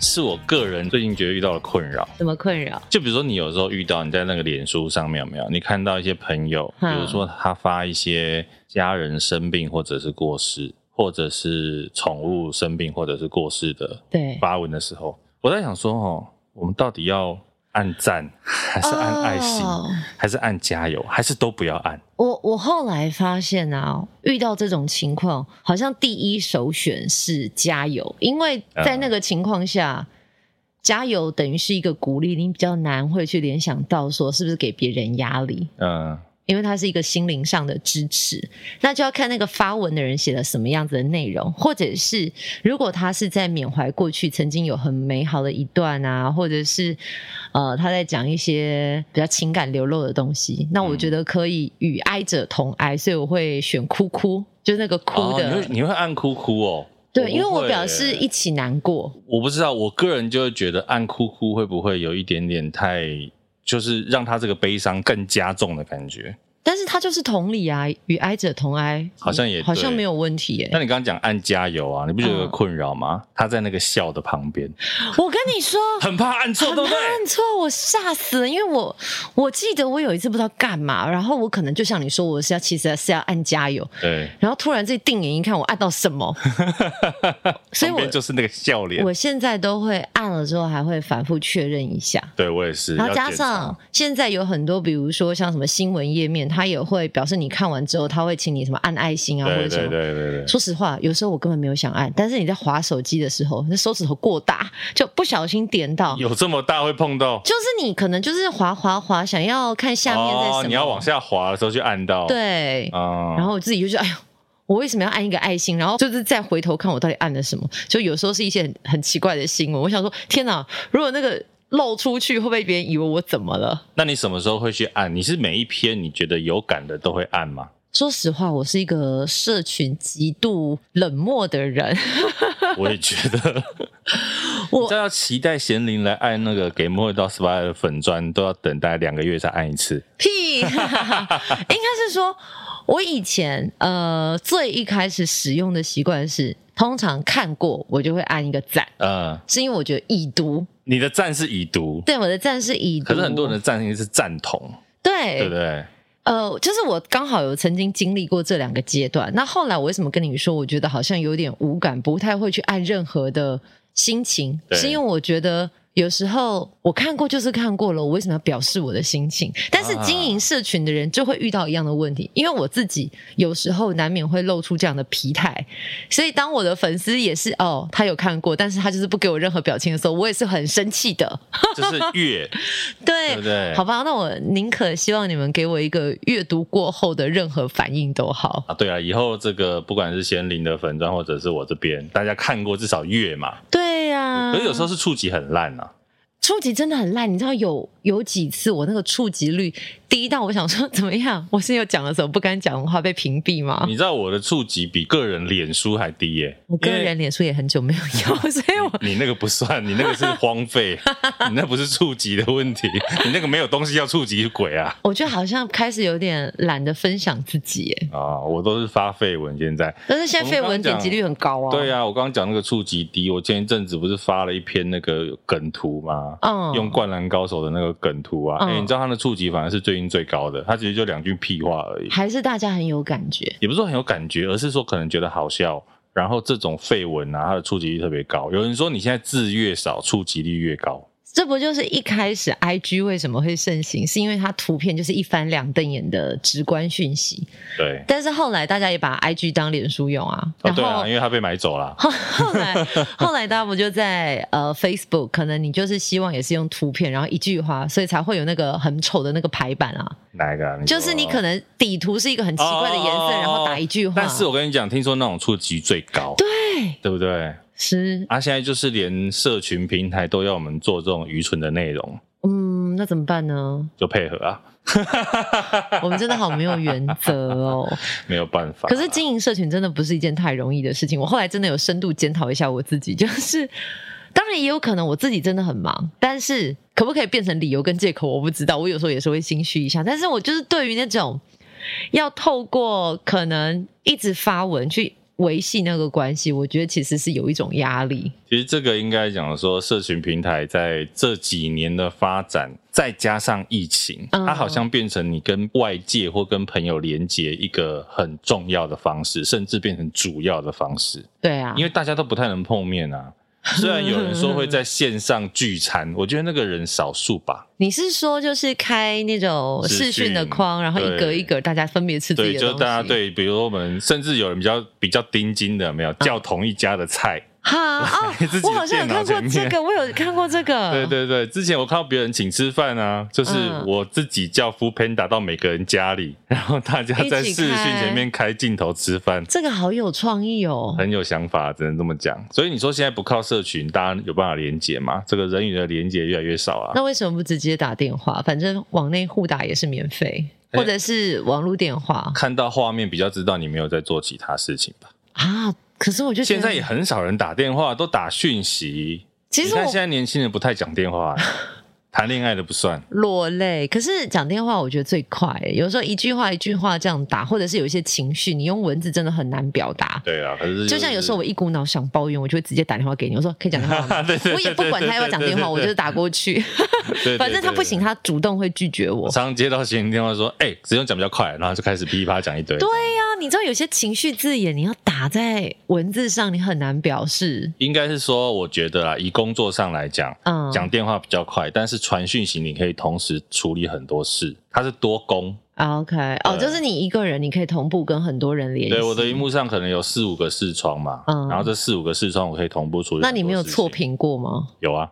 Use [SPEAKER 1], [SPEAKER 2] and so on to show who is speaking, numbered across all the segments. [SPEAKER 1] 是我个人最近觉得遇到的困扰。
[SPEAKER 2] 怎么困扰？
[SPEAKER 1] 就比如说，你有时候遇到你在那个脸书上面有没有，你看到一些朋友，比
[SPEAKER 2] 嗯
[SPEAKER 1] 如说他发一些家人生病或者是过世，或者是宠物生病或者是过世的
[SPEAKER 2] 对
[SPEAKER 1] 发文的时候，我在想说哦，我们到底要按赞还是按爱心，
[SPEAKER 2] 哦
[SPEAKER 3] 哦
[SPEAKER 1] 还是按加油，还是都不要按？
[SPEAKER 3] 我我后来发现啊，遇到这种情况，好像第一首选是加油，因为在那个情况下，加油等于是一个鼓励，你比较难会去联想到说是不是给别人压力，
[SPEAKER 1] 嗯，
[SPEAKER 3] 因为它是一个心灵上的支持。那就要看那个发文的人写了什么样子的内容，或者是如果他是在缅怀过去曾经有很美好的一段啊，或者是呃他在讲一些比较情感流露的东西，那我
[SPEAKER 1] 嗯
[SPEAKER 3] 觉得可以与哀者同哀，所以我会选哭哭，就是那个哭
[SPEAKER 1] 哦、你
[SPEAKER 3] 的，
[SPEAKER 1] 会你会按哭哭哦？
[SPEAKER 3] 对，因为
[SPEAKER 1] 不
[SPEAKER 3] 我
[SPEAKER 1] 会
[SPEAKER 3] 表示一起难过，
[SPEAKER 1] 我不知道，我个人就会觉得按哭哭会不会有一点点太，就是让他这个悲伤更加重的感觉。
[SPEAKER 3] 但是他就是同理啊，与哀者同哀，
[SPEAKER 1] 好像也
[SPEAKER 3] 好像
[SPEAKER 1] 对
[SPEAKER 3] 没有问题耶、
[SPEAKER 1] 那你刚刚讲按加油啊，你不觉得
[SPEAKER 3] 嗯
[SPEAKER 1] 有个困扰吗？他在那个笑的旁边，
[SPEAKER 3] 我跟你说，
[SPEAKER 1] 很怕按错，
[SPEAKER 3] 很
[SPEAKER 1] 对不对？
[SPEAKER 3] 按错，我吓死了，因为我我记得我有一次不知道干嘛，然后我可能就像你说，我是要其实是要按加油，
[SPEAKER 1] 对，
[SPEAKER 3] 然后突然自己定眼一看，我按到什么，所以
[SPEAKER 1] 旁
[SPEAKER 3] 我
[SPEAKER 1] 边就是那个笑脸。
[SPEAKER 3] 我现在都会按了之后还会反复确认一下。
[SPEAKER 1] 对我也是，
[SPEAKER 3] 然后
[SPEAKER 1] 要
[SPEAKER 3] 加
[SPEAKER 1] 检查
[SPEAKER 3] 上现在有很多，比如说像什么新闻页面，它也会表示你看完之后，它会请你什么按爱心啊，或
[SPEAKER 1] 对
[SPEAKER 3] 者什
[SPEAKER 1] 对
[SPEAKER 3] 么。
[SPEAKER 1] 对对对，
[SPEAKER 3] 说实话，有时候我根本没有想按，但是你在滑手机的时候，那手指头过大，就不小心点到，
[SPEAKER 1] 有这么大会碰到
[SPEAKER 3] 就是你可能就是滑滑滑，想要看下面在什么，
[SPEAKER 1] 哦，你要往下滑的时候去按到，，
[SPEAKER 3] 对，
[SPEAKER 1] 嗯，
[SPEAKER 3] 然后我自己就觉得，哎呦，我为什么要按一个爱心？然后就是再回头看我到底按了什么，就有时候是一些很很奇怪的新闻，我想说，天哪，如果那个漏出去，会不会别人以为我怎么了？
[SPEAKER 1] 那你什么时候会去按？你是每一篇你觉得有感的都会按吗？
[SPEAKER 3] 说实话，我是一个社群极度冷漠的人，
[SPEAKER 1] 我也觉得，
[SPEAKER 3] 我
[SPEAKER 1] 你知道要期待贤玲来按那个给莫到 spy 的粉砖，都要等待两个月才按一次。
[SPEAKER 3] 屁，应 该是说，我以前呃最一开始使用的习惯是，通常看过我就会按一个赞。
[SPEAKER 1] 嗯，
[SPEAKER 3] 是因为我觉得已读，
[SPEAKER 1] 你的赞是已读，
[SPEAKER 3] 对我的赞是已读。
[SPEAKER 1] 可是很多人的赞应该是赞同，
[SPEAKER 3] 对
[SPEAKER 1] 对不对？
[SPEAKER 3] 呃，就是我刚好有曾经经历过这两个阶段。那后来我为什么跟你说，我觉得好像有点无感，不太会去按任何的心情，
[SPEAKER 1] 对
[SPEAKER 3] 是因为我觉得。有时候我看过就是看过了，我为什么要表示我的心情？但是
[SPEAKER 1] 啊
[SPEAKER 3] 经营社群的人就会遇到一样的问题，因为我自己有时候难免会露出这样的疲态，所以当我的粉丝也是哦，他有看过，但是他就是不给我任何表情的时候，我也是很生气的。
[SPEAKER 1] 就是 月，对不对？
[SPEAKER 3] 好吧，那我宁可希望你们给我一个阅读过后的任何反应都好。
[SPEAKER 1] 啊，对啊，以后这个不管是贤玲的粉砖或者是我这边，大家看过至少月嘛。
[SPEAKER 3] 对呀、
[SPEAKER 1] 可是有时候是触及很烂
[SPEAKER 3] 嗯
[SPEAKER 1] 啊，
[SPEAKER 3] 触及真的很烂，你知道有有几次我那个触及率低到我想说怎么样？我是有讲了什么不该讲的话被屏蔽吗？
[SPEAKER 1] 你知道我的触及比个人脸书还低耶、
[SPEAKER 3] 我个
[SPEAKER 1] 因为
[SPEAKER 3] 人脸书也很久没有用， 所以我
[SPEAKER 1] 你那个不算，你那个是荒 废，你那不是触及的问题，你那个没有东西要触及鬼啊！
[SPEAKER 3] 我觉得好像开始有点懒得分享自己耶。
[SPEAKER 1] 啊，我都是发绯闻现在。
[SPEAKER 3] 但是现在绯
[SPEAKER 1] 我们
[SPEAKER 3] 闻
[SPEAKER 1] 刚刚
[SPEAKER 3] 点
[SPEAKER 1] 讲
[SPEAKER 3] 击率很高啊。
[SPEAKER 1] 对啊，我刚刚讲那个触及低，我前一阵子不是发了一篇那个梗图吗？
[SPEAKER 3] 嗯，
[SPEAKER 1] 用《灌篮高手》的那个梗图啊，哎、
[SPEAKER 3] 嗯
[SPEAKER 1] 你知道他的触及反而是最近最高的，他其实就两句屁话而已。
[SPEAKER 3] 还是大家很有感觉。
[SPEAKER 1] 也不是说很有感觉，而是说可能觉得好笑。然后这种绯闻啊，它的触及率特别高。有人说你现在字越少，触及率越高，
[SPEAKER 3] 这不就是一开始 I G 为什么会盛行，是因为它图片就是一翻两瞪眼的直观讯息。
[SPEAKER 1] 对，
[SPEAKER 3] 但是后来大家也把 I G 当脸书用啊，
[SPEAKER 1] 哦
[SPEAKER 3] 然后、
[SPEAKER 1] 对啊，因为他被买走 了。
[SPEAKER 3] 后后来后来大家不就在呃 Facebook，可能你就是希望也是用图片，然后一句话，所以才会有那个很丑的那个排版啊，
[SPEAKER 1] 哪一个啊？
[SPEAKER 3] 就是你可
[SPEAKER 1] 能。
[SPEAKER 3] 能底图是一个很奇怪的颜色，
[SPEAKER 1] 哦
[SPEAKER 3] 然后打一句话。
[SPEAKER 1] 但是我跟你讲，听说那种触及最高，对
[SPEAKER 3] 对
[SPEAKER 1] 不对？
[SPEAKER 3] 是
[SPEAKER 1] 啊，现在就是连社群平台都要我们做这种愚蠢的内容，
[SPEAKER 3] 嗯，那怎么办呢？
[SPEAKER 1] 就配合啊，
[SPEAKER 3] 我们真的好没有原则哦。
[SPEAKER 1] 没有办法。
[SPEAKER 3] 可是经营社群真的不是一件太容易的事情。我后来真的有深度检讨一下我自己，就是 当然也有可能我自己真的很忙，但是可不可以变成理由跟借口，我不知道。我有时候也是会心虚一下，但是我就是对于那种要透过可能一直发文去维系那个关系，我觉得其实是有一种压力。
[SPEAKER 1] 其实这个应该讲说，社群平台在这几年的发展，再加上疫情，
[SPEAKER 3] 嗯
[SPEAKER 1] 它好像变成你跟外界或跟朋友连接一个很重要的方式，甚至变成主要的方式，
[SPEAKER 3] 对啊，
[SPEAKER 1] 因为大家都不太能碰面啊。虽然有人说会在线上聚餐，我觉得那个人少数吧。
[SPEAKER 3] 你是说就是开那种视讯的框，
[SPEAKER 1] 视讯
[SPEAKER 3] 然后一格一格，大家分别吃自
[SPEAKER 1] 对，
[SPEAKER 3] 己的
[SPEAKER 1] 就
[SPEAKER 3] 东西。
[SPEAKER 1] 是大家对，比如说我们甚至有人比较比较盯紧的，有
[SPEAKER 3] 嗯
[SPEAKER 1] 没有叫同一家的菜。
[SPEAKER 3] 哈啊
[SPEAKER 1] 你 自己，的
[SPEAKER 3] 我好像有看过
[SPEAKER 1] 电脑前
[SPEAKER 3] 这
[SPEAKER 1] 面
[SPEAKER 3] 个，我有看过这个。
[SPEAKER 1] 对对对，之前我看到别人请吃饭啊，就是
[SPEAKER 3] 嗯
[SPEAKER 1] 我自己叫 f o o Panda 到每个人家里， 然后大家在视讯前面开镜头吃饭，
[SPEAKER 3] 这个好有创意哦。
[SPEAKER 1] 很有想法，只能这么讲。所以你说现在不靠社群，大家有办法连接吗？这个人与人的连接越来越少啊。
[SPEAKER 3] 那为什么不直接打电话？反正往内互打也是免费，
[SPEAKER 1] 哎
[SPEAKER 3] 或者是网络电话、
[SPEAKER 1] 看到画面比较知道你没有在做其他事情吧。
[SPEAKER 3] 啊。可是我就觉
[SPEAKER 1] 现
[SPEAKER 3] 得
[SPEAKER 1] 在也很少人打电话，都打讯息。
[SPEAKER 3] 其实
[SPEAKER 1] 你看
[SPEAKER 3] 我
[SPEAKER 1] 现在年轻人不太讲电 话、啊谈恋爱的不算。
[SPEAKER 3] 落泪。可是讲电话我觉得最快、有时候一句话一句话这样打，或者是有一些情绪，你用文字真的很难表达。
[SPEAKER 1] 对啊，可是
[SPEAKER 3] 就像有时候我一股脑想抱怨，我就会直接打电话给你，我说可以讲电话吗？
[SPEAKER 1] 对对对
[SPEAKER 3] 我也不管他要不要讲电话，我就打过去。
[SPEAKER 1] 是，
[SPEAKER 3] 反正他不行，
[SPEAKER 1] 他。
[SPEAKER 3] 他主动会拒绝我
[SPEAKER 1] 我。常常接到闲人电话说，哎、只用讲比较快，然后就开始噼里啪啦讲一堆。
[SPEAKER 3] 对呀、你知道有些情绪字眼，你要打在文字上，你很难表示。
[SPEAKER 1] 应该是说，我觉得啊，以工作上来讲，
[SPEAKER 3] 嗯，
[SPEAKER 1] 讲电话比较快，但是传讯息你可以同时处理很多事，它是多工。
[SPEAKER 3] OK，哦，
[SPEAKER 1] 对
[SPEAKER 3] 就是你一个人，你可以同步跟很多人联系。
[SPEAKER 1] 对，我的荧幕上可能有四五个视窗嘛，
[SPEAKER 3] 嗯
[SPEAKER 1] 然后这四五个视窗我可以同步处理。
[SPEAKER 3] 那你没有错？评 过吗？
[SPEAKER 1] 有啊，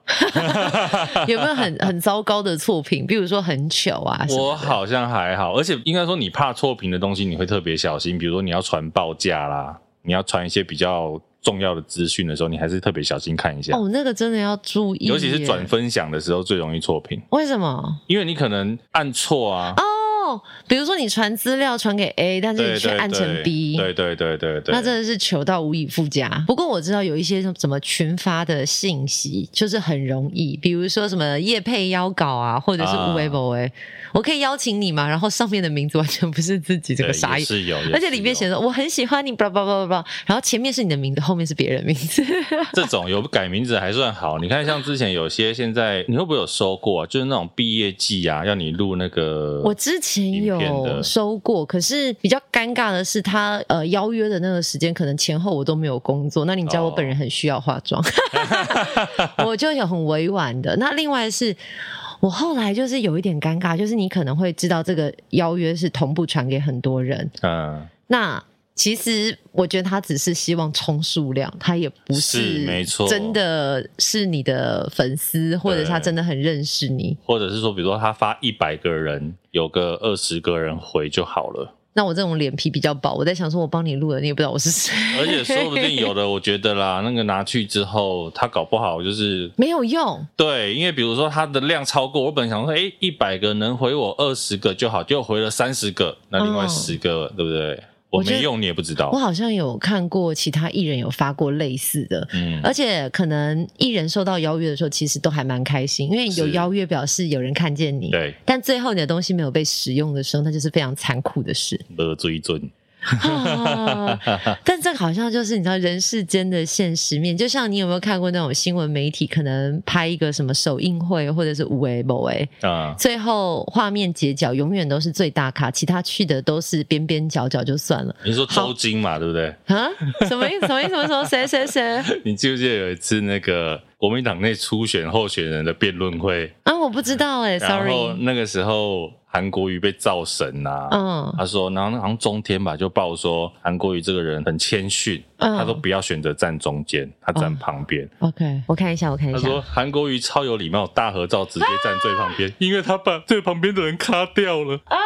[SPEAKER 3] 有没有很很糟糕的错评？比如说很糗 啊什么？
[SPEAKER 1] 我好像还好，而且应该说你怕错评的东西，你会特别小心，比如说你要传报价啦，你要传一些比较重要的资讯的时候，你还是特别小心看一下。
[SPEAKER 3] 哦，那个真的要注意耶，
[SPEAKER 1] 尤其是转分享的时候最容易错评，
[SPEAKER 3] 为什么？
[SPEAKER 1] 因为你可能按错啊，
[SPEAKER 3] 哦，比如说你传资料传给 A，但是
[SPEAKER 1] 对
[SPEAKER 3] 你却
[SPEAKER 1] 对
[SPEAKER 3] 按成
[SPEAKER 1] 对
[SPEAKER 3] B，
[SPEAKER 1] 对对对对对，
[SPEAKER 3] 那真的是糗到无以复加。不过我知道有一些什么群发的信息，就是很容易，比如说什么叶配邀稿啊，或者是
[SPEAKER 1] 啊
[SPEAKER 3] 无为不为，我可以邀请你吗？然后上面的名字完全不是自己，这
[SPEAKER 1] 对
[SPEAKER 3] 个
[SPEAKER 1] 也
[SPEAKER 3] 傻眼。
[SPEAKER 1] 是有，也
[SPEAKER 3] 而且
[SPEAKER 1] 是
[SPEAKER 3] 里面
[SPEAKER 1] 有
[SPEAKER 3] 写着我很喜欢你，叭叭叭叭叭，然后前面是你的名字，后面是别人名字。
[SPEAKER 1] 这种有改名字还算好。你看，像之前有些现在，你会不会有收过啊？就是那种毕业季啊，要你录那个，
[SPEAKER 3] 我之前
[SPEAKER 1] 影片
[SPEAKER 3] 有
[SPEAKER 1] 的
[SPEAKER 3] 收过，可是比较尴尬的是他，呃邀约的那个时间，可能前后我都没有工作。那你知道我本人很需要化 妆，我就有很委婉的。那另外是。我后来就是有一点尴尬，就是你可能会知道这个邀约是同步传给很多人，
[SPEAKER 1] 嗯，
[SPEAKER 3] 那其实我觉得他只是希望冲数量，他也不
[SPEAKER 1] 是没错
[SPEAKER 3] 真的是你的粉丝，或者是他真的很认识你。
[SPEAKER 1] 或者是说，比如说他发一百个人，有个二十个人回就好了。
[SPEAKER 3] 那我这种脸皮比较薄，我在想说，我帮你录了，你也不知道我是谁，
[SPEAKER 1] 而且说不定有的，我觉得啦，那个拿去之后，他搞不好就是
[SPEAKER 3] 没有用。
[SPEAKER 1] 对，因为比如说它的量超过，我本想说，哎，一百个能回我二十个就好，结果回了三十个，那另外
[SPEAKER 3] 嗯
[SPEAKER 1] 十个、对不对？我
[SPEAKER 3] 我觉得
[SPEAKER 1] 没用，你也不知道
[SPEAKER 3] 我。好像有看过其他艺人有发过类似的。
[SPEAKER 1] 嗯，
[SPEAKER 3] 而且可能艺人收到邀约的时候，其实都还蛮开心，因为有
[SPEAKER 1] 是
[SPEAKER 3] 邀约表示有人看见你。
[SPEAKER 1] 对，
[SPEAKER 3] 但最后你的东西没有被使用的时候，那就是非常残酷的事。
[SPEAKER 1] 呃没追准。
[SPEAKER 3] 啊但这个好像就是你知道人世间的现实面，就像你有没有看过那种新闻媒体可能拍一个什么首映会或者是五 A 某 A，
[SPEAKER 1] 啊、
[SPEAKER 3] 最后画面截角永远都是最大咖，其他去的都是边边角角就算了
[SPEAKER 1] 你说周金嘛，对不对？
[SPEAKER 3] 啊？什 么意思？什么意思？什么什么谁谁谁？
[SPEAKER 1] 你记不记得有一次那个国民党内初选候选人的辩论会，
[SPEAKER 3] 啊，我不知道哎、s o r
[SPEAKER 1] 然后
[SPEAKER 3] r y
[SPEAKER 1] 那个时候韩国瑜被造神啊呐、
[SPEAKER 3] 嗯
[SPEAKER 1] 他说，然后那好像中天吧就报说韩国瑜这个人很谦逊，
[SPEAKER 3] 嗯哦
[SPEAKER 1] 他都不要选择站中间，他站旁边。
[SPEAKER 3] ，OK，我看一下，我看
[SPEAKER 1] 他
[SPEAKER 3] 一下
[SPEAKER 1] 说，韩国瑜超有礼貌，大合照直接站最旁边，因为他把最旁边的人卡掉了。
[SPEAKER 3] 啊，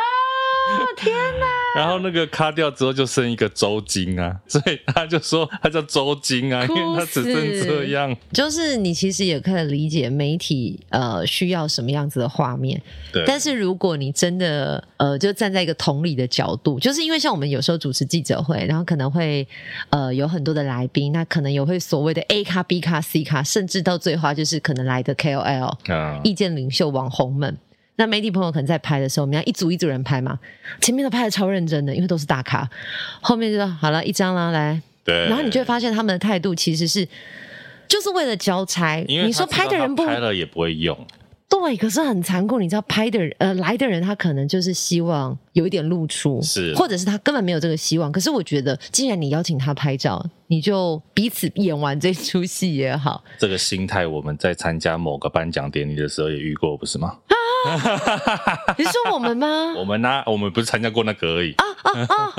[SPEAKER 3] 天哪！
[SPEAKER 1] 然后那个卡掉之后就剩一个周金啊，所以他就说他叫周金啊，因
[SPEAKER 3] 哭
[SPEAKER 1] 为他只剩这样。
[SPEAKER 3] 就是你其实也可以理解媒体呃需要什么样子的画面，
[SPEAKER 1] 对，
[SPEAKER 3] 但是如果你真的呃，就站在一个同理的角度，就是因为像我们有时候主持记者会，然后可能会呃有很多的来宾，那可能有会所谓的 A 咖、B 咖、C 咖，甚至到最后就是可能来的 KOL、
[SPEAKER 1] 啊，
[SPEAKER 3] 意见领袖、网红们。那媒体朋友可能在拍的时候，我们要一组一组人拍嘛，前面的拍的超认真的，因为都是大咖，后面就说好了，一张啦，来，
[SPEAKER 1] 对。
[SPEAKER 3] 然后你就会发现他们的态度其实是。就是为了交差，
[SPEAKER 1] 因为
[SPEAKER 3] 你说
[SPEAKER 1] 他知
[SPEAKER 3] 拍
[SPEAKER 1] 道
[SPEAKER 3] 的人不
[SPEAKER 1] 他拍了也不会用，
[SPEAKER 3] 对，可是很残酷，你知道拍的人呃来的人，他可能就是希望有一点露出，
[SPEAKER 1] 是
[SPEAKER 3] 或者是他根本没有这个希望。可是我觉得，既然你邀请他拍照，你就彼此演完这出戏也好。
[SPEAKER 1] 这个心态我们在参加某个颁奖典礼的时候也遇过，不是吗？
[SPEAKER 3] 你说我们吗？
[SPEAKER 1] 我们呢、啊我们不是参加过那个而已，
[SPEAKER 3] 哦，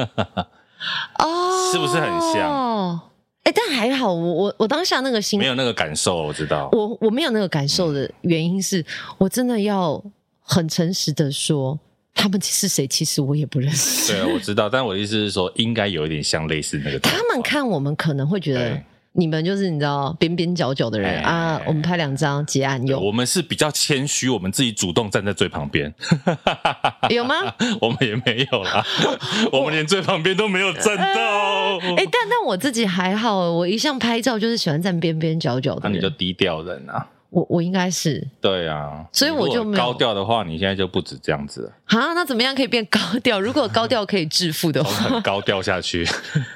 [SPEAKER 1] 是不是很像？
[SPEAKER 3] 哎、但还好，我我我当下那个心
[SPEAKER 1] 没有那个感受，我知道。
[SPEAKER 3] 我我没有那个感受的原因是，我真的要很诚实的说，他们是谁，其实我也不认 识。
[SPEAKER 1] 对，我知道，但我的意思是说，应该有一点像类似那个状
[SPEAKER 3] 他
[SPEAKER 1] 况。
[SPEAKER 3] 们看我们可能会觉得
[SPEAKER 1] 对
[SPEAKER 3] 你们就是你知道边边角角的人、
[SPEAKER 1] 哎
[SPEAKER 3] 啊，我们拍两张结案
[SPEAKER 1] 对
[SPEAKER 3] 用
[SPEAKER 1] 我们是比较谦虚，我们自己主动站在最旁边，
[SPEAKER 3] 有吗？哎
[SPEAKER 1] 我们也没有 啦，我们连最旁边都没有站到。
[SPEAKER 3] 哎、但但我自己还好，我一向拍照就是喜欢站边边角角
[SPEAKER 1] 那
[SPEAKER 3] 的
[SPEAKER 1] 你就
[SPEAKER 3] 人，
[SPEAKER 1] 低调人啊，
[SPEAKER 3] 我我应该是
[SPEAKER 1] 对啊，
[SPEAKER 3] 所以我就
[SPEAKER 1] 你如果
[SPEAKER 3] 没有
[SPEAKER 1] 高调的话，你现在就不止这样子 了，
[SPEAKER 3] 啊，那怎么样可以变高调？如果高调可以致富的
[SPEAKER 1] 我
[SPEAKER 3] 话，
[SPEAKER 1] 很高调下 去。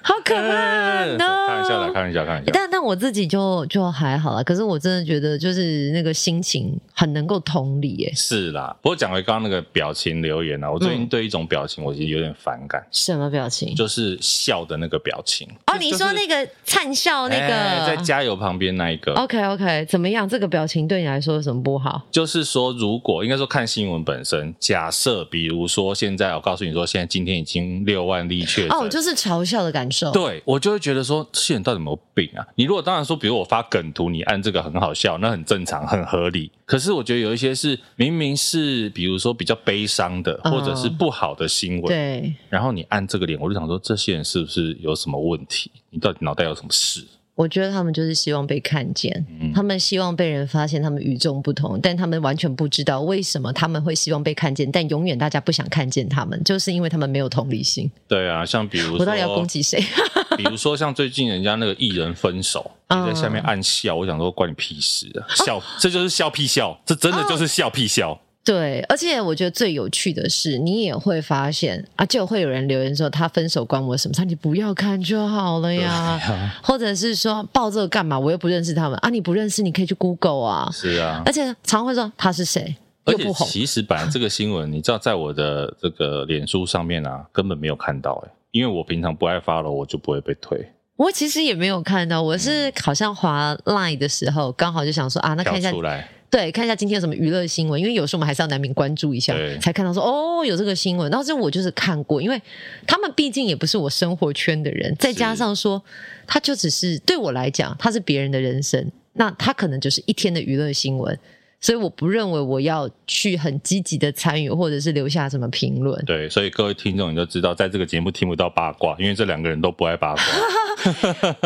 [SPEAKER 3] 好可怕
[SPEAKER 1] 哎开玩笑的，
[SPEAKER 3] 呢
[SPEAKER 1] 开。玩笑，开玩笑。
[SPEAKER 3] 啊但但我自己就就还好了，可是我真的觉得就是那个心情很能够同理耶。
[SPEAKER 1] 是啦，不过讲回刚刚那个表情留言啊，我最
[SPEAKER 3] 嗯
[SPEAKER 1] 近对一种表情我其实有点反感，
[SPEAKER 3] 什么表情？
[SPEAKER 1] 就是笑的那个表情。
[SPEAKER 3] 哦，你说那个灿笑哦那
[SPEAKER 1] 哎在
[SPEAKER 3] 个哦
[SPEAKER 1] 加油旁边那一个，
[SPEAKER 3] OK OK，怎么样？这个表情对你来说有什么不好？
[SPEAKER 1] 就是说，如果应该说看新闻本身，假设比如说现在我告诉你说，现在今天已经六万例确诊，
[SPEAKER 3] 哦，就是嘲笑的感受。
[SPEAKER 1] 对我就会觉得说，这些人到底有没有病啊？你如果当然说，比如我发梗图，你按这个很好笑，那很正常，很合理。可是我觉得有一些是明明是比如说比较悲伤的，
[SPEAKER 3] 嗯
[SPEAKER 1] 或者是不好的新闻，
[SPEAKER 3] 对
[SPEAKER 1] 然后你按这个脸，我就想说，这些人是不是有什么问题？你到底脑袋有什么事？
[SPEAKER 3] 我觉得他们就是希望被看见，
[SPEAKER 1] 嗯
[SPEAKER 3] 他们希望被人发现他们与众不同，但他们完全不知道为什么他们会希望被看见，但永远大家不想看见他们，就是因为他们没有同理心。
[SPEAKER 1] 对啊，像比如
[SPEAKER 3] 我到底要
[SPEAKER 1] 说
[SPEAKER 3] 攻，击谁？
[SPEAKER 1] 比如说像最近人家那个艺人分手，你
[SPEAKER 3] 嗯
[SPEAKER 1] 在下面暗笑，我想说关你屁事啊！笑，这就是笑屁笑，这真的
[SPEAKER 3] 啊
[SPEAKER 1] 就是笑屁笑。
[SPEAKER 3] 对，而且我觉得最有趣的是，你也会发现啊，就会有人留言说他分手关我什么事？你不要看就好了呀，
[SPEAKER 1] 对啊
[SPEAKER 3] 或者是说报这个干嘛？我又不认识他们啊，你不认识你可以去 Google 啊，
[SPEAKER 1] 是啊，
[SPEAKER 3] 而且常会说他是谁，
[SPEAKER 1] 而
[SPEAKER 3] 又
[SPEAKER 1] 且
[SPEAKER 3] 不红。
[SPEAKER 1] 其实本来这个新闻，你知道，在我的这个脸书上面啊，根本没有看到哎、欸因为我平常不爱发了，我就不会被推。
[SPEAKER 3] 我其实也没有看到，我是好像滑 Line 的时候，刚好就想说啊，那
[SPEAKER 1] 嗯
[SPEAKER 3] 看
[SPEAKER 1] 跳
[SPEAKER 3] 一下
[SPEAKER 1] 出，来，
[SPEAKER 3] 对，看一下今天有什么娱乐新闻，因为有时候我们还是要难免关注一下
[SPEAKER 1] 对，
[SPEAKER 3] 才看到说哦有这个新闻。但是我就是看过，因为他们毕竟也不是我生活圈的人，再加上说，他就只是对我来讲，他是别人的人生，那他可能就是一天的娱乐新闻。所以我不认为我要去很积极的参与，或者是留下什么评论。
[SPEAKER 1] 对，所以各位听众你就知道，在这个节目听不到八卦，因为这两个人都不爱八卦。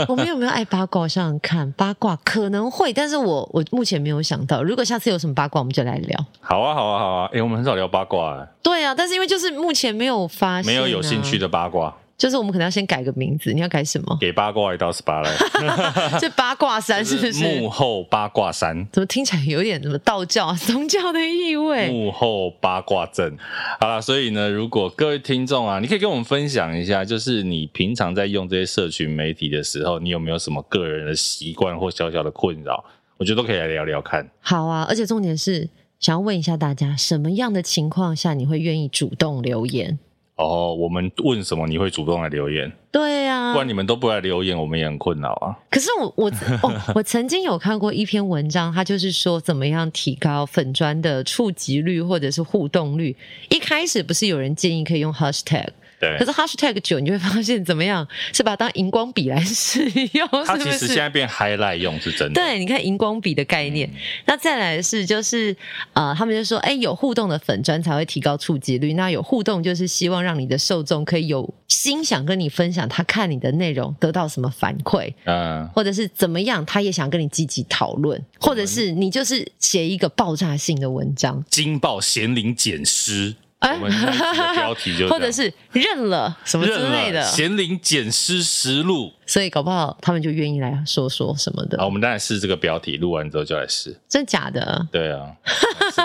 [SPEAKER 3] 我们有没有爱八卦？我想想看，八卦可能会，但是我我目前没有想到。如果下次有什么八卦，我们就来聊。
[SPEAKER 1] 好啊，好啊，好啊，哎、我们很少聊八卦、欸，
[SPEAKER 3] 对啊，但是因为就是目前没有发现、
[SPEAKER 1] 没有有兴趣
[SPEAKER 3] 的。
[SPEAKER 1] 的八卦。
[SPEAKER 3] 就是我们可能要先改个名字，你要改什么？
[SPEAKER 1] 给八卦一道 SPA 来，
[SPEAKER 3] 这八卦山 是不？
[SPEAKER 1] 就是幕后八卦山。
[SPEAKER 3] 怎么听起来有点什么道教、啊、宗教的意味？
[SPEAKER 1] 幕后八卦阵，好啦，所以呢，如果各位听众啊，你可以跟我们分享一下，就是你平常在用这些社群媒体的时候，你有没有什么个人的习惯或小小的困扰？我觉得都可以来聊聊看。
[SPEAKER 3] 好啊，而且重点是想要问一下大家，什么样的情况下你会愿意主动留言？
[SPEAKER 1] 哦，我们问什么你会主动来留言？
[SPEAKER 3] 对
[SPEAKER 1] 不
[SPEAKER 3] 啊，
[SPEAKER 1] 然你们都不来留言，我们也很困扰啊。
[SPEAKER 3] 可是我我哦， 我曾经有看过一篇文章，它就是说怎么样提高粉砖的触及率或者是互动率。一开始不是有人建议可以用 hashtag，
[SPEAKER 1] 对
[SPEAKER 3] 可，是 hashtag 久，你就会发现怎么样是把它当荧光笔来使用，
[SPEAKER 1] 它
[SPEAKER 3] 是
[SPEAKER 1] 其
[SPEAKER 3] 不
[SPEAKER 1] 实现在
[SPEAKER 3] 是？
[SPEAKER 1] 变 highlight 用是真的。
[SPEAKER 3] 对，你看荧光笔的概
[SPEAKER 1] 嗯
[SPEAKER 3] 念，那再来是就是呃，他们就说，哎、有互动的粉砖才会提高触及率。那有互动就是希望让你的受众可以有心想跟你分享，他看你的内容得到什么反馈，
[SPEAKER 1] 嗯，
[SPEAKER 3] 或者是怎么样，他也想跟你积极讨论，或者是你就是写一个爆炸性的文章，
[SPEAKER 1] 惊爆咸灵捡尸，
[SPEAKER 3] 哎
[SPEAKER 1] 我们那一集的 标题就这样
[SPEAKER 3] 或者是认了什么之
[SPEAKER 1] 认
[SPEAKER 3] 类
[SPEAKER 1] 了
[SPEAKER 3] 的，
[SPEAKER 1] 咸灵捡尸实录。
[SPEAKER 3] 所以搞不好他们就愿意来说说什么
[SPEAKER 1] 好，
[SPEAKER 3] 的，
[SPEAKER 1] 我们当然试这个标题，录完之后就来试。
[SPEAKER 3] 真假的？
[SPEAKER 1] 对 啊，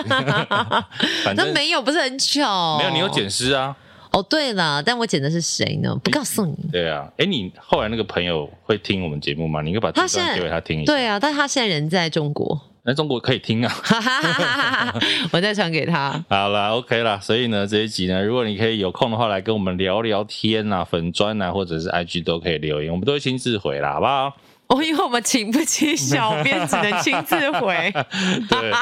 [SPEAKER 1] 反
[SPEAKER 3] 那
[SPEAKER 1] 正
[SPEAKER 3] 没有，不是很巧。
[SPEAKER 1] 没有，你有捡尸啊？
[SPEAKER 3] 哦，对了，但我剪的是谁呢？不告诉你。
[SPEAKER 1] 对啊，哎，你后来那个朋友会听我们节目吗？你应该把
[SPEAKER 3] 他
[SPEAKER 1] 这
[SPEAKER 3] 现
[SPEAKER 1] 段
[SPEAKER 3] 在
[SPEAKER 1] 给给他听一下。
[SPEAKER 3] 对啊，但他现在人在中国，
[SPEAKER 1] 那中国可以听啊。
[SPEAKER 3] 哈哈哈哈我再传给他。
[SPEAKER 1] 好啦 o k 啦，所以呢，这一集呢，如果你可以有空的话，来跟我们聊聊天啊，粉砖啊，或者是 IG 都可以留言，我们都会亲自回啦，好不好？
[SPEAKER 3] 哦，因为我们请不起小编，只能亲自回。
[SPEAKER 1] 对，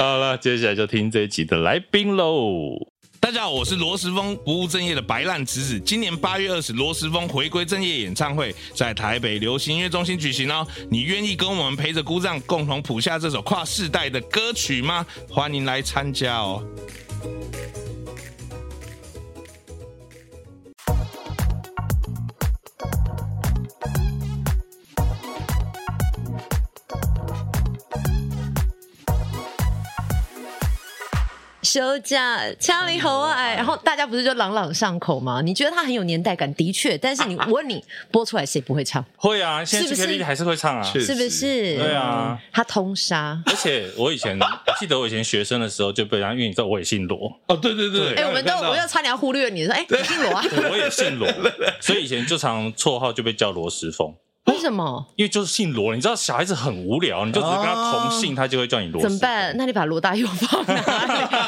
[SPEAKER 1] 好了，接下来就听这一集的来宾喽。
[SPEAKER 4] 大家好，我是罗时丰，不务正业的白烂侄子。今年八月二十，罗时丰回归正业演唱会在台北流行音乐中心举行哦。你愿意跟我们陪着姑丈共同谱下这首跨世代的歌曲吗？欢迎来参加哦！
[SPEAKER 3] 休假枪林猴爱，然后大家不是就朗朗上口吗？你觉得他很有年代感，的确，但是你我问你，播出来谁不会唱？
[SPEAKER 1] 会啊，现在去
[SPEAKER 3] 是不是
[SPEAKER 1] KTV 还是会唱啊。
[SPEAKER 4] 确
[SPEAKER 3] 是不是？
[SPEAKER 1] 对啊，
[SPEAKER 3] 他通杀。
[SPEAKER 1] 而且我以前记得我以前学生的时候就被人家，因为你知道我也姓 罗，
[SPEAKER 4] 哦，对对对，
[SPEAKER 3] 哎、我们都我又差点要忽略你说，哎、你姓罗啊？
[SPEAKER 1] 我也姓罗，所以以前就常绰号就被叫罗时丰，
[SPEAKER 3] 为什么？
[SPEAKER 1] 因为就是姓罗。你知道小孩子很无聊，你就只是跟他同姓，他就会叫你罗。
[SPEAKER 3] 哦怎么？办？那你把罗大佑放哪里？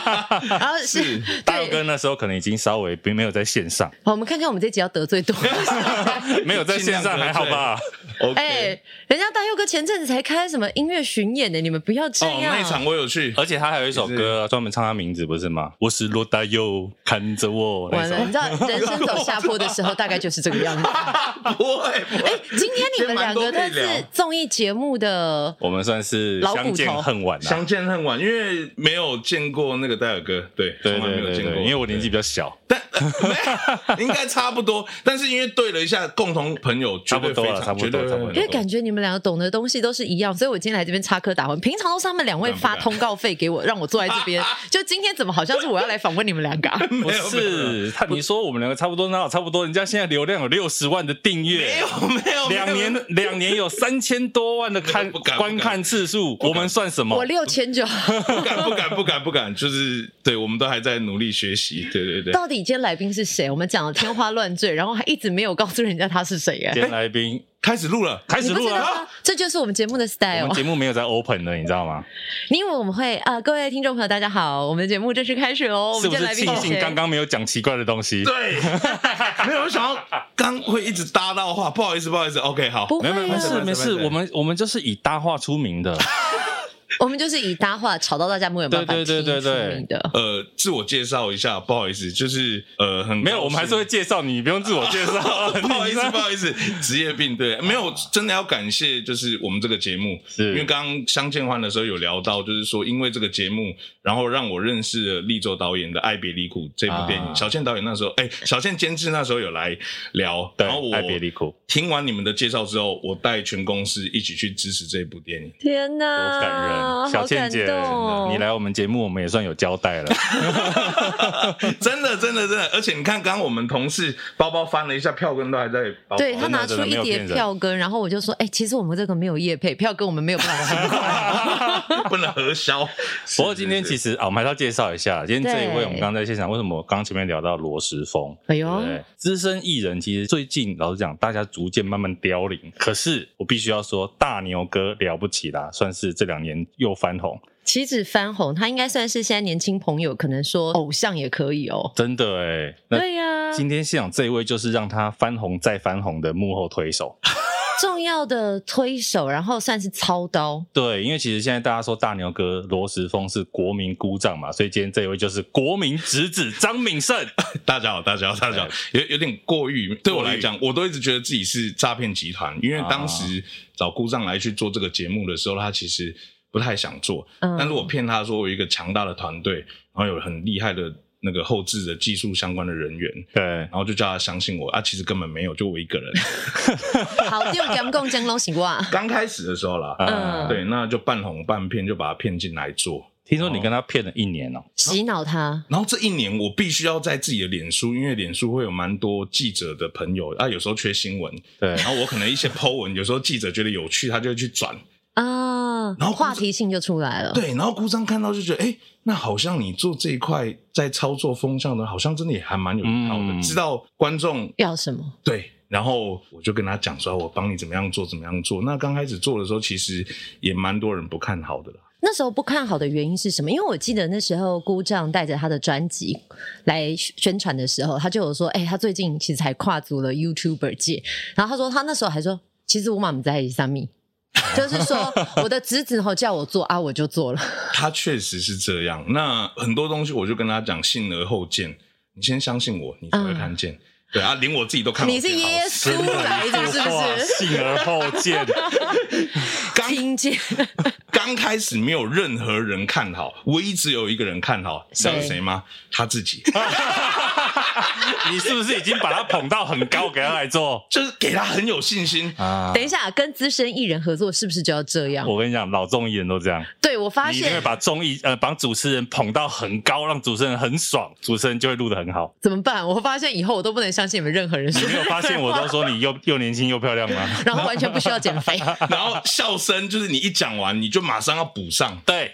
[SPEAKER 3] 然后是
[SPEAKER 1] 大佑
[SPEAKER 3] 对，
[SPEAKER 1] 哥那时候可能已经稍微并没有在线 上，
[SPEAKER 3] 好，我们看看我们这集要得罪多少。
[SPEAKER 1] 没有在线上还好吧？
[SPEAKER 3] 哎、人家大佑哥前阵子才开什么音乐巡演呢？你们不要这
[SPEAKER 4] 哦，
[SPEAKER 3] 样。
[SPEAKER 4] 那一场我有 去，
[SPEAKER 1] 而且他还有一首歌专门唱他名字，不是吗？我是罗大佑，看着我那
[SPEAKER 3] 完了，
[SPEAKER 1] 首
[SPEAKER 3] 你知。道 人生走下坡的时候，大概就是这个样子。
[SPEAKER 4] 不会不会，
[SPEAKER 3] 今天你们两个都
[SPEAKER 4] 今天蛮多可以
[SPEAKER 3] 是
[SPEAKER 4] 聊
[SPEAKER 3] 综艺节目的，
[SPEAKER 1] 我们算是
[SPEAKER 3] 老骨头
[SPEAKER 1] 相见恨晚啊，
[SPEAKER 4] 相见恨晚，因为没有见过那个戴尔哥，对，
[SPEAKER 1] 对
[SPEAKER 4] 从来
[SPEAKER 1] 对
[SPEAKER 4] 没有
[SPEAKER 1] 对
[SPEAKER 4] 见过，
[SPEAKER 1] 对，因为我年纪比较小，
[SPEAKER 4] 但 没应该差不多，但是因为对了一下共同朋友，
[SPEAKER 1] 差
[SPEAKER 4] 绝对
[SPEAKER 1] 不多
[SPEAKER 4] 非
[SPEAKER 1] 了差
[SPEAKER 4] 常
[SPEAKER 1] 不多
[SPEAKER 4] 绝对
[SPEAKER 1] 差不多
[SPEAKER 3] 因为感觉你们两个懂得东西都是一样，所以我今天来这边插科打诨。平常都是他们两位发通告费给我，让我坐在这 边。就今天怎么好像是我要来访问你们两个、啊？
[SPEAKER 1] 不是他。你说我们两个差不多，那差不多，人家现在流量有六十万的订
[SPEAKER 4] 没
[SPEAKER 1] 阅，
[SPEAKER 4] 有没有
[SPEAKER 1] 两
[SPEAKER 4] 没有
[SPEAKER 1] 年两年有三千多万的看
[SPEAKER 4] 不敢不敢
[SPEAKER 1] 观看次数，我们算
[SPEAKER 4] 哦
[SPEAKER 1] 什么
[SPEAKER 3] 我？六千就好。
[SPEAKER 4] 不敢不敢不敢不敢，就是对我们都还在努力学习，对对对。
[SPEAKER 3] 到底今天来宾是谁？我们讲的天花乱坠，然后还一直没有告诉人家他是谁耶
[SPEAKER 1] 今。天来宾
[SPEAKER 4] 开始录了，
[SPEAKER 1] 开始
[SPEAKER 3] 你不哎
[SPEAKER 1] 录
[SPEAKER 3] 知道
[SPEAKER 1] 了
[SPEAKER 3] 吗，这就是我们节目的
[SPEAKER 1] 我
[SPEAKER 3] style
[SPEAKER 1] 们。节目没有在 open 了，你知道吗？
[SPEAKER 3] 你以为我们会呃，各位听众朋友，大家好，我们的节目正式开始喽。我
[SPEAKER 1] 是
[SPEAKER 3] 们今
[SPEAKER 1] 不
[SPEAKER 3] 天
[SPEAKER 1] 是
[SPEAKER 3] 来宾
[SPEAKER 1] 庆
[SPEAKER 3] 是谁
[SPEAKER 1] 幸刚刚没有讲奇怪的东西？
[SPEAKER 3] 啊
[SPEAKER 4] 对，没有我想到刚会一直搭到话，不好意思不好意思，OK 好，
[SPEAKER 3] 不会
[SPEAKER 1] 没有没
[SPEAKER 3] 啊，
[SPEAKER 1] 事
[SPEAKER 4] 没事
[SPEAKER 1] 没
[SPEAKER 4] 没
[SPEAKER 1] 事，
[SPEAKER 4] 事
[SPEAKER 1] 我们我们就是以搭话出名 的，
[SPEAKER 3] 我们就是以搭话吵到大家没有办法
[SPEAKER 1] 对对对对对
[SPEAKER 3] 听出你的。
[SPEAKER 4] 呃，自我介绍一下，不好意思，就是呃很
[SPEAKER 1] 没有，我们还是会介绍你，不用自我介绍
[SPEAKER 4] 。不好意思，不
[SPEAKER 1] 你
[SPEAKER 4] 好意思，职业病对，没有真的要感谢，就是我们这个节目，
[SPEAKER 1] 是
[SPEAKER 4] 因为刚刚相见欢的时候有聊到，就是说因为这个节目，然后让我认识了立州导演的《爱别离苦》这部电影，
[SPEAKER 1] 啊
[SPEAKER 4] 小倩导演那时候，哎、小倩监制那时候有来聊，
[SPEAKER 1] 对
[SPEAKER 4] 然后我
[SPEAKER 1] 爱别离苦
[SPEAKER 4] 听完你们的介绍之后，我带全公司一起去支持这部电影，
[SPEAKER 3] 天
[SPEAKER 1] 多感人
[SPEAKER 2] 好
[SPEAKER 1] 小倩姐，
[SPEAKER 2] 感动
[SPEAKER 1] 你来我们节目，我们也算有交代 了。
[SPEAKER 4] 真的，真的，真的，而且你看，刚刚我们同事包包翻了一下，票根都还在包包。
[SPEAKER 3] 对他
[SPEAKER 1] 真的
[SPEAKER 3] 拿
[SPEAKER 1] 真
[SPEAKER 3] 出
[SPEAKER 1] 的没
[SPEAKER 3] 一
[SPEAKER 1] 有
[SPEAKER 3] 叠
[SPEAKER 1] 骗人
[SPEAKER 3] 票根，然后我就说：“哎、其实我们这个没有业配，票根我们没有办法收
[SPEAKER 4] 不能核销。
[SPEAKER 1] 不过今天其实啊，我们还是要介绍一下，今天这一
[SPEAKER 3] 对
[SPEAKER 1] 位我们刚刚在现场，为什么我刚前面聊到罗时丰？
[SPEAKER 3] 哎
[SPEAKER 1] 对
[SPEAKER 3] 呦
[SPEAKER 1] 不，对，资深艺人其实最近老实讲，大家逐渐慢慢凋零。可是我必须要说，大牛哥了不起啦，算是这两年又翻红，
[SPEAKER 3] 岂止翻红，他应该算是现在年轻朋友可能说偶像也可以哦。
[SPEAKER 1] 真的哎、那
[SPEAKER 3] 对啊呀、
[SPEAKER 1] 今天现场这一位就是让他翻红再翻红的幕后推手。
[SPEAKER 3] 重要的推手，然后算是操刀，
[SPEAKER 1] 对，因为其实现在大家说大牛哥罗时丰是国民姑丈嘛，所以今天这一位就是国民侄子张敏胜。
[SPEAKER 4] 大家好，大家好，大家好，有有点过誉。对我来讲，我都一直觉得自己是诈骗集团，因为当时找故障来去做这个节目的时候，他其实不太想做，
[SPEAKER 3] 嗯，
[SPEAKER 4] 但是我骗他说我有一个强大的团队，然后有很厉害的那个后置的技术相关的人员，
[SPEAKER 1] 对
[SPEAKER 4] 然，后就叫他相信我啊，其实根本没有，就我一个人。
[SPEAKER 3] 好丢讲共江龙行哇，
[SPEAKER 4] 刚开始的时候
[SPEAKER 1] 呃
[SPEAKER 4] 啦，
[SPEAKER 3] 嗯
[SPEAKER 4] 对，那就半红半骗，就把他骗进来做。
[SPEAKER 1] 听说你跟他骗了一年哦、
[SPEAKER 3] 洗脑他，
[SPEAKER 4] 然后这一年我必须要在自己的脸书，因为脸书会有蛮多记者的朋友啊，有时候缺新闻，
[SPEAKER 1] 对
[SPEAKER 4] 然后我可能一些 po 文，有时候记者觉得有趣，他就会去转。
[SPEAKER 1] 嗯
[SPEAKER 3] 啊，
[SPEAKER 4] 然后
[SPEAKER 3] 话题性就出来了。
[SPEAKER 4] 对，然后姑丈看到就觉得，哎、那好像你做这一块在操作风向的，好像真的也还蛮有一套的，
[SPEAKER 1] 嗯
[SPEAKER 4] 知道观众
[SPEAKER 3] 要什么？
[SPEAKER 4] 对。然后我就跟他讲说，哦我帮你怎么样做，怎么样做。那刚开始做的时候，其实也蛮多人不看好的啦。
[SPEAKER 3] 那时候不看好的原因是什么？因为我记得那时候姑丈带着他的专辑来宣传的时候，他就有说：“哎、他最近其实还跨足了 YouTuber 界。”然后他说他那时候还说：“其实我满不在意三 米。”就是说，我的侄子吼叫我做啊，我就做了。
[SPEAKER 4] 他确实是这样。那很多东西我就跟他讲，信而后见，你先相信我，你才会看见。对啊，连我自己都看
[SPEAKER 3] 嗯
[SPEAKER 4] 不
[SPEAKER 3] 你
[SPEAKER 4] 见。
[SPEAKER 3] 是耶
[SPEAKER 4] 好
[SPEAKER 3] 稣 来的，是不
[SPEAKER 1] 哇
[SPEAKER 3] 是？
[SPEAKER 1] 幸而后见，
[SPEAKER 3] 听见
[SPEAKER 4] 刚开始没有任何人看好，唯一只有一个人看好，你知道是
[SPEAKER 3] 谁
[SPEAKER 4] 谁吗？他自己，
[SPEAKER 1] 你是不是已经把他捧到很高，给他来做
[SPEAKER 4] 就是给他很有信心。
[SPEAKER 1] 啊？
[SPEAKER 3] 等一下，跟资深艺人合作是不是就要这样？
[SPEAKER 4] 哦
[SPEAKER 1] 我跟你讲，老综艺人都这样，
[SPEAKER 3] 对我发
[SPEAKER 1] 你一定会
[SPEAKER 3] 现
[SPEAKER 1] 把综艺呃，把主持人捧到很高，让主持人很爽，主持人就会录得很好。
[SPEAKER 3] 怎么办？我发现以后我都不能相信你们任何人
[SPEAKER 1] 你
[SPEAKER 3] 说
[SPEAKER 1] 没有发现我都说你 又又年轻又漂亮吗？
[SPEAKER 3] 然后完全不需要减 肥。
[SPEAKER 4] 然后笑声就是你一讲完，你就马上要补上。
[SPEAKER 1] 对，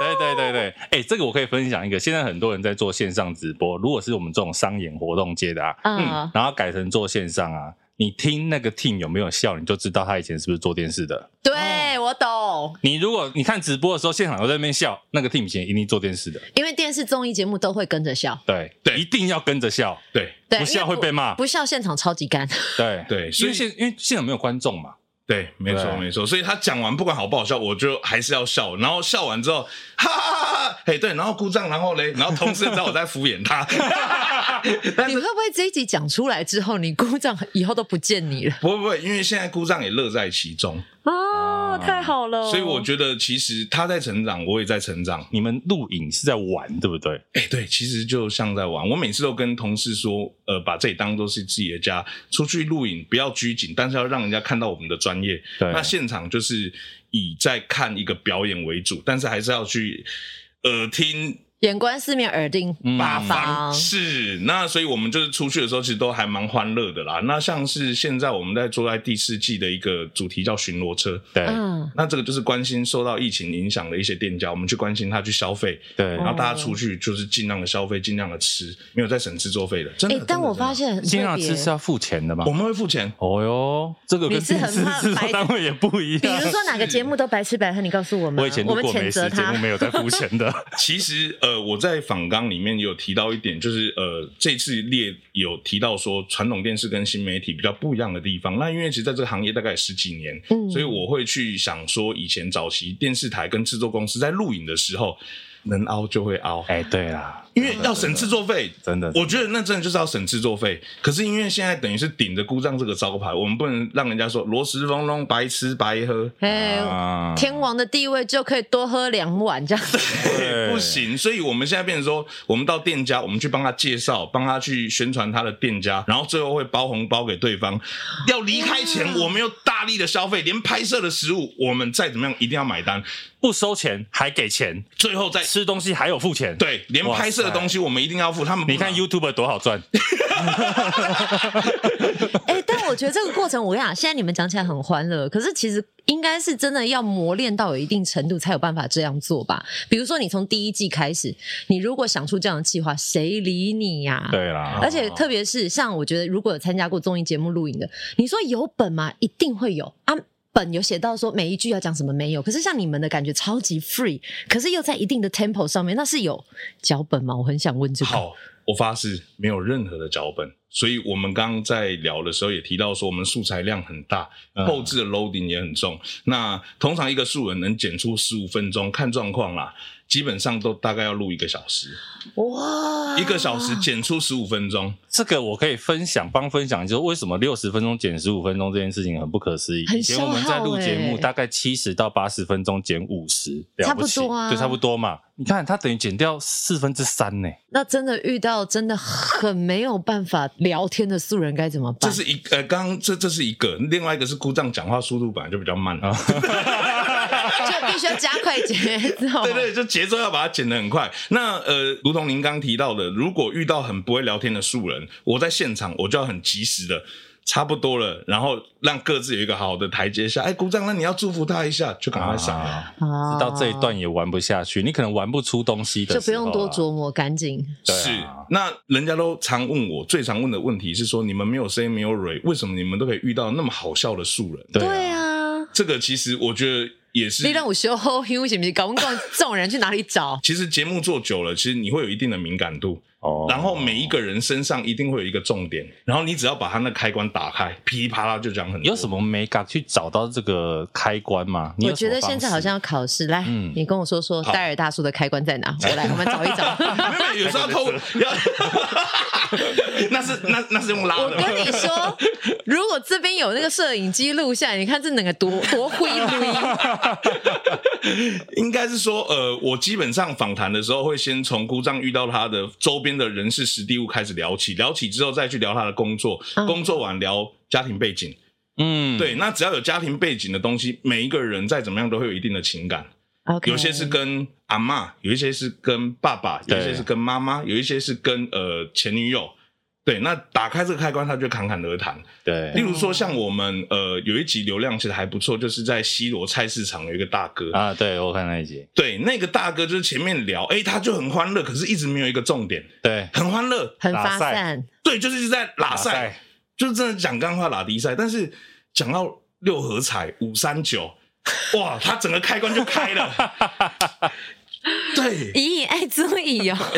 [SPEAKER 1] 对对对对，哦哎、这个我可以分享一个，现在很多人在做线上直播，如果是我们这种商演活动接的啊，
[SPEAKER 3] 啊
[SPEAKER 1] 然后改成做线上啊，你听那个 team 有没有笑，你就知道他以前是不是做电视的。
[SPEAKER 3] 对，我懂，
[SPEAKER 1] 你如果你看直播的时候，现场都在那边笑，那个 team 以前一定做电视的，
[SPEAKER 3] 因为电视综艺节目都会跟着笑，
[SPEAKER 1] 对
[SPEAKER 4] 对
[SPEAKER 1] 一定要跟着笑，
[SPEAKER 4] 对
[SPEAKER 3] 对，
[SPEAKER 1] 不笑
[SPEAKER 3] 因为
[SPEAKER 1] 会被骂
[SPEAKER 3] 不笑现场超级 干。
[SPEAKER 1] 对
[SPEAKER 4] 对
[SPEAKER 1] 所
[SPEAKER 4] 所以
[SPEAKER 1] 以现因为现场没有观众嘛，
[SPEAKER 4] 对，没错
[SPEAKER 1] 对
[SPEAKER 4] 没错。所以他讲完不管好不好笑，我就还是要笑。然后笑完之后，哈哈哈哈，嘿，对，然后故障，然后嘞，然后同事也知道我在敷衍他。 但
[SPEAKER 3] 你
[SPEAKER 4] 是
[SPEAKER 3] 会不会这一集讲出来之后，你姑丈以后都不见你了？
[SPEAKER 4] 不会不会，因为现在故障也乐在其中，
[SPEAKER 1] 啊太
[SPEAKER 3] 哦好了
[SPEAKER 4] 所以我觉得其实他在成长，我也在成长。
[SPEAKER 1] 你们录影是在玩，对不对？
[SPEAKER 4] 哎、对，其实就像在玩。我每次都跟同事说，呃，把这里当做是自己的家，出去露营不要拘谨，但是要让人家看到我们的专业。
[SPEAKER 1] 对
[SPEAKER 4] 那现场就是以在看一个表演为主，但是还是要去耳听嗯
[SPEAKER 3] 眼观四面，耳听
[SPEAKER 1] 嗯
[SPEAKER 3] 八方。
[SPEAKER 4] 是，那所以我们就是出去的时候，其实都还蛮欢乐的啦。那像是现在我们在做在第四季的一个主题叫巡逻车，
[SPEAKER 1] 对、
[SPEAKER 3] 嗯，
[SPEAKER 4] 那这个就是关心受到疫情影响的一些店家，我们去关心他去消费，
[SPEAKER 3] 嗯
[SPEAKER 1] 对。
[SPEAKER 3] 哦
[SPEAKER 4] 然后大家出去就是尽量的消费，尽量的吃，没有在省制作费的。真的，
[SPEAKER 3] 哎，但
[SPEAKER 4] 真的
[SPEAKER 3] 我发，现很
[SPEAKER 1] 现
[SPEAKER 3] 特
[SPEAKER 1] 场吃
[SPEAKER 3] 别。
[SPEAKER 1] 是要付钱的嘛
[SPEAKER 4] 真的我？们会付钱。
[SPEAKER 1] 哦哟，这个
[SPEAKER 3] 你
[SPEAKER 1] 跟
[SPEAKER 3] 是
[SPEAKER 1] 电
[SPEAKER 3] 很
[SPEAKER 1] 视
[SPEAKER 3] 怕
[SPEAKER 1] 制
[SPEAKER 3] 白
[SPEAKER 1] 作单位也不一样。
[SPEAKER 3] 比如说哪个节目都白吃白喝，你告诉我们，
[SPEAKER 1] 我以前
[SPEAKER 3] 我
[SPEAKER 1] 录
[SPEAKER 3] 们
[SPEAKER 1] 过美
[SPEAKER 3] 谴责
[SPEAKER 1] 食节目，
[SPEAKER 3] 他。
[SPEAKER 1] 没有在付钱 的。
[SPEAKER 4] 其实呃，我在访纲里面也有提到一点，就是呃，这次列有提到说传统电视跟新媒体比较不一样的地方。那因为其实在这个行业大概也十几年，
[SPEAKER 3] 嗯
[SPEAKER 4] 所以我会去想说，以前早期电视台跟制作公司在录影的时候，能凹就会凹。
[SPEAKER 1] 哎，对啦，
[SPEAKER 4] 因为要省制作费，
[SPEAKER 5] 真的
[SPEAKER 4] 我觉得那真的就是要省制作费。可是因为现在等于是顶着故障这个招牌，我们不能让人家说罗时丰隆白吃 白喝，
[SPEAKER 3] 哎、
[SPEAKER 5] 啊
[SPEAKER 3] 天王的地位就可以多喝两碗这样。
[SPEAKER 5] 对
[SPEAKER 4] 哎不行。所以我们现在变成说，我们到店家，我们去帮他介绍，帮他去宣传他的店家，然后最后会包红包给对方。要离开前，我们又大力的消费，连拍摄的食物，我们再怎么样一定要买单，
[SPEAKER 1] 不收钱还给钱，
[SPEAKER 4] 最后再。
[SPEAKER 1] 吃东西还有付钱。，
[SPEAKER 4] 对，啊连拍摄的东西我们一定要付。他们不
[SPEAKER 1] 你看
[SPEAKER 4] 拿
[SPEAKER 1] YouTube 多好赚，
[SPEAKER 3] 哎、但我觉得这个过程，我跟你讲，现在你们讲起来很欢乐，可是其实应该是真的要磨练到有一定程度，才有办法这样做吧。比如说，你从第一季开始，你如果想出这样的计划，谁理你呀、
[SPEAKER 5] 对
[SPEAKER 4] 哦
[SPEAKER 5] 啦，
[SPEAKER 3] 而且特别是像我觉得，如果有参加过综艺节目录影的，你说有本吗？一定会有啊。本有写到说每一句要讲什么没有，可是像你们的感觉超级 free，可是又在一定的 tempo 上面，那是有脚本吗？我很想问这个。
[SPEAKER 4] 好，我发誓没有任何的脚本。所以我们刚刚在聊的时候也提到说，我们素材量很大，后置的 loading 也很重。那通常一个素人能剪出十五分钟，看状况啦，基本上都大概要录一个小时，
[SPEAKER 3] 哇，
[SPEAKER 4] 一个小时剪出十五分钟，
[SPEAKER 1] 这个我可以分享，帮分享，就是为什么六十分钟减十五分钟这件事情很不可思议。
[SPEAKER 3] 很
[SPEAKER 1] 以前我们在录节
[SPEAKER 3] 消耗
[SPEAKER 1] 目，
[SPEAKER 3] 欸
[SPEAKER 1] 大概七十到八十分钟减五十，了起
[SPEAKER 3] 差不多啊
[SPEAKER 1] 对，差不多嘛。你看，它等于减掉四分之三呢。
[SPEAKER 3] 那真的遇到真的很没有办法聊天的素人该怎么
[SPEAKER 4] 这
[SPEAKER 3] 办？
[SPEAKER 4] 是一呃，刚刚这这是一个，另外一个是故障讲话速度本来就比较慢啊，
[SPEAKER 3] 就必须要加快节
[SPEAKER 5] 哦
[SPEAKER 3] 奏。
[SPEAKER 4] 对对，就节奏要把它剪得很快。那呃，如同您刚提到的，如果遇到很不会聊天的素人，我在现场我就要很及时的。差不多了，然后让各自有一个好的台阶下。哎，鼓掌，那你要祝福他一下，就赶快上。
[SPEAKER 5] 啊
[SPEAKER 3] 啊
[SPEAKER 1] 直到这一段也玩不下去，你可能玩不出东西的时候啊，
[SPEAKER 3] 就不用多琢磨，赶紧。
[SPEAKER 5] 对啊
[SPEAKER 4] 是，那人家都常问我，最常问的问题是说，你们没有 say 没有 re，为什么你们都可以遇到那么好笑的素人？
[SPEAKER 3] 对啊，
[SPEAKER 4] 这个其实我觉得也是
[SPEAKER 3] 你让我修后，因为是不是？搞不懂这种人去哪里找？
[SPEAKER 4] 其实节目做久了，其实你会有一定的敏感度，
[SPEAKER 1] 哦
[SPEAKER 4] 然后每一个人身上一定会有一个重点，然后你只要把他那开关打开，噼里啪啦就讲很多。
[SPEAKER 1] 有什？么美感去找到这个开关吗？你
[SPEAKER 3] 我
[SPEAKER 1] 有什
[SPEAKER 3] 觉
[SPEAKER 1] 么
[SPEAKER 3] 得现在好像要考试，来，
[SPEAKER 1] 嗯
[SPEAKER 3] 你跟我说说
[SPEAKER 4] 好
[SPEAKER 3] 戴尔大叔的开关在哪？我来，我们找一 找。
[SPEAKER 4] 没有，有时候要偷，要那是那那是用拉
[SPEAKER 3] 我
[SPEAKER 4] 的吗。
[SPEAKER 3] 跟你说，如果这边有那个摄影机录下来，你看这哪个多多灰 灰。
[SPEAKER 4] 应该是说，呃，我基本上访谈的时候会先从故障遇到他的周边的人事、实地物开始聊起，聊起之后再去聊他的工作，
[SPEAKER 3] 嗯
[SPEAKER 4] 工作完聊家庭背景。
[SPEAKER 1] 嗯，
[SPEAKER 4] 对，那只要有家庭背景的东西，每一个人再怎么样都会有一定的情感。
[SPEAKER 3] OK，
[SPEAKER 4] 有些是跟阿嬷，有一些是跟爸爸，有
[SPEAKER 1] 对
[SPEAKER 4] 一些是跟妈妈，有一些是跟呃前女友。对，那打开这个开关，他就侃侃而谈。例
[SPEAKER 1] 对
[SPEAKER 4] 如说，像我们呃有一集流量其实还不错，就是在西罗菜市场有一个大哥，
[SPEAKER 1] 啊，对我看那一集，
[SPEAKER 4] 对，那个大哥就是前面聊，哎、他就很欢乐，可是一直没有一个重点，
[SPEAKER 1] 对
[SPEAKER 4] 很欢乐，
[SPEAKER 3] 很发
[SPEAKER 1] 打散
[SPEAKER 3] 散，
[SPEAKER 4] 对，就是一直在拉
[SPEAKER 1] 拉
[SPEAKER 4] 赛
[SPEAKER 1] 塞，
[SPEAKER 4] 就是真的讲干话拉低赛，但是讲到六合彩五三九，哇，他整个开关就 开了，对，
[SPEAKER 3] 以以爱足矣哦。
[SPEAKER 1] 哎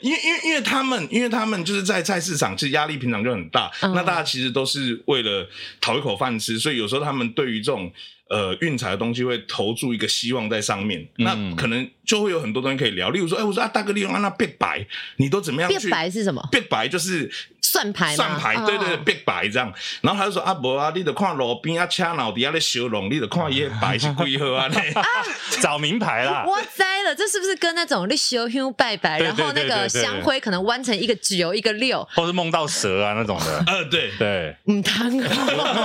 [SPEAKER 4] 因为因为因为他们，因为他们就是在菜市场，其实压力平常就很大。
[SPEAKER 3] 嗯
[SPEAKER 4] 那大家其实都是为了讨一口饭吃，所以有时候他们对于这种呃运彩的东西会投注一个希望在上面。
[SPEAKER 3] 嗯
[SPEAKER 4] 那可能就会有很多东西可以聊，例如说，哎、我说啊，大哥利用啊，那变白，你都怎么样去？
[SPEAKER 3] 变白是什么？
[SPEAKER 4] 变白就是
[SPEAKER 3] 算牌吗
[SPEAKER 4] 算牌，对对对，
[SPEAKER 3] 哦
[SPEAKER 4] 变白这样。然后他就说啊，无啊，你得看路边啊，车脑底下咧小龙，你得看伊白是几号 啊？咧，
[SPEAKER 1] 找名牌啦，
[SPEAKER 3] 我栽了，这是不是跟那种立修 h 拜拜，
[SPEAKER 1] 对
[SPEAKER 3] 然后那
[SPEAKER 1] 对对
[SPEAKER 3] 个
[SPEAKER 1] 对对
[SPEAKER 3] 香灰可能弯成一个九一个六，
[SPEAKER 1] 或是梦到蛇啊那种的
[SPEAKER 4] 呃，对。
[SPEAKER 1] 对。
[SPEAKER 3] 嗯，汤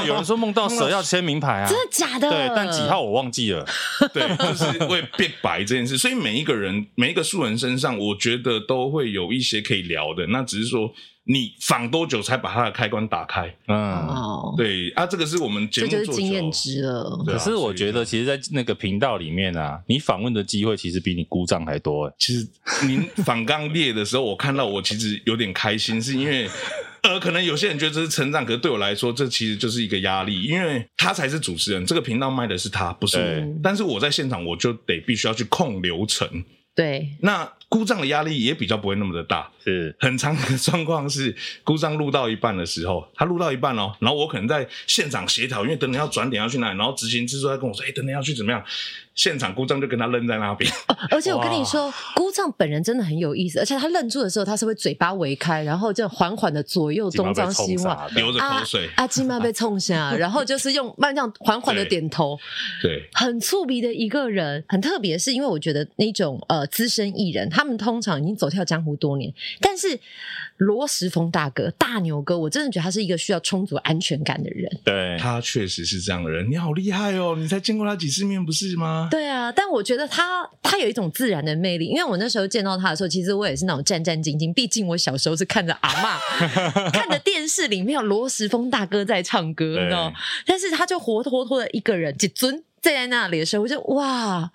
[SPEAKER 1] 有有人说梦到蛇要签名牌啊，
[SPEAKER 3] 真的假的？
[SPEAKER 1] 对，但几号？我忘记了。
[SPEAKER 4] 对，就是为变白这件事，所以每一个人、每一个素人身上，我觉得都会有一些可以聊的。那只是说你访多久才把它的开关打开？
[SPEAKER 1] 嗯，
[SPEAKER 3] 哦，
[SPEAKER 4] 对啊，这个是我们
[SPEAKER 3] 这
[SPEAKER 4] 节目
[SPEAKER 3] 就是
[SPEAKER 4] 做
[SPEAKER 3] 经验
[SPEAKER 4] 久
[SPEAKER 3] 值了。
[SPEAKER 4] 对
[SPEAKER 1] 可
[SPEAKER 4] 啊
[SPEAKER 1] 是我
[SPEAKER 4] 所以
[SPEAKER 1] 觉得，其实，在那个频道里面啊，你访问的机会其实比你鼓掌还多欸。
[SPEAKER 4] 其实您访刚烈的时候，我看到我其实有点开心，是因为。呃，可能有些人觉得这是成长，可是对我来说，这其实就是一个压力，因为他才是主
[SPEAKER 3] 嗯
[SPEAKER 4] 持人，这个频道卖的是他，不是
[SPEAKER 1] 对
[SPEAKER 4] 我。但是我在现场，我就得必须要去控流程，
[SPEAKER 3] 对，
[SPEAKER 4] 那故障的压力也比较不会那么的大。
[SPEAKER 1] 是
[SPEAKER 4] 很常的状况是，故障录到一半的时候，他录到一半哦，然后我可能在现场协调，因为等等要转点要去哪里，然后执行制作在跟我说，哎、等等要去怎么样，现场故障就跟他啊扔在那 边，
[SPEAKER 5] 而且我跟你说，姑丈本人真的很有意思，而且他愣住的时候，他是会嘴巴围开，然后就缓缓的左右东张西望。
[SPEAKER 4] 流着口水，
[SPEAKER 5] 阿金妈被冲下，然后就是用慢这样缓缓的点头，
[SPEAKER 4] 对，
[SPEAKER 5] 很触鼻的一个人，
[SPEAKER 3] 很特别，是因为我觉得那种呃资深艺人，他们通常已经走跳江湖多年，但是罗时峰大哥、大牛哥，我真的觉得他是一个需要充足安全感的人。
[SPEAKER 1] 对，
[SPEAKER 4] 他确实是这样的人，你好厉害哦，你才见过他几次面不是吗？
[SPEAKER 3] 对啊，但我觉得他他有一种自然的魅力，因为我那时候见到他的时候，其实我也是那种战战兢兢，毕竟我小时候是看着阿嬷看着电视里面有罗时峰大哥在唱歌，你知道吗，但是他就活脱脱的一个人，几尊站在那里的时候，我就哇，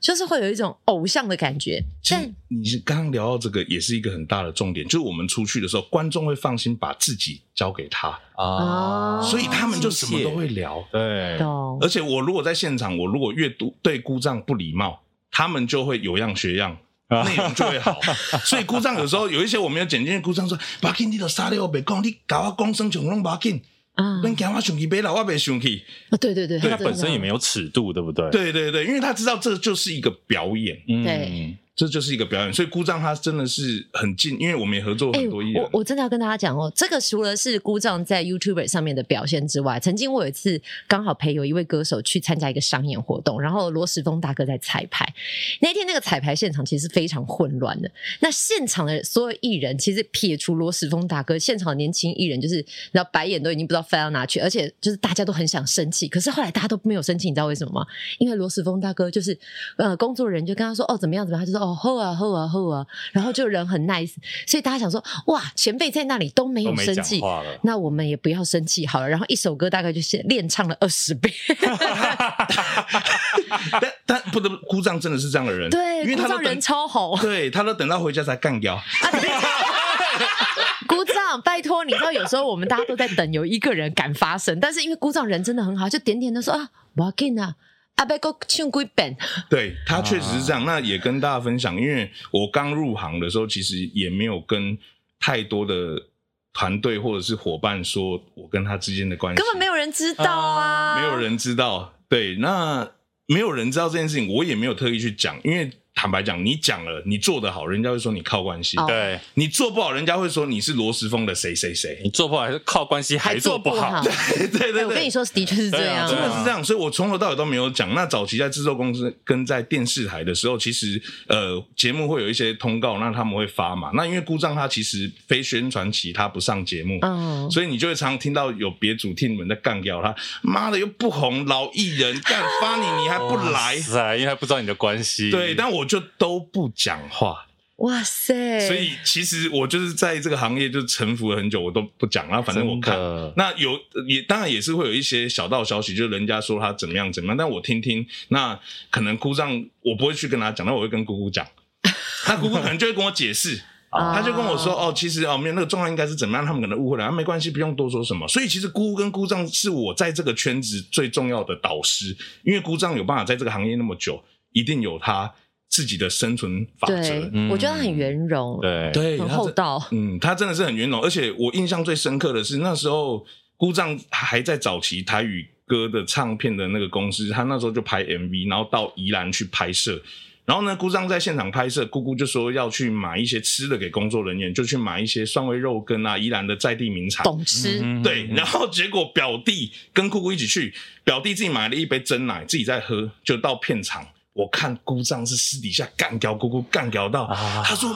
[SPEAKER 3] 就是会有一种偶像的感觉。
[SPEAKER 4] 其
[SPEAKER 3] 但
[SPEAKER 4] 实你是刚刚聊到这个，也是一个很大的重点，就是我们出去的时候，观众会放心把自己交给他，
[SPEAKER 1] 啊，
[SPEAKER 4] 所以他们就什么都会聊。
[SPEAKER 1] 对，
[SPEAKER 3] 懂
[SPEAKER 4] 而且我如果在现场，我如果阅读对故障不礼貌，他们就会有样学样。内容就会好，所以故障有时候有一些我没有剪进去，故障说：“不要紧，你都杀了我别讲，你搞我讲生穷拢不要紧，
[SPEAKER 3] 啊，
[SPEAKER 4] 恁惊我生气，别来我别生气。
[SPEAKER 3] 哦对对对，
[SPEAKER 1] 因为
[SPEAKER 3] 他
[SPEAKER 1] 他本身也没有尺度，对不对？”，
[SPEAKER 4] 对对对，因为他知道这就是一个表演，
[SPEAKER 1] 嗯
[SPEAKER 3] 对，
[SPEAKER 4] 这就是一个表演，所以故障他真的是很近，因为我们也合作
[SPEAKER 3] 哎、
[SPEAKER 4] 很多艺人，
[SPEAKER 3] 我我真的要跟大家讲哦，这个除了是姑丈在 YouTuber 上面的表现之外，曾经我有一次刚好陪有一位歌手去参加一个商演活动，然后罗时峰大哥在彩排。那天那个彩排现场其实非常混乱的，那现场的所有艺人其实撇除罗时峰大哥，现场的年轻艺人就是然后白眼都已经不知道翻到哪去，而且就是大家都很想生气，可是后来大家都没有生气，你知道为什么吗？因为罗时峰大哥就是呃工作人员就跟他说哦怎么样怎么样，他就说哦后啊后啊后啊，然后就人很 nice，所以大家想说哇前辈在那里都没
[SPEAKER 1] 都
[SPEAKER 3] 有
[SPEAKER 1] 没
[SPEAKER 3] 生
[SPEAKER 1] 讲
[SPEAKER 3] 气。
[SPEAKER 1] 话了，
[SPEAKER 3] 那我们也不要生气好了，然后一首歌大概就是练唱了二十遍，
[SPEAKER 4] 但但不得不，故障真的是这样的 人，
[SPEAKER 3] 对，
[SPEAKER 4] 因为
[SPEAKER 3] 姑
[SPEAKER 4] 他都
[SPEAKER 3] 丈
[SPEAKER 4] 等
[SPEAKER 3] 人，超好，
[SPEAKER 4] 对他都等到回家才干掉，
[SPEAKER 3] 姑丈，拜托，你知道有时候我们大家都在等有一个人敢发声，但是因为姑丈人真的很好，就点点的说啊，我要紧啊，阿伯哥唱几遍，
[SPEAKER 4] 对他确实是这样。那也跟大家分享，因为我刚入行的时候，其实也没有跟太多的团队或者是伙伴说我跟他之间的关系，
[SPEAKER 3] 根本没有人知道啊，
[SPEAKER 4] 没有人知道。对，那没有人知道这件事情，我也没有特意去讲，因为坦白讲，你讲了，你做得好，人家会说你靠关系；
[SPEAKER 3] 哦
[SPEAKER 1] 对
[SPEAKER 4] 你做不好，人家会说你是罗时峰的谁谁谁。
[SPEAKER 1] 你做不好还是靠关系，还做不好，
[SPEAKER 4] 对对
[SPEAKER 3] 哎
[SPEAKER 4] 对，
[SPEAKER 3] 我跟你说，的确是这样，
[SPEAKER 4] 真
[SPEAKER 1] 对啊
[SPEAKER 4] 的是这样，所以我从头到尾都没有讲。那早期在制作公司跟在电视台的时候，其实呃节目会有一些通告，那他们会发嘛。那因为故障他其实非宣传期，他不上节目。
[SPEAKER 3] 嗯，
[SPEAKER 4] 所以你就会常听到有别主替你们在干掉他，妈的又不红，老艺人干发你你还不来
[SPEAKER 1] 哇，塞，因为他不知道你的关系，
[SPEAKER 4] 对，但我就都不讲话，
[SPEAKER 3] 哇塞，
[SPEAKER 4] 所以其实我就是在这个行业就沉浮了很久，我都不讲，然后反正我看
[SPEAKER 1] 真的，
[SPEAKER 4] 那有呃也当然也是会有一些小道消息，就人家说他怎么样怎么样，但我听听，那可能姑丈我不会去跟他讲，那我会跟姑姑讲，那姑姑可能就会跟我解释。
[SPEAKER 3] 啊
[SPEAKER 4] 他就跟我说：“哦，其实哦，没有那个状况应该是怎么样，他们可能误会了，啊、没关系，不用多说什么。”所以其实姑姑跟姑丈是我在这个圈子最重要的导师，因为姑丈有办法在这个行业那么久，一定有他自己的生存法则
[SPEAKER 3] 对。
[SPEAKER 1] 嗯，
[SPEAKER 3] 我觉得他很圆融，
[SPEAKER 1] 对，
[SPEAKER 4] 对，
[SPEAKER 3] 很
[SPEAKER 4] 他
[SPEAKER 3] 厚
[SPEAKER 4] 这
[SPEAKER 3] 道，
[SPEAKER 4] 嗯，他真的是很圆融，而且我印象最深刻的是那时候姑丈还在早期台语歌的唱片的那个公司，他那时候就拍 MV，然后到宜兰去拍摄。然后呢，姑丈在现场拍摄，姑姑就说要去买一些吃的给工作人员，就去买一些蒜味肉羹啊，宜兰的在地名产。
[SPEAKER 3] 懂吃，
[SPEAKER 1] 嗯
[SPEAKER 4] 对，然后结果表弟跟姑姑一起去，表弟自己买了一杯真奶，自己在喝，就到片场。我看姑丈是私底下干掉姑姑，干掉到、
[SPEAKER 1] 啊
[SPEAKER 4] 他说，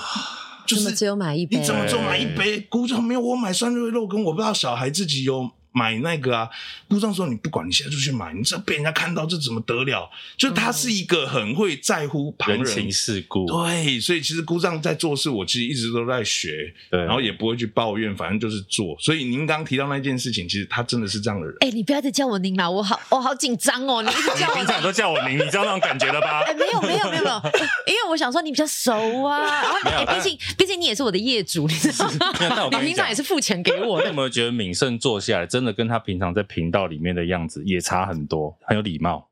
[SPEAKER 4] 就
[SPEAKER 3] 怎么
[SPEAKER 4] 是
[SPEAKER 3] 只有买一杯
[SPEAKER 4] 你怎么只有买一杯？姑丈没有，我买酸肉肉羹，我不知道小孩自己有买那个啊。姑丈说你不管，你现在就去买，你这被人家看到这怎么得了？就他是一个很会在乎旁
[SPEAKER 1] 嗯人
[SPEAKER 4] 人
[SPEAKER 1] 情世故，
[SPEAKER 4] 对，所以其实姑丈在做事，我其实一直都在学，
[SPEAKER 1] 对
[SPEAKER 4] 然后也不会去抱怨，反正就是做。所以您刚提到那件事情，其实他真的是 这样的人。
[SPEAKER 3] 哎，你不要再叫我您啦，我好我好紧张哦，你一直叫我
[SPEAKER 1] 平常都叫我您，你知道那种感觉了吧？
[SPEAKER 3] 哎，没有没有没有没有， 哎因为我想说你比较熟啊， 然后你哎，毕竟毕竟你也是我的业主，你知道吗？
[SPEAKER 1] 没有但我
[SPEAKER 3] 你
[SPEAKER 1] 跟你
[SPEAKER 3] 平常
[SPEAKER 1] 讲
[SPEAKER 3] 也。是付钱给我
[SPEAKER 1] 我
[SPEAKER 3] 的
[SPEAKER 1] 有没有觉得敏盛做下来，真真的跟他平常在频道里面的样子也差很多，很有礼貌。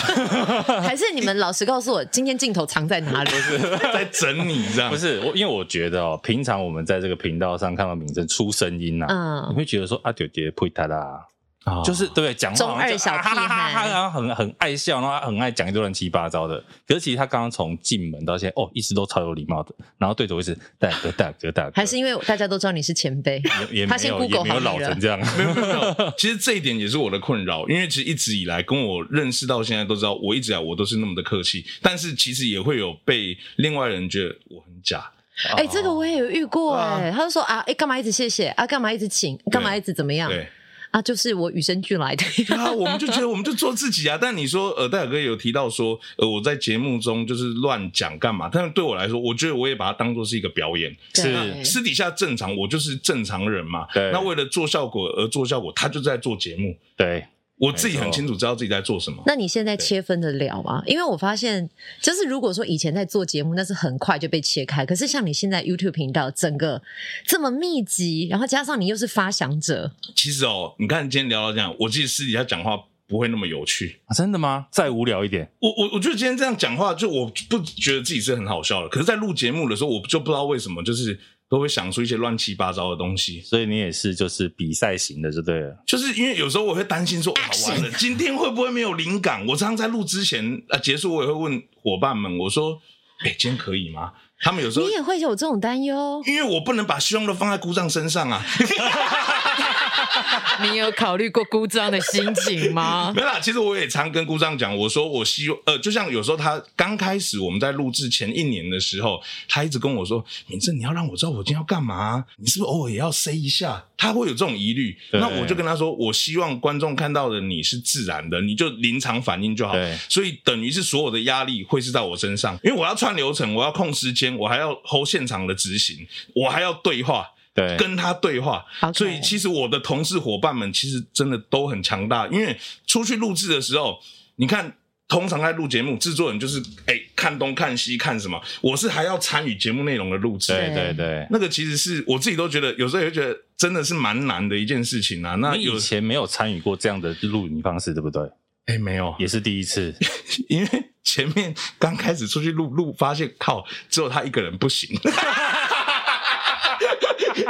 [SPEAKER 3] 还是你们老实告诉我，今天镜头藏在哪里？
[SPEAKER 4] 在整你这样
[SPEAKER 1] 不。是我，因为我觉得哦，平常我们在这个频道上看到敏生出声音呐、
[SPEAKER 6] 嗯，
[SPEAKER 1] 你会觉得说啊，姐姐配他啦，
[SPEAKER 4] 啊
[SPEAKER 1] 就是对不对？讲话好像就
[SPEAKER 6] 中二小 屁孩
[SPEAKER 1] 啊哈哈哈哈然后很很爱笑，然后很爱讲一堆乱七八糟的。可是其实他刚刚从进门到现在，哦，一直都超有礼貌的，然后对着我一直大哥大哥大哥，
[SPEAKER 6] 还是因为大家都知道你是前辈，
[SPEAKER 1] 也也
[SPEAKER 6] 他
[SPEAKER 1] 没
[SPEAKER 6] 先
[SPEAKER 1] 有
[SPEAKER 6] Google
[SPEAKER 1] 也没有
[SPEAKER 6] 好你
[SPEAKER 1] 老
[SPEAKER 6] 了
[SPEAKER 1] 成 这样。
[SPEAKER 4] 没有没有没有，其实这一点也是我的困扰，因为其实一直以来跟我认识到现在都知道，我一直以来我都是那么的客气，但是其实也会有被另外人觉得我很假。
[SPEAKER 1] 哦
[SPEAKER 3] 哎、这个我也有遇过
[SPEAKER 4] 对啊
[SPEAKER 3] 哎、他就说啊，哎、干嘛一直谢谢啊，干嘛一直请，干嘛一直怎么样
[SPEAKER 4] 对
[SPEAKER 3] 啊，就是我与生俱来的。
[SPEAKER 4] 对 啊，我们就觉得我们就做自己啊。但你说，呃，戴尔哥有提到说，呃，我在节目中就是乱讲干嘛？但是对我来说，我觉得我也把它当做是一个表演。
[SPEAKER 1] 是
[SPEAKER 4] 私底下正常，我就是正常人嘛。
[SPEAKER 1] 对
[SPEAKER 4] 那为了做效果而做效果，他就在做节目。
[SPEAKER 1] 对，
[SPEAKER 4] 我自己
[SPEAKER 1] 没
[SPEAKER 4] 很
[SPEAKER 1] 错
[SPEAKER 4] 清楚知道自己在做什么。
[SPEAKER 3] 那你现在切分的了吗？因为我发现，就是如果说以前在做节目，那是很快就被切开。可是像你现在 YouTube 频道整个这么密集，然后加上你又是发想者，
[SPEAKER 4] 其实哦，你看今天聊到这样，我自己私底下讲话不会那么有趣。
[SPEAKER 1] 啊真的吗？再无聊一点，
[SPEAKER 4] 我我我觉得今天这样讲话，就我不觉得自己是很好笑的。可是，在录节目的时候，我就不知道为什么，就是都会想出一些乱七八糟的东西。
[SPEAKER 1] 所以你也是就是比赛型的就对了。
[SPEAKER 4] 就是因为有时候我会担心说，哇，完了，今天会不会没有灵感？我常常在录之前啊结束，我也会问伙伴们，我说，哎、今天可以吗？他们有时候
[SPEAKER 3] 你，也会有这种担忧。
[SPEAKER 4] 因为我不能把希望都放在姑丈身上啊，
[SPEAKER 6] 你有考虑过姑丈的心情 吗？
[SPEAKER 4] 没有啦，其实我也常跟姑丈讲，我说我希望，呃，就像有时候他刚开始我们在录制前一年的时候，他一直跟我说，敏正，你要让我知道我今天要干嘛啊、你是不是偶尔也要 say 一下？他会有这种疑虑，
[SPEAKER 1] 对
[SPEAKER 4] 那我就跟他说，我希望观众看到的你是自然的，你就临场反应就好
[SPEAKER 1] 对。
[SPEAKER 4] 所以等于是所有的压力会是在我身上，因为我要串流程，我要控时间，我还要 hold 现场的执行，我还要对话。
[SPEAKER 1] 对，
[SPEAKER 4] 跟他对话
[SPEAKER 6] OK
[SPEAKER 4] 所以其实我的同事伙伴们其实真的都很强大，因为出去录制的时候，你看。通常在录节目，制作人就是哎、看东看西看什么，我是还要参与节目内容的录制，
[SPEAKER 1] 对对对。
[SPEAKER 4] 那个其实是我自己都觉得，有时候也会觉得真的是蛮难的一件事情啊。那
[SPEAKER 1] 你
[SPEAKER 4] 有
[SPEAKER 1] 以前没有参与过这样的录影方式，对不对？
[SPEAKER 4] 哎、没有，
[SPEAKER 1] 也是第一次，
[SPEAKER 4] 因为前面刚开始出去录录，发现靠，只有他一个人不行。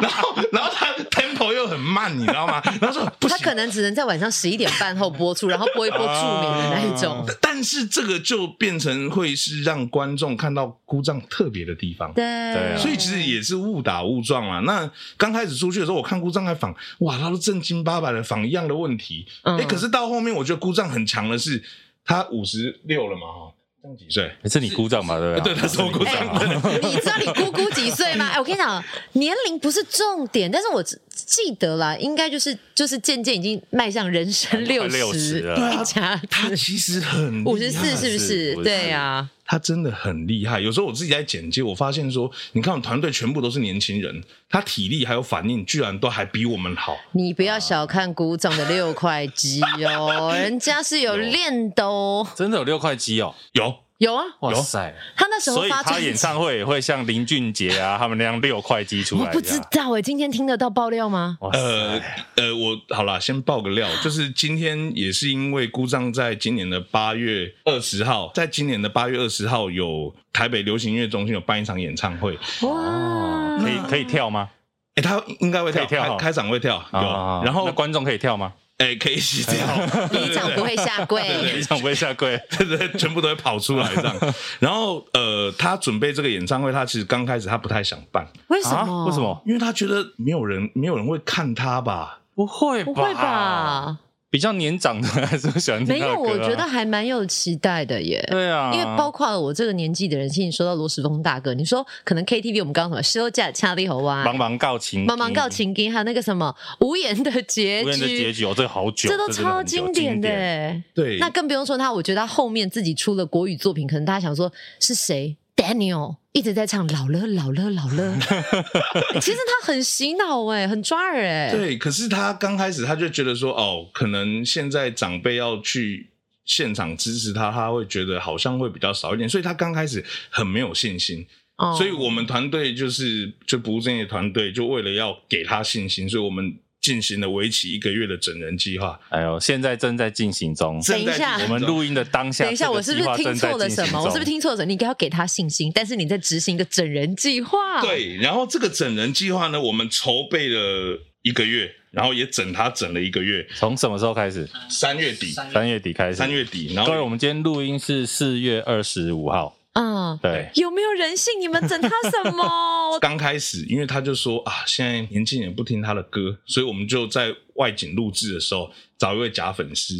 [SPEAKER 4] 然后，然后他 tempo 又很慢，你知道吗？然后说不
[SPEAKER 3] 他
[SPEAKER 4] 行，
[SPEAKER 3] 可能只能在晚上十一点半后播出，然后播一播助眠的那一种。
[SPEAKER 4] 但但是这个就变成会是让观众看到故障特别的地方。
[SPEAKER 1] 对啊
[SPEAKER 4] 所以其实也是误打误撞啊。那刚开始出去的时候，我看故障在仿，哇，他都正经八百的仿一样的问题。哎、
[SPEAKER 6] 嗯
[SPEAKER 4] 可是到后面，我觉得故障很强的是，他五十六了嘛，哈，这样几岁？
[SPEAKER 1] 是哎你姑丈吧？对不
[SPEAKER 4] 对，
[SPEAKER 1] 对？
[SPEAKER 4] 他是我故障
[SPEAKER 1] 哎
[SPEAKER 4] 的。
[SPEAKER 3] 你知道你姑姑几岁 吗？哎、我跟你讲，年龄不是重点，但是我只记得啦，应该就是就是渐渐已经迈向人生六
[SPEAKER 1] 快六十
[SPEAKER 3] 十
[SPEAKER 1] 了
[SPEAKER 3] 一家
[SPEAKER 4] 他
[SPEAKER 3] 子
[SPEAKER 4] 其实 很
[SPEAKER 3] 五十四
[SPEAKER 4] 厉害
[SPEAKER 3] 是不
[SPEAKER 1] 是
[SPEAKER 3] 是
[SPEAKER 1] 不？是
[SPEAKER 3] 对啊，
[SPEAKER 4] 他真的很厉害。有时候我自己在剪接，我发现说，你看我们团队全部都是年轻人，他体力还有反应，居然都还比我们好。
[SPEAKER 3] 你不要小看姑丈的六块肌哦，人家是有练的哦。
[SPEAKER 1] 真的有六块肌哦！
[SPEAKER 4] 有，
[SPEAKER 3] 有啊，
[SPEAKER 1] 哇塞！
[SPEAKER 3] 他那时候
[SPEAKER 1] 所以
[SPEAKER 3] 发
[SPEAKER 1] 他
[SPEAKER 3] 专辑
[SPEAKER 1] 演，唱啊会也会像林俊杰啊他们那样六块肌出
[SPEAKER 3] 我
[SPEAKER 1] 来
[SPEAKER 3] 不
[SPEAKER 1] 这
[SPEAKER 3] 知
[SPEAKER 1] 样。
[SPEAKER 3] 道哎、今天听得到爆料吗？
[SPEAKER 1] 哇
[SPEAKER 4] 呃
[SPEAKER 1] 塞！
[SPEAKER 4] 呃，我好啦，先爆个料，就是今天也是因为姑丈在今年的八月二十号，在今年的八月二十号有台北流行音乐中心有办一场演唱会，
[SPEAKER 1] 哦，可以可以跳吗？
[SPEAKER 4] 哎、他应该会跳，
[SPEAKER 1] 可以跳哦
[SPEAKER 4] 开开场会跳，有，
[SPEAKER 1] 啊
[SPEAKER 4] 然后
[SPEAKER 1] 那哎观众可以跳吗？
[SPEAKER 4] 哎、可以一起跳， 对
[SPEAKER 3] 里长不会下跪，
[SPEAKER 1] 你想不会下跪？
[SPEAKER 4] 对对，全部都会跑出来这样。然后呃，他准备这个演唱会，他其实刚开始他不太想办，
[SPEAKER 3] 为什么？
[SPEAKER 1] 啊？为什？么？
[SPEAKER 4] 因为他觉得没有人没有人会看他吧。
[SPEAKER 1] 不会吧？
[SPEAKER 3] 不会吧？
[SPEAKER 1] 比较年长的还是喜欢听
[SPEAKER 3] 没
[SPEAKER 1] 他的
[SPEAKER 3] 有，
[SPEAKER 1] 歌啊
[SPEAKER 3] 我觉得还蛮有期待的耶。
[SPEAKER 1] 对啊，
[SPEAKER 3] 因为包括我这个年纪的人，其实你说到罗时峰大哥，你说可能 KTV 我们刚刚什么休假恰利猴啊，
[SPEAKER 1] 茫茫告情，
[SPEAKER 3] 茫茫告，情歌，还有那个什么无言的结
[SPEAKER 1] 无人的结
[SPEAKER 3] 局，
[SPEAKER 1] 局哦，这个好久，
[SPEAKER 3] 这都
[SPEAKER 1] 真的
[SPEAKER 3] 超
[SPEAKER 1] 很久
[SPEAKER 3] 经
[SPEAKER 1] 典
[SPEAKER 3] 典的。耶。
[SPEAKER 4] 对，
[SPEAKER 3] 那更不用说他，我觉得他后面自己出了国语作品，可能大家想说是谁？Daniel 一直在唱老了老了老 了，其实他很洗脑哎，很抓耳哎。
[SPEAKER 4] 对，可是他刚开始他就觉得说，哦，可能现在长辈要去现场支持他，他会觉得好像会比较少一点，所以他刚开始很没有信心。
[SPEAKER 3] 哦
[SPEAKER 4] 所以我们团队就是就不务正业团队，就为了要给他信心，所以我们进行了为期一个月的整人计划。
[SPEAKER 1] 哎呦，现在正在进行中。
[SPEAKER 4] 正在
[SPEAKER 5] 等一下
[SPEAKER 4] 进
[SPEAKER 1] 我
[SPEAKER 4] 行
[SPEAKER 1] 们
[SPEAKER 4] 中
[SPEAKER 1] 录音的当下，
[SPEAKER 5] 啊等一下，
[SPEAKER 1] 这个
[SPEAKER 5] 我是不
[SPEAKER 1] 计划
[SPEAKER 5] 是听
[SPEAKER 1] 正在
[SPEAKER 5] 错了
[SPEAKER 1] 进
[SPEAKER 5] 什
[SPEAKER 1] 行
[SPEAKER 5] 么？我是不是
[SPEAKER 1] 中
[SPEAKER 5] 听错了什么？你应该要给他信心，但是你在执行一个整人计划。，
[SPEAKER 4] 对，然后这个整人计划呢，我们筹备了一个月，然后也整他整了一个月，
[SPEAKER 1] 从什么时候开始？
[SPEAKER 4] 三月底，
[SPEAKER 1] 三月底开始。
[SPEAKER 4] 三月底，然
[SPEAKER 1] 各位，我
[SPEAKER 4] 后？
[SPEAKER 1] 们今天录音是四月二十五号。
[SPEAKER 5] 嗯，
[SPEAKER 1] 对，
[SPEAKER 5] 有没有人性？你们整他什么
[SPEAKER 4] 刚开始，因为他就说啊，现在年轻人不听他的歌，所以我们就在外景录制的时候找一位假粉丝。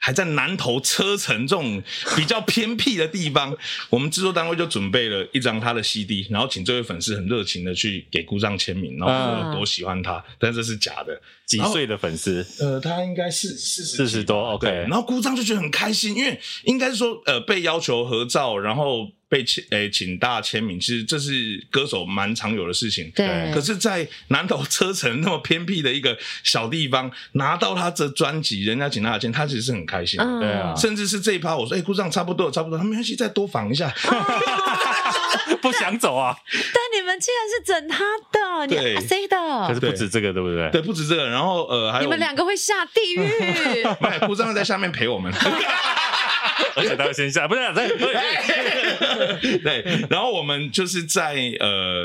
[SPEAKER 4] 还在南投车城这种比较偏僻的地方，我们制作单位就准备了一张他的 CD，然后请这位粉丝很热情的去给姑丈签名，然后说有多喜欢他，但这是假的。
[SPEAKER 1] 几岁的粉丝？
[SPEAKER 4] 呃，他应该是四十
[SPEAKER 1] 40多，OK
[SPEAKER 4] 然后姑丈就觉得很开心，因为应该是说，呃，被要求合照，然后被签，诶、请大家签名，其实这是歌手蛮常有的事情。
[SPEAKER 1] 对
[SPEAKER 5] 哎
[SPEAKER 3] 对
[SPEAKER 4] 可，是，在南投车城那么偏僻的一个小地方，拿到他的专辑，人家请他的签，他其实是很开心的。
[SPEAKER 5] 嗯
[SPEAKER 1] 对啊，
[SPEAKER 4] 甚至是这一趴，我说，哎、姑丈差不多了，差不多了，他没关系，再多仿 一下。
[SPEAKER 1] 不想走啊。
[SPEAKER 5] 但你们竟然是整他的，你
[SPEAKER 4] 对
[SPEAKER 5] 啊谁
[SPEAKER 1] 可
[SPEAKER 5] 的？
[SPEAKER 1] 是不止这个，对不对？
[SPEAKER 4] 对，不止这个，然后呃，还有
[SPEAKER 5] 你们两个会下地 狱。
[SPEAKER 4] 哎姑丈在下面陪我们。
[SPEAKER 1] 而且他会先下，不是在
[SPEAKER 4] 哎 对，然后我们就是在呃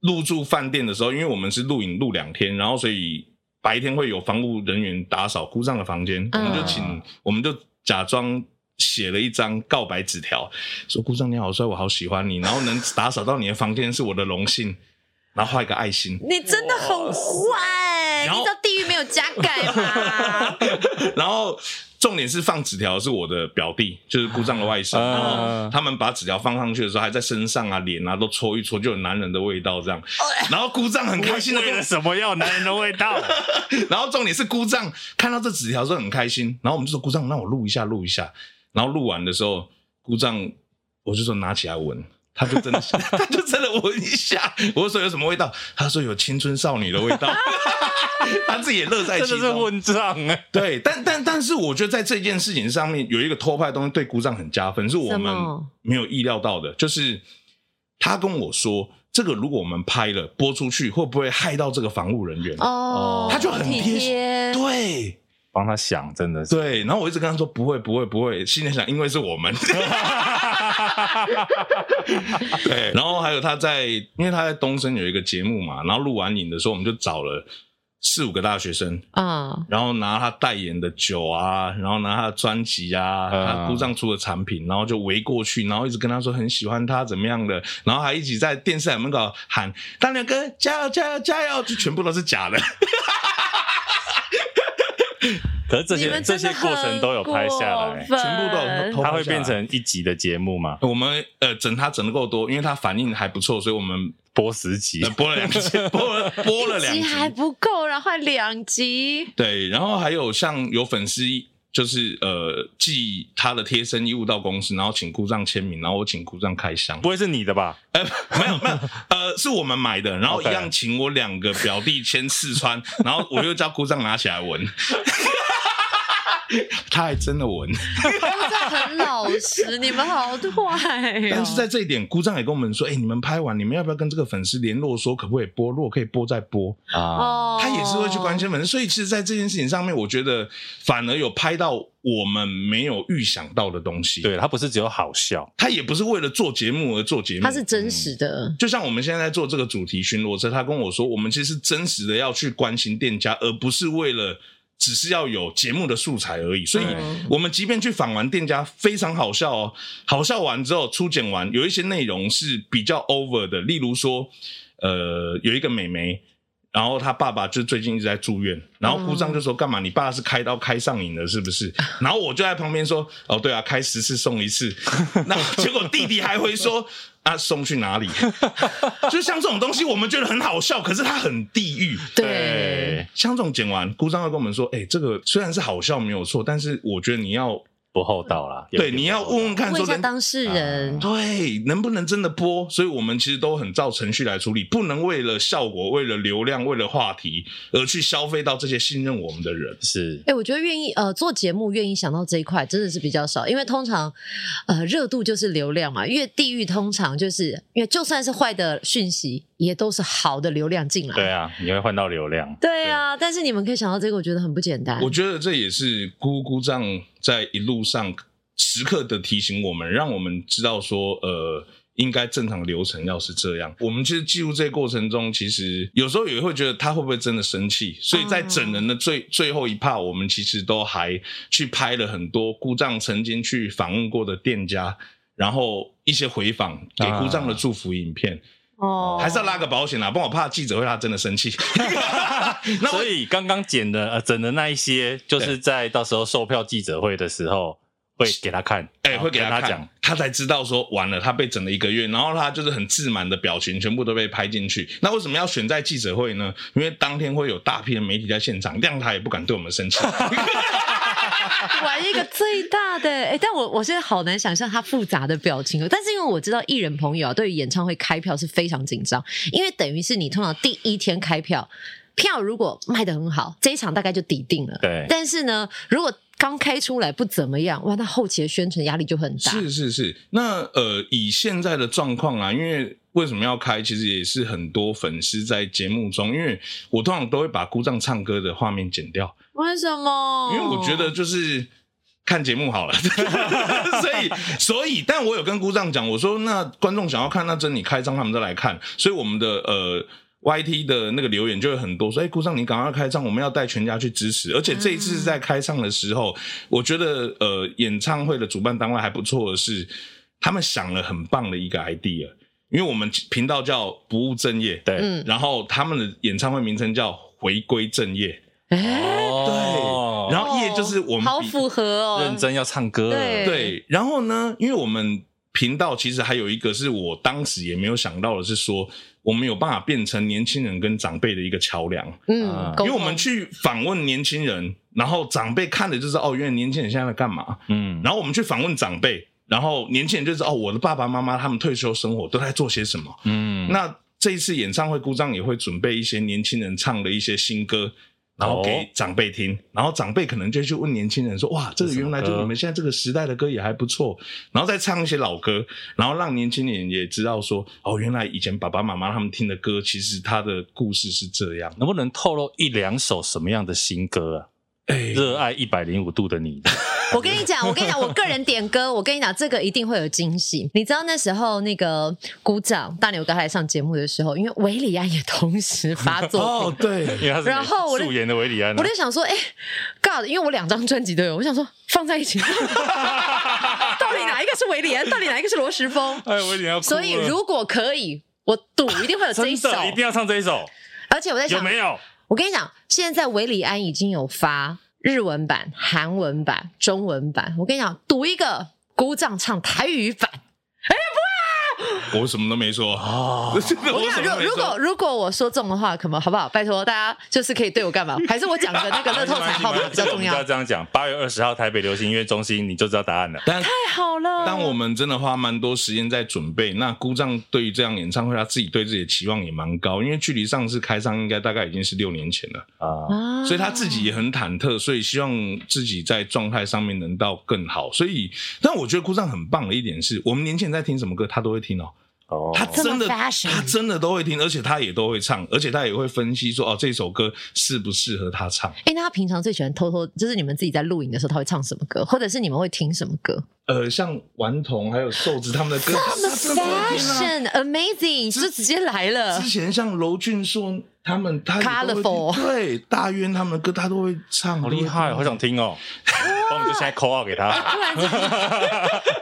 [SPEAKER 4] 入住饭店的时候，因为我们是录影录两天，然后所以白天会有防务人员打扫姑丈的房间，我
[SPEAKER 5] 嗯
[SPEAKER 4] 们就请，我们就假装。写了一张告白纸条，说姑丈你好帅，我好喜欢你，然后能打扫到你的房间是我的荣幸，然后画一个爱心，
[SPEAKER 5] 你真的很坏，
[SPEAKER 4] 然
[SPEAKER 5] 你
[SPEAKER 4] 后
[SPEAKER 5] 知道地狱没有加盖吗？
[SPEAKER 4] 然后重点是放纸条是我的表弟，就是姑丈的外甥，
[SPEAKER 1] 啊
[SPEAKER 4] 然后他们把纸条放上去的时候，还在身上啊、脸啊都搓一搓，就有男人的味道这样。然后姑丈很开心的
[SPEAKER 1] 为了什么要男人的味道？
[SPEAKER 4] 然后重点是姑丈看到这纸条之后很开心，然后我们就说姑丈，让我录一下，录一下。然后录完的时候，姑丈我就说拿起来闻，他就真的， 他就真的闻一下。我就说有什么味道？他说有青春少女的味道， 他自己也乐在
[SPEAKER 1] 真
[SPEAKER 4] 其
[SPEAKER 1] 的是
[SPEAKER 4] 中。
[SPEAKER 1] 混账啊！
[SPEAKER 4] 对，但但但是我觉得在这件事情上面有一个偷拍的东西对姑丈很加分，是我
[SPEAKER 5] 什
[SPEAKER 4] 们
[SPEAKER 5] 么
[SPEAKER 4] 没有意料到的，就是他跟我说。这个如果我们拍了播出去，会不会害到这个防务人员？
[SPEAKER 5] 哦，
[SPEAKER 4] 他就很
[SPEAKER 5] 体
[SPEAKER 4] 贴
[SPEAKER 5] 贴，
[SPEAKER 4] 对，
[SPEAKER 1] 帮他想，真的是。
[SPEAKER 4] 对，然后我一直跟他说不会不会不会，心里想因为是我们。 对，然后还有他在，因为他在东升有一个节目嘛，然后录完影的时候，我们就找了四五个大学生，
[SPEAKER 5] 啊，
[SPEAKER 4] 然后拿他代言的酒啊，然后拿他的专辑啊，
[SPEAKER 1] 嗯
[SPEAKER 4] 他姑丈出的产品，然后就围过去，然后一直跟他说很喜欢他怎么样的，然后还一起在电视台门口喊大亮哥加油加油加油，就全部都是 假的。
[SPEAKER 1] 可是这
[SPEAKER 5] 你
[SPEAKER 1] 些
[SPEAKER 5] 们
[SPEAKER 1] 这
[SPEAKER 5] 真的
[SPEAKER 1] 些过程都有拍下来
[SPEAKER 5] 很，过分
[SPEAKER 4] 全部都有偷偷
[SPEAKER 1] 它会
[SPEAKER 4] 下来
[SPEAKER 1] 变成一集的节目嘛？
[SPEAKER 4] 我们呃整他整的够多，因为他反应还不错，所以我们
[SPEAKER 1] 播十集
[SPEAKER 4] 呃，播了两集，播了播了两
[SPEAKER 5] 集还
[SPEAKER 4] 集。
[SPEAKER 5] 不够，然后还两 集，
[SPEAKER 4] 对，然后还有像有粉丝就是呃寄他的贴身衣物到公司，然后请姑丈签名，然后我请姑丈开箱
[SPEAKER 1] 不。会是你的吧？
[SPEAKER 4] 呃， 没有没有，呃，是我们买的，然后一
[SPEAKER 1] OK
[SPEAKER 4] 样请我两个表弟签试穿， 然后我又叫姑丈拿起来闻， 他还真的闻。
[SPEAKER 5] 他很老实，你们 好坏哦。
[SPEAKER 4] 但是在这一点，姑丈也跟我们说，哎、你们拍完，你们要不要跟这个粉丝联络，说可不可以播？如果可以播再播。
[SPEAKER 1] 啊，
[SPEAKER 5] 哦，
[SPEAKER 4] 他也是会去关心粉丝，所以其实，在这件事情上面，我觉得反而有拍到我们没有预想到的东西。，
[SPEAKER 1] 对，它不是只有好笑，
[SPEAKER 4] 他也不是为了做节目而做节目，
[SPEAKER 5] 哦他是真实的，
[SPEAKER 3] 嗯
[SPEAKER 4] 就像我们现在在做这个主题巡逻车，他跟我说，我们其实是真实的要去关心店家，而不是为了只是要有节目的素材而已。所以
[SPEAKER 1] 对，
[SPEAKER 4] 我们即便去访完店家，非常好笑哦，好笑完之后初剪完，有一些内容是比较 over 的，例如说，呃，有一个美眉。然后她爸爸就最近一直在住院，
[SPEAKER 1] 嗯
[SPEAKER 4] 然后姑丈就说：“干嘛？你爸是开刀开上瘾了是不是？”然后我就在旁边说：“哦，对啊，开十次送 一次。”然后结果弟弟还会说：“啊，送去哪里？” 就像这种东西，我们觉得很好笑，可是它很地狱。
[SPEAKER 5] 对，
[SPEAKER 4] 像这种剪完，姑丈会跟我们说：“哎、这个虽然是好笑没有错，但是我觉得你要
[SPEAKER 1] 不厚道啦。有
[SPEAKER 4] 对，
[SPEAKER 1] 一点
[SPEAKER 4] 你要
[SPEAKER 1] 不厚道
[SPEAKER 4] 问问看
[SPEAKER 5] 问
[SPEAKER 4] 说啊
[SPEAKER 5] 一下
[SPEAKER 4] 人
[SPEAKER 5] 当事人。
[SPEAKER 4] 对能不能真的播。所以我们其实都很照程序来处理，不能为了效果、为了流量、为了话题而去消费到这些信任我们的人。
[SPEAKER 1] 是
[SPEAKER 5] 哎、我觉得愿意呃做节目，愿意想到这一块真的是比较少，因为通常呃热度就是流量嘛，越地狱通常就是因为就算是坏的讯息，
[SPEAKER 3] 也都是好的流量进来。
[SPEAKER 1] 对啊，你会换到流量。
[SPEAKER 3] 对啊，但是你们可以想到这个，我觉得很不简单。
[SPEAKER 4] 我觉得这也是姑姑丈在一路上时刻的提醒我们，让我们知道说，呃，应该正常流程要是这样。我们其实记录这个过程中，其实有时候也会觉得他会不会真的生气，所以在整人的最、最后一趴，我们其实都还去拍了很多姑丈曾经去访问过的店家，然后一些回访给姑丈的祝福影片，
[SPEAKER 3] 哦
[SPEAKER 4] 还是要拉个保险啊啦，不然我怕记者会让他真的生气。那我
[SPEAKER 1] 所以刚刚剪的呃整的那一些，就是在到时候售票记者会的时候会给他看，
[SPEAKER 4] 哎、
[SPEAKER 1] 然后
[SPEAKER 4] 会给
[SPEAKER 1] 跟
[SPEAKER 4] 他
[SPEAKER 1] 他
[SPEAKER 4] 看
[SPEAKER 1] 讲，
[SPEAKER 4] 他才知道说完了，他被整了一个月，然后他就是很自满的表情，全部都被拍进去。那为什么要选在记者会呢？因为当天会有大批的媒体在现场，让他也不敢对我们生气。
[SPEAKER 3] 玩一个最大的，哎、但我我现在好难想象他复杂的表情哦。但是因为我知道艺人朋友啊，对于演唱会开票是非常紧张，因为等于是你通常第一天开票，票如果卖的很好，这一场大概就抵定了。
[SPEAKER 1] 对
[SPEAKER 3] 但是呢，如果刚开出来不怎么样，哇，那后期的宣传压力就很大。
[SPEAKER 4] 是是是，那呃，以现在的状况啊，因为为什么要开，其实也是很多粉丝在节目中，因为我通常都会把姑丈唱歌的画面剪掉，
[SPEAKER 3] 为什么？
[SPEAKER 4] 因为我
[SPEAKER 3] 哦
[SPEAKER 4] 觉得就是看节目好了， 所以所以，但我有跟姑丈讲，我说那观众想要看，那真你开张他们再来看，所以我们的呃。YT 的那个留言就会很多，说：“哎、姑丈，你赶快开张，我们要带全家去支持。”而且这一次在开唱的时候，我觉得呃，演唱会的主办单位还不错的是，他们想了很棒的一个 idea，因为我们频道叫不务正业，
[SPEAKER 1] 对，
[SPEAKER 3] 嗯
[SPEAKER 4] 然后他们的演唱会名称叫回归正业，
[SPEAKER 3] 哎、
[SPEAKER 1] 哦
[SPEAKER 4] 然后业就是我们
[SPEAKER 3] 好
[SPEAKER 4] 比
[SPEAKER 3] 符合哦，
[SPEAKER 1] 认真要唱歌了，
[SPEAKER 3] 对
[SPEAKER 4] 对，然后呢，因为我们频道其实还有一个是我当时也没有想到的是说，我们有办法变成年轻人跟长辈的一个桥梁，
[SPEAKER 1] 啊
[SPEAKER 3] 嗯，
[SPEAKER 4] 呃因
[SPEAKER 3] 沟
[SPEAKER 4] 为
[SPEAKER 3] 通
[SPEAKER 4] 我们去访问年轻人，然后长辈看的就是哦，原来年轻人现在在干嘛，
[SPEAKER 1] 嗯，
[SPEAKER 4] 然后我们去访问长辈，然后年轻人就是哦，我的爸爸妈妈他们退休生活都在做些什么，
[SPEAKER 1] 嗯，
[SPEAKER 4] 那这一次演唱会，姑丈也会准备一些年轻人唱的一些新歌，然后给长辈听，然后长辈可能就去问年轻人说：“哇，这
[SPEAKER 1] 这
[SPEAKER 4] 个
[SPEAKER 1] 是什
[SPEAKER 4] 原
[SPEAKER 1] 么
[SPEAKER 4] 来就
[SPEAKER 1] 歌
[SPEAKER 4] 你们现在这个时代的歌也还不错。”然后再唱一些老歌，然后让年轻人也知道说：“哦，原来以前爸爸妈妈他们听的歌，其实他的故事是这样。
[SPEAKER 1] 能不能透露一两首什么样的新歌啊？”
[SPEAKER 4] 哎，
[SPEAKER 1] 热爱一百零五度的你，
[SPEAKER 3] 我跟你讲，我跟你讲，我个人点歌， 我跟你讲，这个一定会有惊喜。你知道那时候那个鼓掌大牛哥他来上节目的时候，因为维里安也同时发作品，
[SPEAKER 4] 哦，对，
[SPEAKER 1] 因为他是
[SPEAKER 3] 然后我就
[SPEAKER 1] 素颜的维里安啊，
[SPEAKER 3] 我就想说，哎、God，因为我两张专辑都有，我想说放在 一起，到底哪一个是维里安，到底哪一个是罗时丰？
[SPEAKER 1] 哎，维里安要 哭了，
[SPEAKER 3] 所以如果可以，我赌一定会有这 一
[SPEAKER 1] 真
[SPEAKER 3] 首，
[SPEAKER 1] 的一定要唱这一首，
[SPEAKER 3] 而且我在
[SPEAKER 1] 有
[SPEAKER 3] 想，
[SPEAKER 1] 没有？
[SPEAKER 3] 我跟你讲，现在维里安已经有发日文版、韩文版、中文版。我跟你讲，赌一个鼓掌唱台语版。
[SPEAKER 4] 我什么都没说。
[SPEAKER 1] 哦，
[SPEAKER 4] 真的
[SPEAKER 3] 我跟
[SPEAKER 4] 我
[SPEAKER 3] 你
[SPEAKER 4] 什
[SPEAKER 3] 讲，
[SPEAKER 4] 么都没
[SPEAKER 3] 如如
[SPEAKER 4] 说
[SPEAKER 3] 果如果我说中的话，可能好不好？拜托大家就是可以对我干嘛？还是我讲的那个乐透 彩号码比较重要
[SPEAKER 1] 要？这样讲，八月二十号台北流行音乐中心，你就知道答案了。
[SPEAKER 4] 但
[SPEAKER 3] 太好了，
[SPEAKER 4] 但我们真的花蛮多时间在准备。那姑丈对于这样演唱会，他自己对自己的期望也蛮高，因为距离上次开唱应该大概已经是六年前了，
[SPEAKER 1] 啊，
[SPEAKER 3] 啊
[SPEAKER 4] 所以他自己也很忐忑，所以希望自己在状态上面能到更好。所以，但我觉得姑丈很棒的一点是，我们年前在听什么歌，他都会听哦，
[SPEAKER 1] 哦，
[SPEAKER 4] 他真的
[SPEAKER 3] 这么 fashion
[SPEAKER 4] 他真的都会听，而且他也都会唱，而且他也会分析说哦这首歌适不适合他唱。
[SPEAKER 3] 哎、那他平常最喜欢偷偷，就是你们自己在录影的时候，他会唱什么歌，或者是你们会听什么歌
[SPEAKER 4] 呃，像顽童还有瘦子他们的歌，他真的会听啊。
[SPEAKER 3] ？Fashion amazing，就直接来了
[SPEAKER 4] 之。前像娄俊硕他们，他也都会
[SPEAKER 3] Colourful
[SPEAKER 4] 听对大渊他们的歌，他都会唱，
[SPEAKER 1] 好厉害，
[SPEAKER 4] 都
[SPEAKER 1] 好
[SPEAKER 4] 会听
[SPEAKER 1] 想听哦。那我们就现在 call out 给他。
[SPEAKER 3] 突然之间，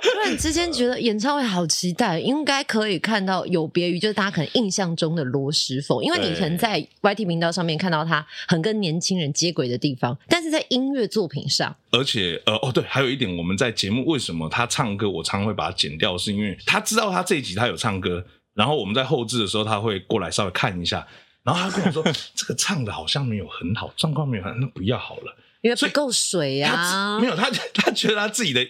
[SPEAKER 3] 突然之间觉得演唱会好期待，应该可以看到有别于就是大家可能印象中的罗时丰，因为你
[SPEAKER 1] 对
[SPEAKER 3] 可能在 YT 频道上面看到他很跟年轻人接轨的地方，但是在音乐作品上，
[SPEAKER 4] 而且呃哦对，还有一点，我们在节目为什么他唱歌，我常常会把它剪掉，是因为他知道他这一集他有唱歌，然后我们在后置的时候，他会过来稍微看一下，然后他跟我说这个唱的好像没有很好，状况没有很好，那不要好了。
[SPEAKER 3] 因为不够水
[SPEAKER 4] 他
[SPEAKER 3] 啊
[SPEAKER 4] 自没，有他，他觉得他自己的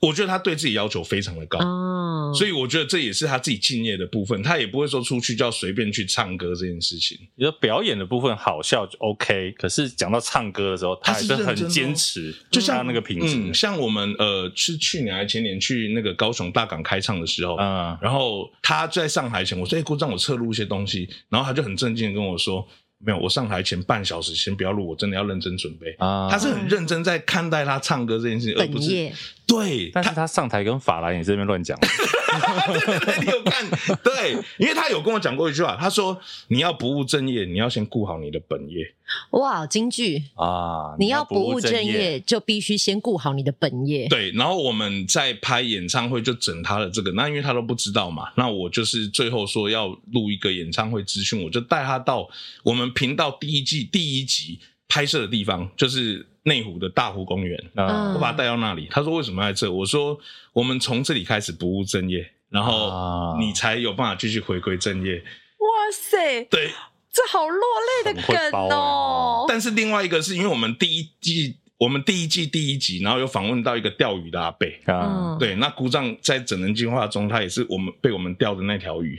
[SPEAKER 4] 我觉得他对自己要求非常的
[SPEAKER 3] 嗯
[SPEAKER 4] 高。
[SPEAKER 5] 哦，
[SPEAKER 4] 所以我觉得这也是他自己敬业的部分，他也不会说出去就要随便去唱歌这件事情。
[SPEAKER 1] 你说表演的部分好笑就 OK，可是讲到唱歌的时候，他还
[SPEAKER 4] 他是
[SPEAKER 1] 是很
[SPEAKER 4] 认真的哦
[SPEAKER 1] 坚持，
[SPEAKER 4] 就像
[SPEAKER 1] 他那个品
[SPEAKER 4] 嗯，
[SPEAKER 1] 质，
[SPEAKER 4] 像我们呃是去年还前年去那个高雄大港开唱的时候，
[SPEAKER 1] 嗯，
[SPEAKER 4] 然后他在上台前，我说：“哎、姑丈，我侧录一些东西。”然后他就很震惊的跟我说：“没有，我上台前半小时先不要录，我真的要认真准备。
[SPEAKER 1] 啊
[SPEAKER 4] 他是很认真在看待他唱歌这件事情，而不
[SPEAKER 5] 本
[SPEAKER 4] 是
[SPEAKER 5] 业
[SPEAKER 4] 对
[SPEAKER 1] 但是他上台跟法兰也这边乱讲，
[SPEAKER 4] 对对对，你有看？对，因为他有跟我讲过一句话，他说：“你要不务正业，你要先顾好你的本业。
[SPEAKER 5] 哇，京剧，
[SPEAKER 1] 啊，
[SPEAKER 5] 你要不务正
[SPEAKER 1] 正
[SPEAKER 5] 业，就必须先顾好你的本业。”
[SPEAKER 4] 对，然后我们在拍演唱会就整他的这个，那因为他都不知道嘛，那我就是最后说要录一个演唱会资讯，我就带他到我们频道第一季第一集拍摄的地方，就是内湖的大湖公园。
[SPEAKER 1] 嗯
[SPEAKER 4] 我把他带到那里，他说为什么要在这？我说我们从这里开始不务正业，然后
[SPEAKER 1] 啊
[SPEAKER 4] 你才有办法继续回归正业。
[SPEAKER 5] 哇塞，
[SPEAKER 4] 对，
[SPEAKER 1] 哦
[SPEAKER 5] 这好落泪的
[SPEAKER 1] 很会包
[SPEAKER 5] 梗
[SPEAKER 1] 欸
[SPEAKER 3] 啊
[SPEAKER 5] 哦！
[SPEAKER 4] 但是另外一个是因为我们第一季，我们第一季第一集，然后有访问到一个钓鱼的阿贝。
[SPEAKER 5] 哦
[SPEAKER 3] 嗯
[SPEAKER 1] 啊，
[SPEAKER 5] 嗯
[SPEAKER 4] 对，那姑丈在整人计划中，他也是我们被我们钓的那条鱼。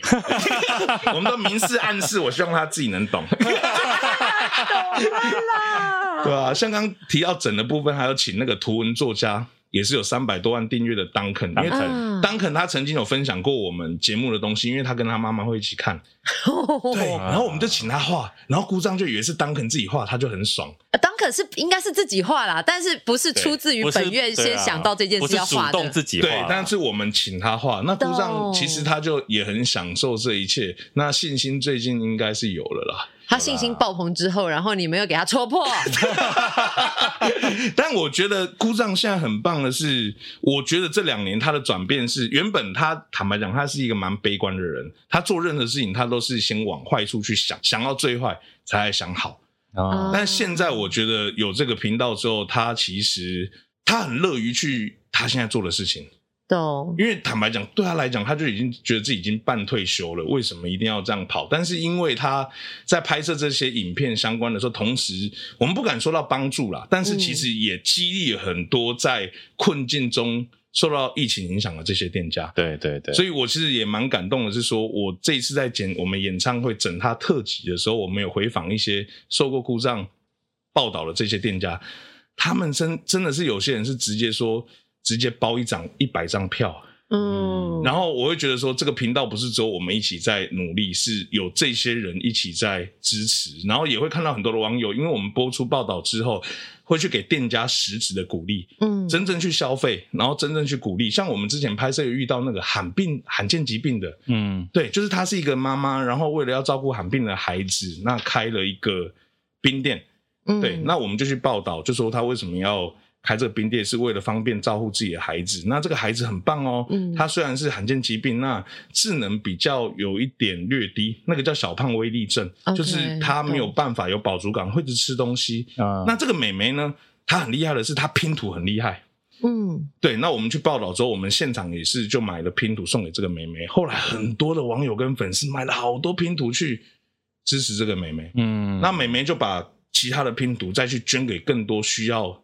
[SPEAKER 4] 我们都明示暗示，我希望他自己能懂，对啊，像刚提到整的部分，还有请那个图文作家，也是有三百多万订阅的 Duncan，因为
[SPEAKER 1] Duncan
[SPEAKER 5] 啊，
[SPEAKER 4] 当肯他曾经有分享过我们节目的东西，因为他跟他妈妈会一起看，
[SPEAKER 3] 哦
[SPEAKER 4] 对，然后我们就请他画，然后姑丈就以为是当肯自己画，他就很爽，
[SPEAKER 3] 呃
[SPEAKER 5] 当可是应该是自己画啦，但是不是出自于
[SPEAKER 1] 不是
[SPEAKER 5] 本愿
[SPEAKER 1] 对
[SPEAKER 5] 先
[SPEAKER 1] 啊
[SPEAKER 5] 想到这件
[SPEAKER 1] 不
[SPEAKER 5] 事
[SPEAKER 1] 是
[SPEAKER 5] 要
[SPEAKER 1] 主
[SPEAKER 5] 画
[SPEAKER 1] 动
[SPEAKER 5] 的？
[SPEAKER 1] 自己画
[SPEAKER 4] 对
[SPEAKER 1] 啦，，
[SPEAKER 4] 但是我们请他画，那姑丈
[SPEAKER 5] 懂
[SPEAKER 4] 其实他就也很享受这一切，那信心最近应该是有了啦，
[SPEAKER 5] 他信心爆棚之后，然后你没有给他戳 破，
[SPEAKER 4] 但我觉得姑丈现在很棒的是，我觉得这两年他的转变是，原本他坦白讲，他是一个蛮悲观的人，他做任何事情他都是先往坏处去想，想到最坏才来想好。
[SPEAKER 1] 啊
[SPEAKER 4] 但现在我觉得有这个频道之后，他其实他很乐于去他现在做的事情，
[SPEAKER 5] 懂？
[SPEAKER 4] 因为坦白讲，对他来讲，他就已经觉得自己已经半退休了，为什么一定要这样跑？但是因为他在拍摄这些影片相关的时候，同时我们不敢说到帮助啦，但是其实也激励了很多在困境中受到疫情影响的这些店家。
[SPEAKER 1] 对对对，
[SPEAKER 4] 所
[SPEAKER 1] 以
[SPEAKER 4] 以我其实也蛮感动的，是说我这一次在剪我们演唱会整他特辑的时候，我们有回访一些受过故障报道的这些店家，他们真真的是有些人是直接说直接包一张一百张票。
[SPEAKER 1] 嗯
[SPEAKER 5] 嗯，
[SPEAKER 4] 然后我会觉得说，这个频道不是只有我们一起在努力，是有这些人一起在支持，然后也会看到很多的网友，因为我们播出报道之后，会去给店家实质的鼓励，
[SPEAKER 5] 嗯
[SPEAKER 4] 真正去消费，然后真正去鼓励。像我们之前拍摄有遇到那个罕病罕见疾病的，
[SPEAKER 1] 嗯，
[SPEAKER 4] 对，就是她是一个妈妈，然后为了要照顾罕病的孩子，那开了一个冰店，
[SPEAKER 5] 嗯
[SPEAKER 4] 对，那我们就去报道，就说他为什么要开这个冰店，是为了方便照顾自己的孩子。那这个孩子很棒哦，
[SPEAKER 5] 嗯
[SPEAKER 4] 他虽然是罕见疾病，那智能比较有一点略低，那个叫小胖威力症
[SPEAKER 5] OK，
[SPEAKER 4] 就是他没有办法有饱足感，会一直吃东西。
[SPEAKER 1] 啊
[SPEAKER 4] 那这个美眉呢，她很厉害的是，她拼图很厉害。
[SPEAKER 5] 嗯，
[SPEAKER 4] 对，那我们去报道之后，我们现场也是就买了拼图送给这个美眉。后来很多的网友跟粉丝买了好多拼图去支持这个美眉。
[SPEAKER 1] 嗯
[SPEAKER 4] 那美眉就把其他的拼图再去捐给更多需要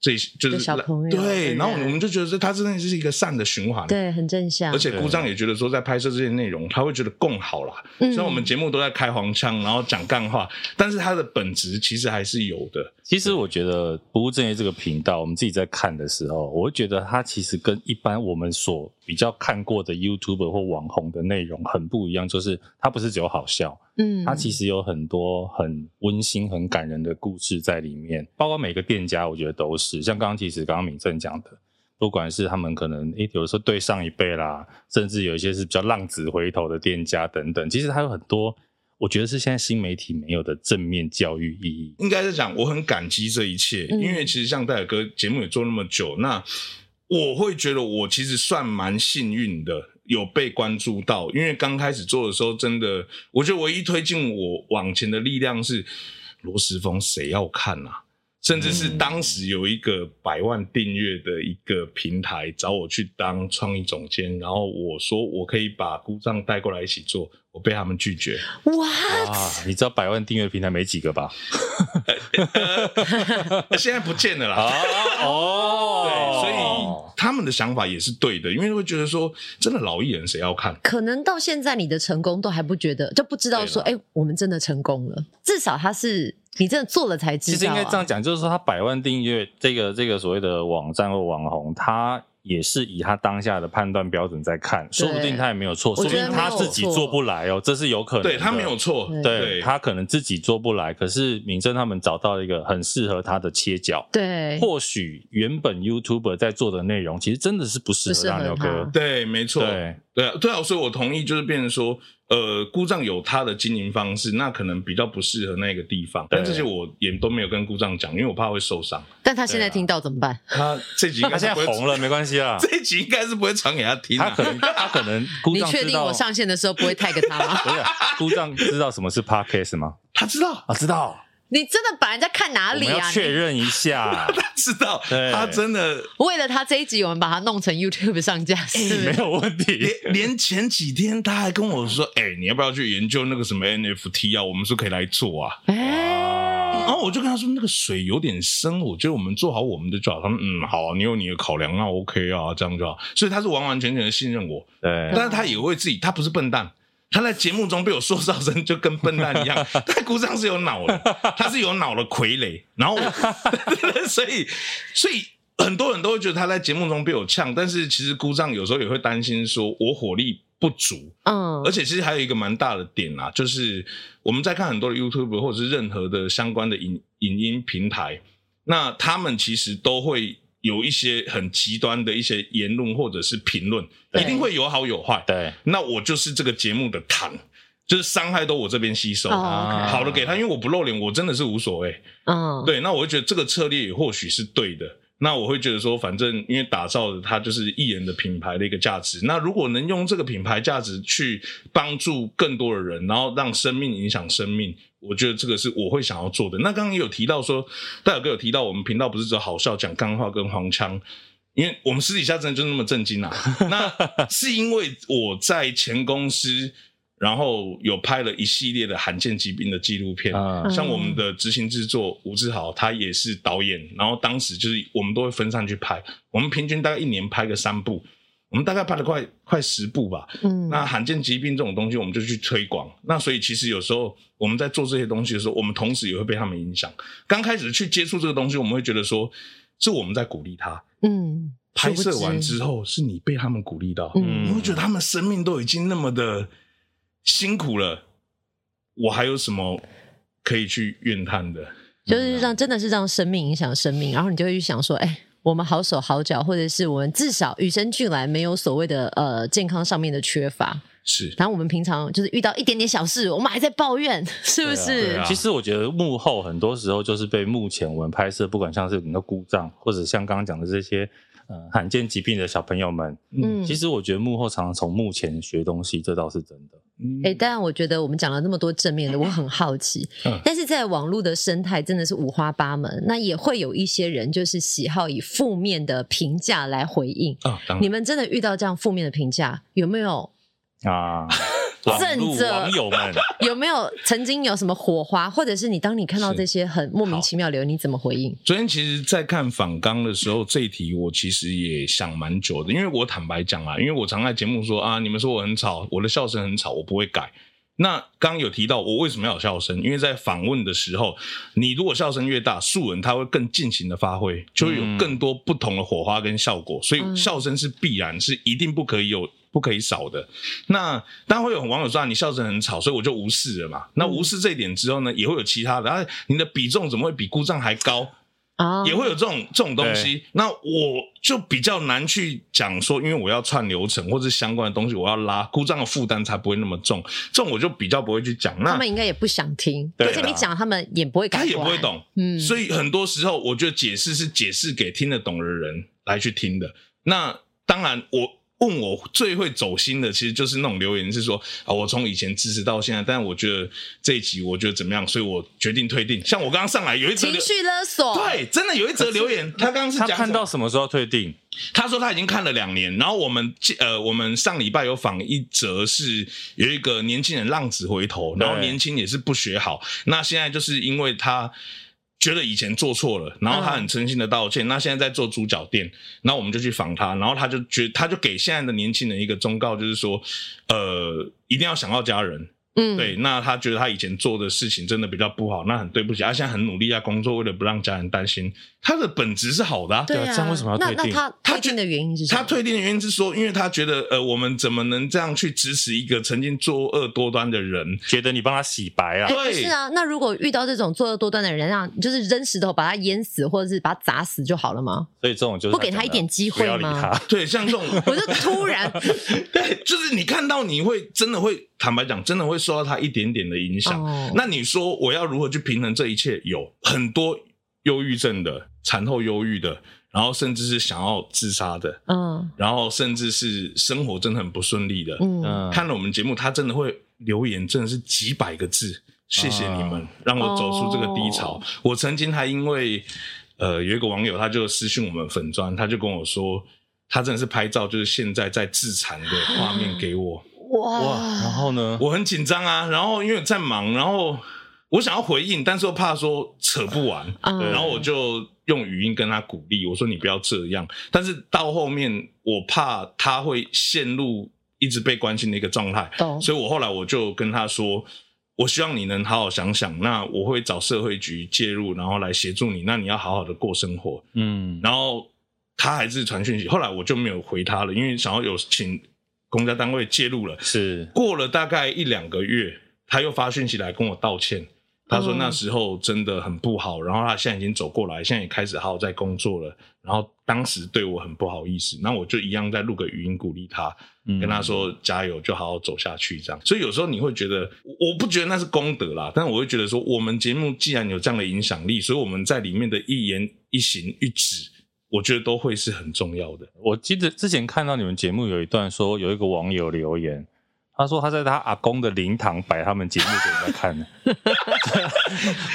[SPEAKER 4] 这些就是
[SPEAKER 5] 的小朋友
[SPEAKER 4] 对，
[SPEAKER 5] 对
[SPEAKER 4] 然后我们就觉得这它真的是一个善的循环。。
[SPEAKER 5] 对，啊很正向
[SPEAKER 4] 而。且姑丈也觉得说，在拍摄这些内容，他会觉得更好啦。
[SPEAKER 5] 嗯
[SPEAKER 4] 虽然我们节目都在开黄腔，然后讲干话，但是它的本质其实还是有的。
[SPEAKER 1] 其实我觉得不务正业这个频道，我们自己在看的时候，我会觉得它其实跟一般我们所比较看过的 YouTuber 或网红的内容很不一样，就是它不是只有好笑，
[SPEAKER 5] 嗯，
[SPEAKER 1] 它其实有很多很温馨、很感人的故事在里面，包括每个店家，我觉得都是像刚刚其实刚刚敏正讲的，不管是他们可能诶、有的时候对上一辈啦，甚至有一些是比较浪子回头的店家等等，其实它有很多，我觉得是现在新媒体没有的正面教育意义。
[SPEAKER 4] 应该是讲我很感激这一切，
[SPEAKER 5] 嗯
[SPEAKER 4] 因为其实像戴尔哥节目也做那么久，那我会觉得我其实算蛮幸运的，有被关注到。因为刚开始做的时候，真的，我觉得唯一推进我往前的力量是罗时峰，谁要看啊？甚至是当时有一个百万订阅的一个平台找我去当创意总监，然后我说我可以把姑丈带过来一起做，我被他们拒绝。
[SPEAKER 5] 哇，
[SPEAKER 1] 啊，你知道百万订阅平台没几个吧？
[SPEAKER 4] 呃现在不见了啦。
[SPEAKER 1] 哦，
[SPEAKER 4] 对，所以他们的想法也是对的，因为会觉得说，真的老艺人谁要看？
[SPEAKER 3] 可能到现在你的成功都还不觉得，就不知道说，哎、我们真的成功了。至少他是你真的做了才知道、
[SPEAKER 1] 其
[SPEAKER 3] 啊。
[SPEAKER 1] 实应该这样讲，就是说他百万订阅这个这个所谓的网站或网红，他也是以他当下的判断标准在看，说不定他也没有错，
[SPEAKER 3] 我
[SPEAKER 1] 说
[SPEAKER 3] 觉
[SPEAKER 1] 不
[SPEAKER 3] 得
[SPEAKER 1] 定他自己
[SPEAKER 3] 没有错
[SPEAKER 1] 做不来哦，这是有可能的。
[SPEAKER 4] 对他没有错，
[SPEAKER 1] 对他可能自己做不来，可是敏正他们找到一个很适合他的切角。
[SPEAKER 3] 对，
[SPEAKER 1] 或许原本 YouTuber 在做的内容，其实真的是不适
[SPEAKER 3] 不适
[SPEAKER 1] 合
[SPEAKER 3] 合
[SPEAKER 1] 让牛哥
[SPEAKER 3] 他。
[SPEAKER 4] 对，没错，
[SPEAKER 1] 对，
[SPEAKER 4] 对啊，对啊，所以我同意，就是变成说，呃，故障有他的经营方式，那可能比较不适合那个地方。但
[SPEAKER 1] 对
[SPEAKER 4] 这些我也都没有跟故障讲，因为我怕会受伤。
[SPEAKER 3] 但他现在
[SPEAKER 1] 对啊
[SPEAKER 3] 听到怎么办？
[SPEAKER 4] 他这集应
[SPEAKER 1] 他
[SPEAKER 4] 该是
[SPEAKER 1] 现在
[SPEAKER 4] 不会
[SPEAKER 1] 红，了，没关系啦。
[SPEAKER 4] 这集应该是不会传给他听、
[SPEAKER 1] 他
[SPEAKER 4] 啊
[SPEAKER 1] 可。能他可能姑
[SPEAKER 3] 你
[SPEAKER 1] 丈
[SPEAKER 3] 确
[SPEAKER 1] 知
[SPEAKER 3] 定
[SPEAKER 1] 道
[SPEAKER 3] 我，上线的时候不会 tag 他吗？
[SPEAKER 1] 不是姑丈知道什么是 Podcast 吗？
[SPEAKER 4] 他知道，
[SPEAKER 1] 啊，知道，
[SPEAKER 3] 你真的把人家看哪
[SPEAKER 1] 我
[SPEAKER 3] 里
[SPEAKER 1] 们
[SPEAKER 3] 啊
[SPEAKER 1] 要？确认一下。
[SPEAKER 4] 他知道，
[SPEAKER 1] 对
[SPEAKER 4] 他 真的
[SPEAKER 3] 你为了他这一集，我们把它弄成 YouTube 上架，是 不
[SPEAKER 1] 没
[SPEAKER 3] 是？
[SPEAKER 1] 有问题。
[SPEAKER 4] 连连前几天他还跟我说：“哎、你要不要去研究那个什么 NFT 啊？我们是可以来做啊。”
[SPEAKER 3] 哎
[SPEAKER 4] 然啊后我就跟他说：“那个水有点深，我觉得我们做好我们的就好。”他们嗯，好、啊，你有你的考量，那 OK 啊，这样就好。所以他是完完全全的信任我，
[SPEAKER 1] 对
[SPEAKER 4] 但是他也会自己，他不是笨蛋。他在节目中被我说笑声就跟笨蛋一样，他鼓掌是有脑的，他是有脑的傀儡。然后我， 所以所以很多人都会觉得他在节目中被我呛，但是其实鼓掌有时候也会担心说我火力不足，
[SPEAKER 3] 嗯
[SPEAKER 4] 而且其实还有一个蛮大的点啊，就是我们在看很多的 YouTube 或者是任何的相关的影影音平台，那他们其实都会有一些很极端的一些言论或者是评论，
[SPEAKER 1] 对
[SPEAKER 4] 一定会有好有坏。
[SPEAKER 1] 对，
[SPEAKER 4] 那我就是这个节目的糖，就是伤害都我这边吸收。
[SPEAKER 3] 哦
[SPEAKER 1] ，OK
[SPEAKER 4] 好的给他，因为我不露脸，我真的是无所谓。
[SPEAKER 3] 嗯，
[SPEAKER 4] 对，那我会觉得这个策略也或许是对的。那我会觉得说，反正因为打造的它就是艺人的品牌的一个价值。那如果能用这个品牌价值去帮助更多的人，然后让生命影响生命，我觉得这个是我会想要做的。那刚刚也有提到说，戴尔哥有提到我们频道不是只有好笑讲干话跟黄腔。因为我们私底下真的就是那么震惊啊！那是因为我在前公司，然后有拍了一系列的罕见疾病的纪录片，
[SPEAKER 1] 嗯
[SPEAKER 4] 像我们的执行制作吴志豪，他也是导演，然后当时就是我们都会分散去拍，我们平均大概一年拍个三部，我们大概拍了快快十部吧。
[SPEAKER 3] 嗯
[SPEAKER 4] 那罕见疾病这种东西，我们就去推广。那所以其实有时候我们在做这些东西的时候，我们同时也会被他们影响。刚开始去接触这个东西，我们会觉得说是我们在鼓励他。
[SPEAKER 3] 嗯，
[SPEAKER 4] 拍
[SPEAKER 3] 殊不
[SPEAKER 4] 摄完
[SPEAKER 3] 知
[SPEAKER 4] 之后，是你被他们鼓励到，
[SPEAKER 3] 嗯
[SPEAKER 4] 你会觉得他们生命都已经那么的辛苦了，我还有什么可以去怨叹的？
[SPEAKER 3] 就是让真的是让生命影响生命，然后你就会去想说，哎、我们好手好脚，或者是我们至少与生俱来没有所谓的呃健康上面的缺乏，
[SPEAKER 4] 是
[SPEAKER 3] 然后我们平常就是遇到一点点小事，我们还在抱怨，是不
[SPEAKER 4] 对
[SPEAKER 3] 是？
[SPEAKER 4] 啊
[SPEAKER 1] 其实我觉得幕后很多时候就是被目前我们拍摄，不管像是你的故障，或者像刚刚讲的这些呃罕见疾病的小朋友们，
[SPEAKER 3] 嗯，
[SPEAKER 1] 其实我觉得幕后常常从幕前学东西，这倒是真的。
[SPEAKER 3] 哎、但我觉得我们讲了那么多正面的，我很好奇。
[SPEAKER 4] 嗯
[SPEAKER 3] 但是在网络的生态真的是五花八门，那也会有一些人就是喜好以负面的评价来回应。
[SPEAKER 4] 啊，当
[SPEAKER 3] 你
[SPEAKER 4] 然
[SPEAKER 3] 们真的遇到这样负面的评价，有没有？
[SPEAKER 1] 啊，
[SPEAKER 3] 正
[SPEAKER 1] 网路
[SPEAKER 3] 着
[SPEAKER 1] 网友们，
[SPEAKER 3] 有没有曾经有什么火花，或者是你当你看到
[SPEAKER 4] 是
[SPEAKER 3] 这些很莫名
[SPEAKER 4] 好
[SPEAKER 3] 其妙的留言，你怎么回应？
[SPEAKER 4] 昨天其实，在看访纲的时候，这一题我其实也想蛮久的，因为我坦白讲啊，因为我常在节目说啊，你们说我很吵，我的笑声很吵，我不会改。那刚刚有提到我为什么要有笑声，因为在访问的时候，你如果笑声越大，素人他会更尽情的发挥，就会有更多不同的火花跟效果，所以笑声是必然，是一定不可以有。不可以少的。那当然会有网友说、啊、你笑声很吵，所以我就无视了嘛。那无视这一点之后呢，也会有其他的，啊，你的比重怎么会比故障还高？
[SPEAKER 3] 啊、
[SPEAKER 4] 也会有这种这种东西。那我就比较难去讲说，因为我要串流程或者相关的东西，我要拉，故障的负担才不会那么重。这种我就比较不会去讲。
[SPEAKER 3] 他
[SPEAKER 4] 那
[SPEAKER 3] 们应该也不想听，
[SPEAKER 1] 对
[SPEAKER 3] 而且
[SPEAKER 1] 啦
[SPEAKER 3] 你讲他们也不会改观，
[SPEAKER 4] 他也不会。懂，
[SPEAKER 3] 嗯
[SPEAKER 4] 所以很多时候，我觉得解释是解释给听得懂的人来去听的。那当然我。问我最会走心的，其实就是那种留言，是说啊，我从以前支持到现在，但我觉得这一集我觉得怎么样，所以我决定退订。像我刚刚上来有一则
[SPEAKER 3] 情
[SPEAKER 4] 留，
[SPEAKER 3] 绪勒索，
[SPEAKER 4] 对，真的有一则留言，他刚刚是
[SPEAKER 1] 他
[SPEAKER 4] 讲什
[SPEAKER 1] 看
[SPEAKER 4] 么
[SPEAKER 1] 到什么时候退订？
[SPEAKER 4] 他说他已经看了两年，然后我们呃，我们上礼拜有访一则是有一个年轻人浪子回头，
[SPEAKER 1] 对
[SPEAKER 4] 然后年轻也是不学好，那现在就是因为他觉得以前做错了，然后他很诚心的道歉。那现在在做猪脚店，然后我们就去访他，然后他就觉他就给现在的年轻人一个忠告，就是说，呃，一定要想到家人。
[SPEAKER 5] 嗯，
[SPEAKER 4] 对，那他觉得他以前做的事情真的比较不好，那很对不起。他现在很努力在工作，为了不让家人担心，他的本质是好的、啊。
[SPEAKER 1] 对啊这样为什么要
[SPEAKER 5] 那
[SPEAKER 1] 退
[SPEAKER 5] 那
[SPEAKER 1] 订
[SPEAKER 5] 他
[SPEAKER 4] 他
[SPEAKER 5] 退
[SPEAKER 4] 觉
[SPEAKER 5] 订的原因是什么？
[SPEAKER 4] 他退订的原因是说，因为他觉得，呃，我们怎么能这样去支持一个曾经作恶多端的人？
[SPEAKER 1] 觉得你帮他洗白啊
[SPEAKER 4] 对？
[SPEAKER 5] 不是啊，那如果遇到这种作恶多端的人，让就是扔石头把他淹死，或者是把他砸死就好了吗？
[SPEAKER 1] 所以这种就是
[SPEAKER 5] 不给他
[SPEAKER 1] 讲的
[SPEAKER 5] 一点机会
[SPEAKER 1] 不要理
[SPEAKER 5] 吗
[SPEAKER 1] 他，
[SPEAKER 4] 对，像这种，
[SPEAKER 5] 我就突然
[SPEAKER 4] 对，就是你看到你会真的会，坦白讲，真的会受到他一点点的影响。
[SPEAKER 5] 哦，
[SPEAKER 4] 啊那你说我要如何去平衡这一切？有很多忧郁症的、产后忧郁的，然后甚至是想要自杀的，
[SPEAKER 5] 嗯
[SPEAKER 4] 然后甚至是生活真的很不顺利的。
[SPEAKER 5] 嗯，
[SPEAKER 1] 嗯，
[SPEAKER 4] 看了我们节目，他真的会留言，真的是几百个字，谢谢你
[SPEAKER 5] 嗯
[SPEAKER 4] 们、
[SPEAKER 1] 啊
[SPEAKER 4] 让我走出这个低
[SPEAKER 5] 哦
[SPEAKER 4] 潮。我曾经还因为呃有一个网友，他就私讯我们粉砖，他就跟我说，他真的是拍照，就是现在在自残的画面给我，
[SPEAKER 5] 嗯
[SPEAKER 1] 哇，
[SPEAKER 4] 啊
[SPEAKER 1] 然后呢？
[SPEAKER 4] 我很紧张啊。然后因为在忙，然后我想要回应，但是又怕说扯不完，
[SPEAKER 5] 嗯
[SPEAKER 4] 然后我就用语音跟他鼓励，我说你不要这样。但是到后面，我怕他会陷入一直被关心的一个状态，
[SPEAKER 5] 懂
[SPEAKER 4] 所以我后来我就跟他说，我希望你能好好想想，那我会找社会局介入，然后来协助你。那你要好好的过生活。
[SPEAKER 1] 嗯，
[SPEAKER 4] 然后他还是传讯息，后来我就没有回他了，因为想要有请公家单位介入了。
[SPEAKER 1] 是
[SPEAKER 4] 过了大概一两个月，他又发讯息来跟我道歉。他说
[SPEAKER 5] 嗯
[SPEAKER 4] 那时候真的很不好，然后他现在已经走过来，现在也开始好好在工作了。然后当时对我很不好意思，那我就一样在录个语音鼓励他，
[SPEAKER 1] 嗯
[SPEAKER 4] 跟他说加油，就好好走下去这样。所以有时候你会觉得，我我不觉得那是功德啦，但我会觉得说，我们节目既然有这样的影响力，所以我们在里面的一言一行一指，我觉得都会是很重要的。
[SPEAKER 1] 我记得之前看到你们节目有一段说，有一个网友留言，他说他在他阿公的灵堂摆他们节目给人家看，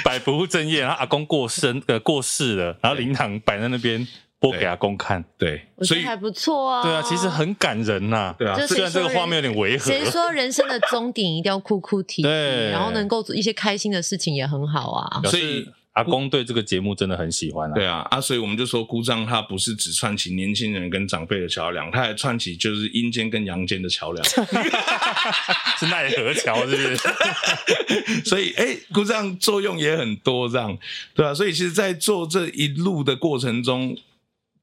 [SPEAKER 1] 摆不务正业，然后阿公过身呃过世了，然后灵堂摆在那边播给阿公看，
[SPEAKER 4] 对，
[SPEAKER 5] 我觉
[SPEAKER 4] 所
[SPEAKER 5] 得
[SPEAKER 4] 以
[SPEAKER 5] 还不错啊。
[SPEAKER 1] 对啊，其实很感人呐、
[SPEAKER 4] 对啊
[SPEAKER 5] 就，是
[SPEAKER 1] 虽然这个画面有点违和，
[SPEAKER 5] 谁说人生的终点一定要哭哭啼啼，
[SPEAKER 1] 对
[SPEAKER 5] 然后能够做一些开心的事情也很好啊。
[SPEAKER 1] 表示
[SPEAKER 4] 所以
[SPEAKER 1] 阿公对这个节目真的很喜欢啊。
[SPEAKER 4] 对啊，啊，所以我们就说，姑丈他不是只串起年轻人跟长辈的桥梁，他还串起就是阴间跟阳间的 桥梁。
[SPEAKER 1] 是奈何桥是不是？
[SPEAKER 4] 所以，哎、姑丈作用也很多，这样对啊。所以，其实，在做这一路的过程中，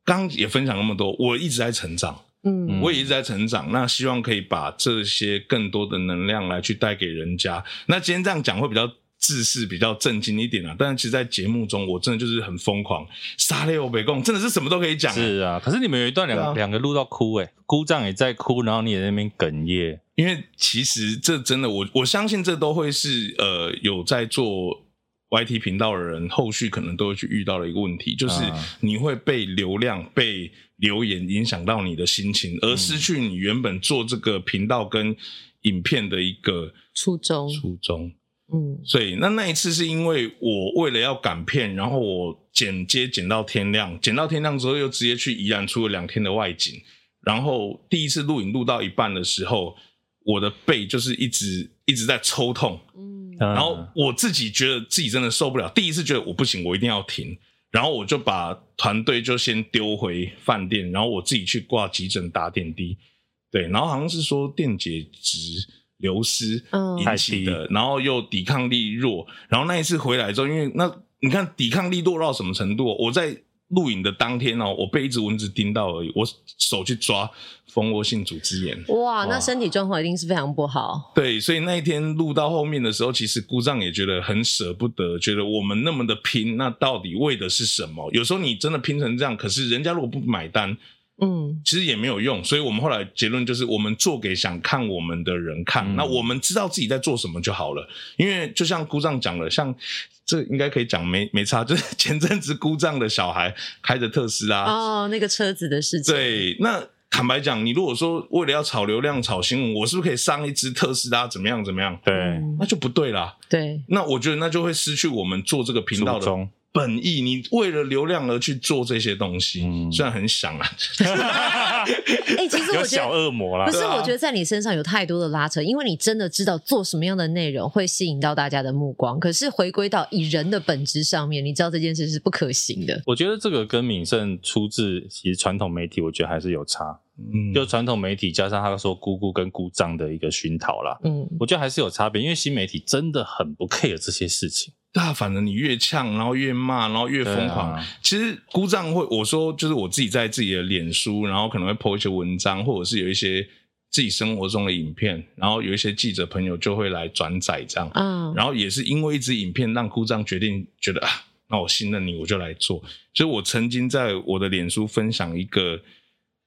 [SPEAKER 4] 刚刚也分享那么多，我一直在成长，
[SPEAKER 5] 嗯，
[SPEAKER 4] 我也一直在成长。那希望可以把这些更多的能量来去带给人家。那今天这样讲会比较。自私比较正经一点啊，但是其实，在节目中，我真的就是很疯狂，撒泪我北贡，真的是什么都可以讲啊、
[SPEAKER 1] 是啊，可是你们有一段
[SPEAKER 4] 对啊
[SPEAKER 1] 两两、个录到哭哎、姑丈也在哭，然后你也在那边哽咽，
[SPEAKER 4] 因为其实这真的，我我相信这都会是呃有在做 YT 频道的人，后续可能都会去遇到的一个问题，就是
[SPEAKER 1] 啊
[SPEAKER 4] 你会被流量、被留言影响到你的心情，而失
[SPEAKER 1] 嗯
[SPEAKER 4] 去你原本做这个频道跟影片的一个
[SPEAKER 5] 初衷，
[SPEAKER 4] 初衷。
[SPEAKER 5] 嗯
[SPEAKER 4] 所以那那一次是因为我为了要赶片，然后我剪接剪到天亮，剪到天亮之后又直接去宜兰出了两天的外景，然后第一次录影录到一半的时候，我的背就是一直一直在抽痛，
[SPEAKER 5] 嗯，
[SPEAKER 1] 然
[SPEAKER 4] 然后我自己觉得自己真的受不了，第一次觉得我不行，我一定要停，然后我就把团队就先丢回饭店，然后我自己去挂急诊打点滴，对，然后好像是说电解质流失
[SPEAKER 5] 嗯
[SPEAKER 4] 引起的，然后又抵抗力弱，然后那一次回来之后，因为那你看抵抗力弱到什么程度哦、我在。录影的当天哦，我被一只蚊子叮到而已，我手去抓蜂窝性组织炎，
[SPEAKER 5] 哇，那身体状况一定是非常不好。
[SPEAKER 4] 对，所以那一天录到后面的时候，其实姑丈也觉得很舍不得，觉得我们那么的拼，那到底为的是什么？有时候你真的拼成这样，可是人家如果不买单，
[SPEAKER 5] 嗯
[SPEAKER 4] 其实也没有用。所以我们后来结论就是，我们做给想看我们的人看，
[SPEAKER 1] 嗯
[SPEAKER 4] 那我们知道自己在做什么就好了。因为就像姑丈讲了，像这应该可以讲没没差，就是前阵子姑丈的小孩开着特斯拉，
[SPEAKER 5] 哦，那个车子的事情，
[SPEAKER 4] 对，那坦白讲，你如果说为了要炒流量、炒新闻，我是不是可以上一只特斯拉怎么样怎么样？
[SPEAKER 1] 对
[SPEAKER 5] 嗯
[SPEAKER 4] 那就不对啦。
[SPEAKER 5] 对，
[SPEAKER 4] 那我觉得那就会失去我们做这个频
[SPEAKER 1] 初
[SPEAKER 4] 道的
[SPEAKER 1] 衷
[SPEAKER 4] 本意，你为了流量而去做这些东西，
[SPEAKER 1] 嗯
[SPEAKER 4] 虽然很想 啊，
[SPEAKER 3] 哎、其实
[SPEAKER 1] 有
[SPEAKER 3] 我觉
[SPEAKER 1] 小
[SPEAKER 3] 得。
[SPEAKER 1] 恶魔啦
[SPEAKER 3] 不。是，我觉得在你身上有太多的拉扯，因为你真的知道做什么样的内容会吸引到大家的目光。可是回归到以人的本质上面，你知道这件事是不可行的。
[SPEAKER 1] 我觉得这个跟敏盛出自其实传统媒体，我觉得还是有差。
[SPEAKER 4] 嗯，
[SPEAKER 1] 就传统媒体加上他说姑姑跟姑丈的一个熏陶啦，
[SPEAKER 3] 嗯，
[SPEAKER 1] 我觉得还是有差别，因为新媒体真的很不 care 这些事情。
[SPEAKER 4] 大啊反正你越呛，然后越骂，然后越疯狂。
[SPEAKER 1] 对啊
[SPEAKER 4] 其实姑丈会，我说就是我自己在自己的脸书，然后可能会 po 一些文章，或者是有一些自己生活中的影片，然后有一些记者朋友就会来转载这样。
[SPEAKER 3] 啊、
[SPEAKER 4] 然后也是因为一支影片让姑丈决定觉得啊，那我信任你，我就来做。所以我曾经在我的脸书分享一个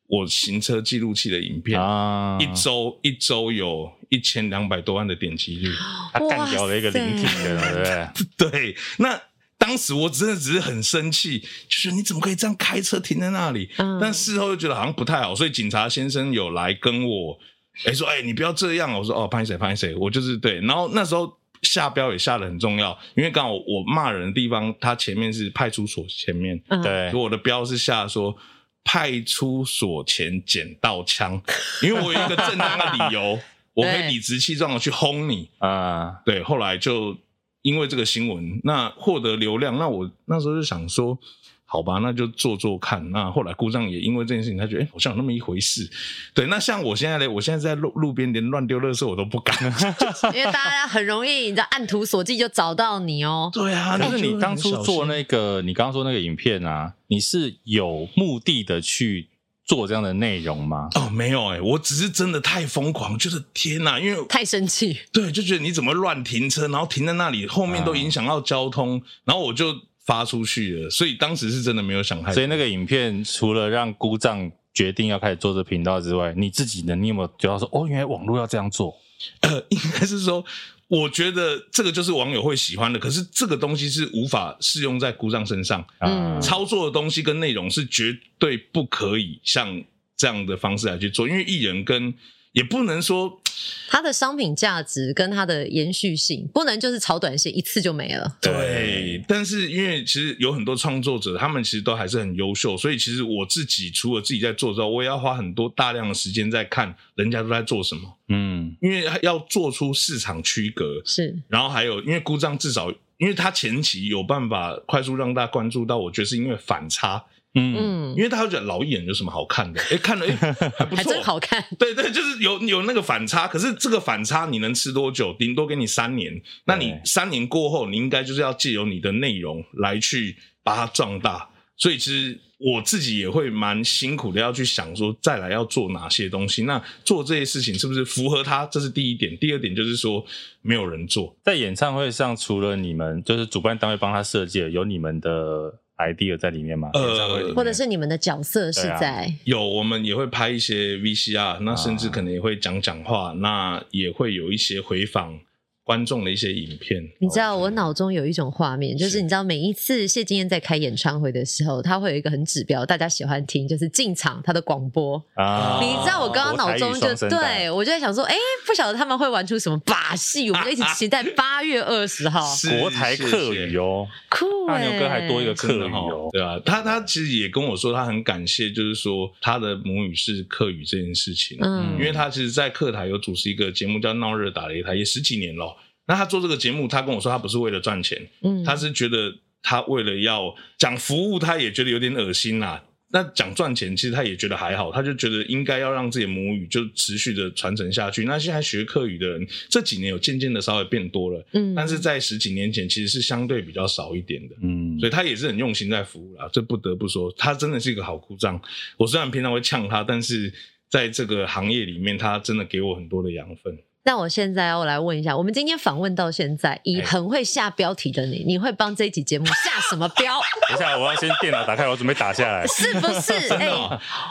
[SPEAKER 4] 我行车记录器的影片，
[SPEAKER 1] 啊
[SPEAKER 4] 一周一周有一千两百多万的点击率。
[SPEAKER 1] 他干掉了一个灵体的人，对不对？
[SPEAKER 4] 对，那当时我真的只是很生气，就是你怎么可以这样开车停在那里？
[SPEAKER 3] 嗯
[SPEAKER 4] 但事后又觉得好像不太好，所以警察先生有来跟我，哎、说，哎、你不要这样哦。我说，哦，拍谁拍谁，我就是对。然后那时候下标也下的很重要，因为刚好我骂人的地方，它前面是派出所前面，
[SPEAKER 3] 嗯
[SPEAKER 1] 对，
[SPEAKER 4] 我的标是下说。派出所前捡到枪，因为我有一个正当的 理由，我可以
[SPEAKER 3] 对
[SPEAKER 4] 理直气壮的去轰你。
[SPEAKER 1] 啊，
[SPEAKER 4] 对，后来就因为这个新闻，那获得流量，那我那时候就想说，好吧，那就做做看。那后来故障也因为这件事情，他觉得哎、诶好像有那么一回事。对，那像我现在嘞，我现在在路路边连乱丢垃圾我都不 敢。
[SPEAKER 3] 因为大家很容易，你知道按图索骥就找到你哦。
[SPEAKER 4] 对啊，
[SPEAKER 1] 可是
[SPEAKER 4] 就
[SPEAKER 1] 你当初
[SPEAKER 4] 很小心
[SPEAKER 1] 做那个，你刚刚说那个影片啊，你是有目的的去做这样的内容吗？
[SPEAKER 4] 哦，没有哎、诶我只是真的太疯狂，就是天哪、因为
[SPEAKER 3] 太生气，
[SPEAKER 4] 对，就觉得你怎么乱停车，然后停在那里，后面都影响到交通，然后我就发出去了，所以当时是真的没有想
[SPEAKER 3] 哎
[SPEAKER 4] 太多。
[SPEAKER 1] 所以那个影片除了让姑丈决定要开始做这频道之外，你自己呢，你有没有觉得说，哦，原来网络要这样做？
[SPEAKER 4] 呃， 应该是说，我觉得这个就是网友会喜欢的，可是这个东西是无法适用在姑丈身上，
[SPEAKER 1] 啊
[SPEAKER 3] 嗯
[SPEAKER 4] 操作的东西跟内容是绝对不可以像这样的方式来去做，因为艺人跟也不能说
[SPEAKER 3] 它的商品价值跟它的延续性，不能就是炒短线一次就没了。
[SPEAKER 4] 对，但是因为其实有很多创作者，他们其实都还是很优秀，所以其实我自己除了自己在做之后，我也要花很多大量的时间在看人家都在做什么，
[SPEAKER 1] 嗯，
[SPEAKER 4] 因为要做出市场区隔，
[SPEAKER 3] 是，
[SPEAKER 4] 然后还有，因为故障至少，因为他前期有办法快速让大家关注到，我觉得是因为反差，
[SPEAKER 1] 嗯
[SPEAKER 3] 嗯
[SPEAKER 4] 因，为他会觉得老艺人有什么好看的？哎，看了哎还 不
[SPEAKER 3] 还
[SPEAKER 4] 错
[SPEAKER 3] 真，好看。
[SPEAKER 4] 对对，就是有有那个反差。可是这个反差你能吃多久？顶多给你三年，那你
[SPEAKER 1] 对
[SPEAKER 4] 三年过后，你应该就是要借由你的内容来去把它壮大。所以其实我自己也会蛮辛苦的，要去想说再来要做哪些东西。那做这些事情是不是符合他？这是第一点。第二点就是说没有人做。
[SPEAKER 1] 在演唱会上，除了你们，就是主办单位帮他设计的，有你们的 idea 在里面吗？
[SPEAKER 4] 呃
[SPEAKER 1] 演唱会里面
[SPEAKER 3] 或者是你们的角色是
[SPEAKER 1] 对啊
[SPEAKER 3] 在、
[SPEAKER 4] 有，我们也会拍一些 VCR，那甚至可能也会讲讲话，那也会有一些回访观众的一些影片。
[SPEAKER 3] 你知道，我脑中有一种画面，就是
[SPEAKER 4] 是
[SPEAKER 3] 你知道，每一次谢金燕在开演唱会的时候，他会有一个很指标，大家喜欢听，就是进场他的广播。
[SPEAKER 1] 啊，
[SPEAKER 3] 你知道，我刚刚脑中
[SPEAKER 1] 国台语
[SPEAKER 3] 就
[SPEAKER 1] 双声带
[SPEAKER 3] 对我就在想说，哎、不晓得他们会玩出什么把戏，我们就一起期 待八月二十号，
[SPEAKER 4] 是
[SPEAKER 1] 国台客语哦，
[SPEAKER 3] 酷
[SPEAKER 1] 大
[SPEAKER 3] 哎、
[SPEAKER 1] 牛哥还多一个
[SPEAKER 4] 真
[SPEAKER 1] 客
[SPEAKER 4] 的
[SPEAKER 1] 语
[SPEAKER 4] 哈、
[SPEAKER 1] 哦，
[SPEAKER 4] 对啊，他他其实也跟我说，他很感谢，就是说他的母语是客语这件事情，
[SPEAKER 3] 嗯
[SPEAKER 4] 因为他其实，在客台有主持一个节目叫《闹热打擂台》，也十几年了。那他做这个节目，他跟我说，他不是为了赚钱，
[SPEAKER 3] 嗯
[SPEAKER 4] 他是觉得他为了要讲服务，他也觉得有点恶心啦、那讲赚钱，其实他也觉得还好，他就觉得应该要让自己的母语就持续的传承下去。那现在学客语的人这几年有渐渐的稍微变多了，
[SPEAKER 3] 嗯
[SPEAKER 4] 但是在十几年前其实是相对比较少一点的。
[SPEAKER 1] 嗯，
[SPEAKER 4] 所以他也是很用心在服务啦，这不得不说，他真的是一个好姑丈。我虽然平常会呛他，但是在这个行业里面，他真的给我很多的养分。
[SPEAKER 3] 那我现在要来问一下，我们今天访问到现在，以
[SPEAKER 1] 哎
[SPEAKER 3] 很会下标题的你，你会帮这一集节目下什么标？
[SPEAKER 1] 等一下我要先电脑打开，我准备打下来。
[SPEAKER 3] 是不是？ 哎、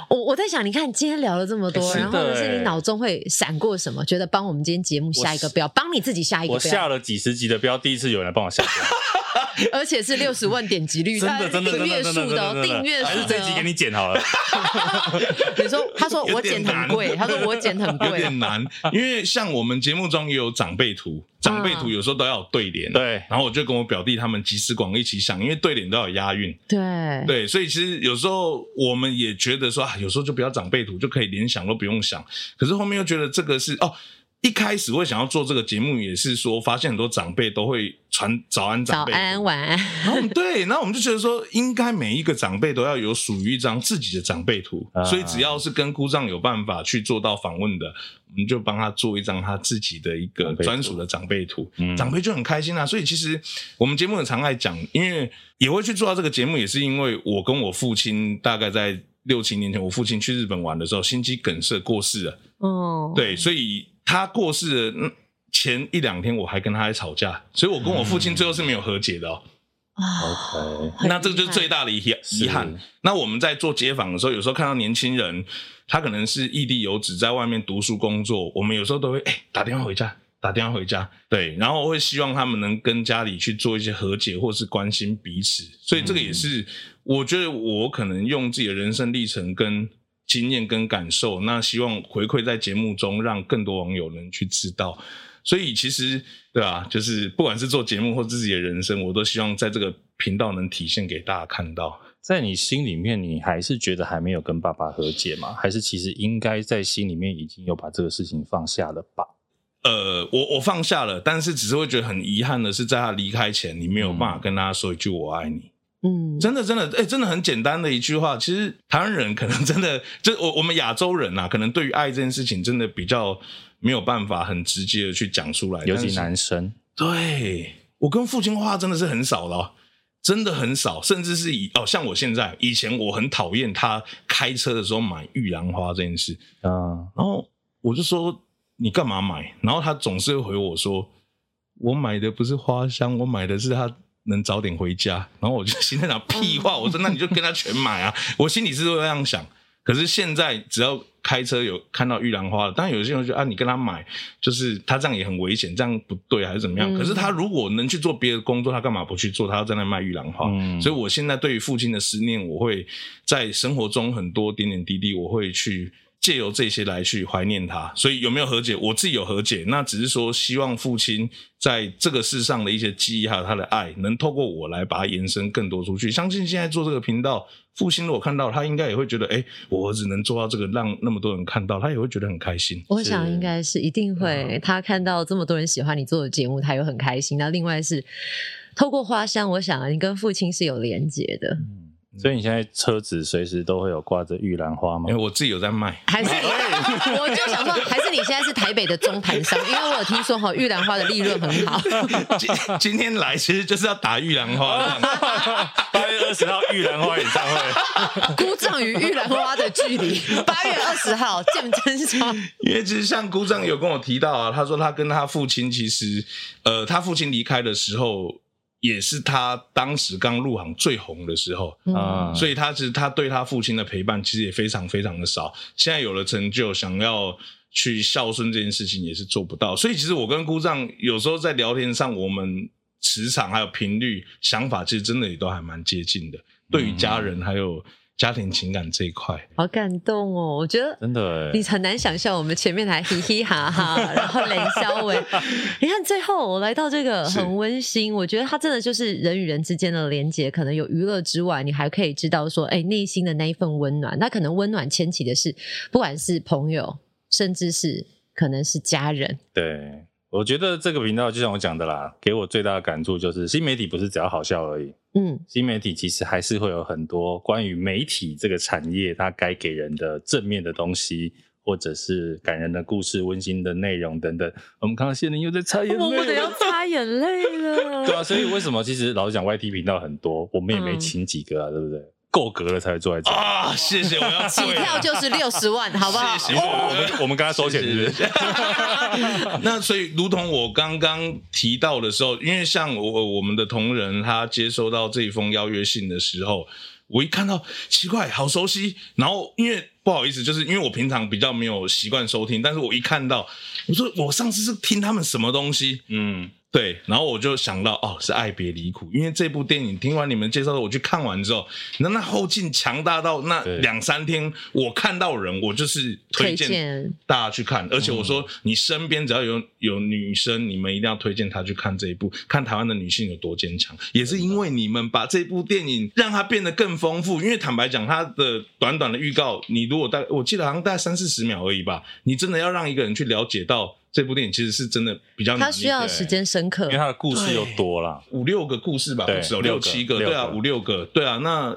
[SPEAKER 3] 我我在想，你看今天聊了这么多，
[SPEAKER 1] 哦哎是的
[SPEAKER 3] 然后就是
[SPEAKER 1] 哎
[SPEAKER 3] 你脑中会闪过什么？觉得帮我们今天节目下一个标，帮你自己下一个
[SPEAKER 1] 我
[SPEAKER 3] 标
[SPEAKER 1] 下。了几十集的标，第一次有人来帮我下标，
[SPEAKER 3] 而且是六十万点击率，
[SPEAKER 1] 真的真的真
[SPEAKER 3] 订
[SPEAKER 1] 的
[SPEAKER 3] 阅
[SPEAKER 1] 真的
[SPEAKER 3] 数
[SPEAKER 1] 真
[SPEAKER 3] 的
[SPEAKER 1] 的
[SPEAKER 3] 哦订阅
[SPEAKER 1] 还是
[SPEAKER 3] 数
[SPEAKER 1] 这
[SPEAKER 3] 的
[SPEAKER 1] 一集
[SPEAKER 3] 哦
[SPEAKER 1] 给。你剪 好了。
[SPEAKER 3] 你说，他说我剪很贵，他说我剪很
[SPEAKER 4] 有
[SPEAKER 3] 贵，
[SPEAKER 4] 点难，因为像我们节目中也有长辈图，长辈图
[SPEAKER 3] 嗯
[SPEAKER 4] 有时候都要有对联。
[SPEAKER 1] 对，
[SPEAKER 4] 然后我就跟我表弟他们集思广益一起想，因为对联都要有押韵，
[SPEAKER 3] 对
[SPEAKER 4] 对，所以其实有时候我们也觉得说啊，有时候就不要长辈图，就可以连想都不用想。可是后面又觉得这个是哦，一开始会想要做这个节目，也是说发现很多长辈都会传早安
[SPEAKER 3] 早
[SPEAKER 4] 长辈图
[SPEAKER 3] 安晚安，
[SPEAKER 4] 然后我们对，然后我们就觉得说，应该每一个长辈都要有属于一张自己的长辈图，
[SPEAKER 1] 啊
[SPEAKER 4] 所以只要是跟姑丈有办法去做到访问的，我们就帮他做一张他自己的一个
[SPEAKER 1] 长辈图
[SPEAKER 4] 专属的长辈图，
[SPEAKER 1] 嗯
[SPEAKER 4] 长辈就很开心啊。所以其实我们节目很常爱讲，因为也会去做到这个节目，也是因为我跟我父亲大概在六七年前，我父亲去日本玩的时候，心肌梗塞过世了，
[SPEAKER 3] 嗯，
[SPEAKER 4] 对，所以他过世了。嗯前一两天我还跟他在吵架，所以我跟我父亲最后是没有和解的哦。
[SPEAKER 3] 啊
[SPEAKER 1] OK，
[SPEAKER 3] 很
[SPEAKER 4] 那这个就
[SPEAKER 3] 厉
[SPEAKER 4] 是
[SPEAKER 3] 害
[SPEAKER 4] 最大的遗憾
[SPEAKER 1] 是
[SPEAKER 4] 遗憾。那我们在做街访的时候，有时候看到年轻人，他可能是异地游子，在外面读书工作，我们有时候都会哎、打电话回家，打电话回家，对，然后会希望他们能跟家里去做一些和解，或是关心彼此。所以这个也是，我觉得我可能用自己的人生历程跟。经验跟感受，那希望回馈在节目中，让更多网友能去知道。所以其实对啊，就是不管是做节目或自己的人生，我都希望在这个频道能体现给大家看到。
[SPEAKER 1] 在你心里面，你还是觉得还没有跟爸爸和解吗？还是其实应该在心里面已经有把这个事情放下了吧？
[SPEAKER 4] 呃，我我放下了，但是只是会觉得很遗憾的是，在他离开前，你没有办法
[SPEAKER 1] 嗯
[SPEAKER 4] 跟他说一句“我爱你”
[SPEAKER 3] 嗯，
[SPEAKER 4] 真的，真的，哎、真的很简单的一句话。其实台湾人可能真的，就我我们亚洲人啊，可能对于爱这件事情，真的比较没有办法很直接的去讲出来，
[SPEAKER 1] 尤其
[SPEAKER 4] 但是
[SPEAKER 1] 男生，
[SPEAKER 4] 对我跟父亲话真的是很少了哦，真的很少，甚至是以哦，像我现在以前我很讨厌他开车的时候买玉兰花这件事，
[SPEAKER 1] 嗯，
[SPEAKER 4] 然后我就说你干嘛买？然后他总是会回我说我买的不是花香，我买的是他。能早点回家，然后我就 心在想屁话，我说那你就跟他全买啊，我心里是这样想。可是现在只要开车有看到玉兰花了，当然有些人觉得啊，你跟他买，就是他这样也很危险，这样不对还是怎么
[SPEAKER 3] 嗯
[SPEAKER 4] 样？可是他如果能去做别的工作，他干嘛不去做？他要在那卖玉兰花。
[SPEAKER 1] 嗯
[SPEAKER 4] 所以我现在对于父亲的思念，我会在生活中很多点点滴滴，我会去。借由这些来去怀念他，所以有没有和解？我自己有和解，那只是说希望父亲在这个世上的一些记忆还有他的爱，能透过我来把它延伸更多出去。相信现在做这个频道，父亲如果看到，他应该也会觉得，哎、我儿子能做到这个，让那么多人看到，他也会觉得很开心。
[SPEAKER 3] 我想应该是一定会，
[SPEAKER 1] 嗯
[SPEAKER 3] 他看到这么多人喜欢你做的节目，他又很开心。那另外是透过花香，我想你跟父亲是有连接的，
[SPEAKER 1] 所以你现在车子随时都会有挂着玉兰花吗
[SPEAKER 4] 因为？我自己有在卖，
[SPEAKER 3] 还是你？ 我就想说，还是你现在是台北的中盘商，因为我有听说哈，玉兰花的利润很好。
[SPEAKER 4] 今今天来其实就是要打玉兰花这样。
[SPEAKER 1] 八月二十号玉兰花演唱 会，
[SPEAKER 3] 孤掌与玉兰花的距离，八月二十号见真章。
[SPEAKER 4] 因为其实像姑丈有跟我提到啊，他说他跟他父亲其实，呃，他父亲离开的时候，也是他当时刚入行最红的时候，
[SPEAKER 3] 嗯
[SPEAKER 1] 啊，
[SPEAKER 4] 所以他其实他对他父亲的陪伴其实也非常非常的少。现在有了成就，想要去孝顺这件事情也是做不到。所以其实我跟姑丈有时候在聊天上，我们磁场还有频率、想法，其实真的也都还蛮接近的。对于家人还有家庭情感这一块，
[SPEAKER 3] 好感动哦！我觉得
[SPEAKER 1] 真的
[SPEAKER 3] 你
[SPEAKER 1] 欸，
[SPEAKER 3] 很难想象，我们前面还嘻嘻哈哈， 然后冷笑伟，你看最后我来到这个
[SPEAKER 4] 是
[SPEAKER 3] 很温馨，我觉得它真的就是人与人之间的连接，可能有娱乐之外，你还可以知道说，哎，内心的那一份温暖，那可能温暖牵起的是，不管是朋友，甚至是可能是家人，
[SPEAKER 1] 对。我觉得这个频道就像我讲的啦，给我最大的感触就是新媒体不是只要好笑而已，
[SPEAKER 3] 嗯，
[SPEAKER 1] 新媒体其实还是会有很多关于媒体这个产业它该给人的正面的东西，或者是感人的故事、温馨的内容等等。我们看到谢玲又在擦眼
[SPEAKER 3] 我不得
[SPEAKER 1] 泪
[SPEAKER 3] 要
[SPEAKER 1] 了。
[SPEAKER 3] 擦眼泪了。
[SPEAKER 1] 对啊，所以为什么其实老实讲，YT 频道很多，我们也
[SPEAKER 3] 嗯
[SPEAKER 1] 没请几个啊，对不对？够格了才会坐在这。
[SPEAKER 4] 啊，谢谢，我要
[SPEAKER 3] 起
[SPEAKER 4] 跪了
[SPEAKER 3] 跳就是六十万，好不好？哦
[SPEAKER 4] 谢谢
[SPEAKER 1] 我们我们跟他收钱是不 是？
[SPEAKER 4] 那所以，如同我刚刚提到的时候，因为像我我们的同仁他接收到这一封邀约信的时候，我一看到奇怪，好熟悉，然后因为。不好意思，就是因为我平常比较没有习惯收听，但是我一看到，我说我上次是听他们什么东西，
[SPEAKER 1] 嗯，
[SPEAKER 4] 对，然后我就想到，哦，是《爱别离苦》，因为这部电影听完你们介绍的，我去看完之后，那那后劲强大到那
[SPEAKER 1] 对
[SPEAKER 4] 两三天，我看到人，我就是推
[SPEAKER 3] 推
[SPEAKER 4] 荐
[SPEAKER 3] 荐
[SPEAKER 4] 大家去看，而且我说，你身边只要有有女生，你们一定要推荐她去看这一部，看台湾的女性有多坚强，也是因为你们把这部电影让它变得更丰富，因为坦白讲，它的短短的预告，你如果大，我记得好像大概三四十秒而已吧，你真的要让一个人去了解到。这部电影其实是真的比较难，
[SPEAKER 3] 他需要时间深刻
[SPEAKER 1] 因为。他的故事又多啦。
[SPEAKER 4] 五六个故事吧，
[SPEAKER 1] 对
[SPEAKER 4] 不是有
[SPEAKER 1] 六
[SPEAKER 4] 六
[SPEAKER 1] 个
[SPEAKER 4] 七个，
[SPEAKER 1] 六
[SPEAKER 4] 对啊，
[SPEAKER 1] 个
[SPEAKER 4] 五六个，对啊，那。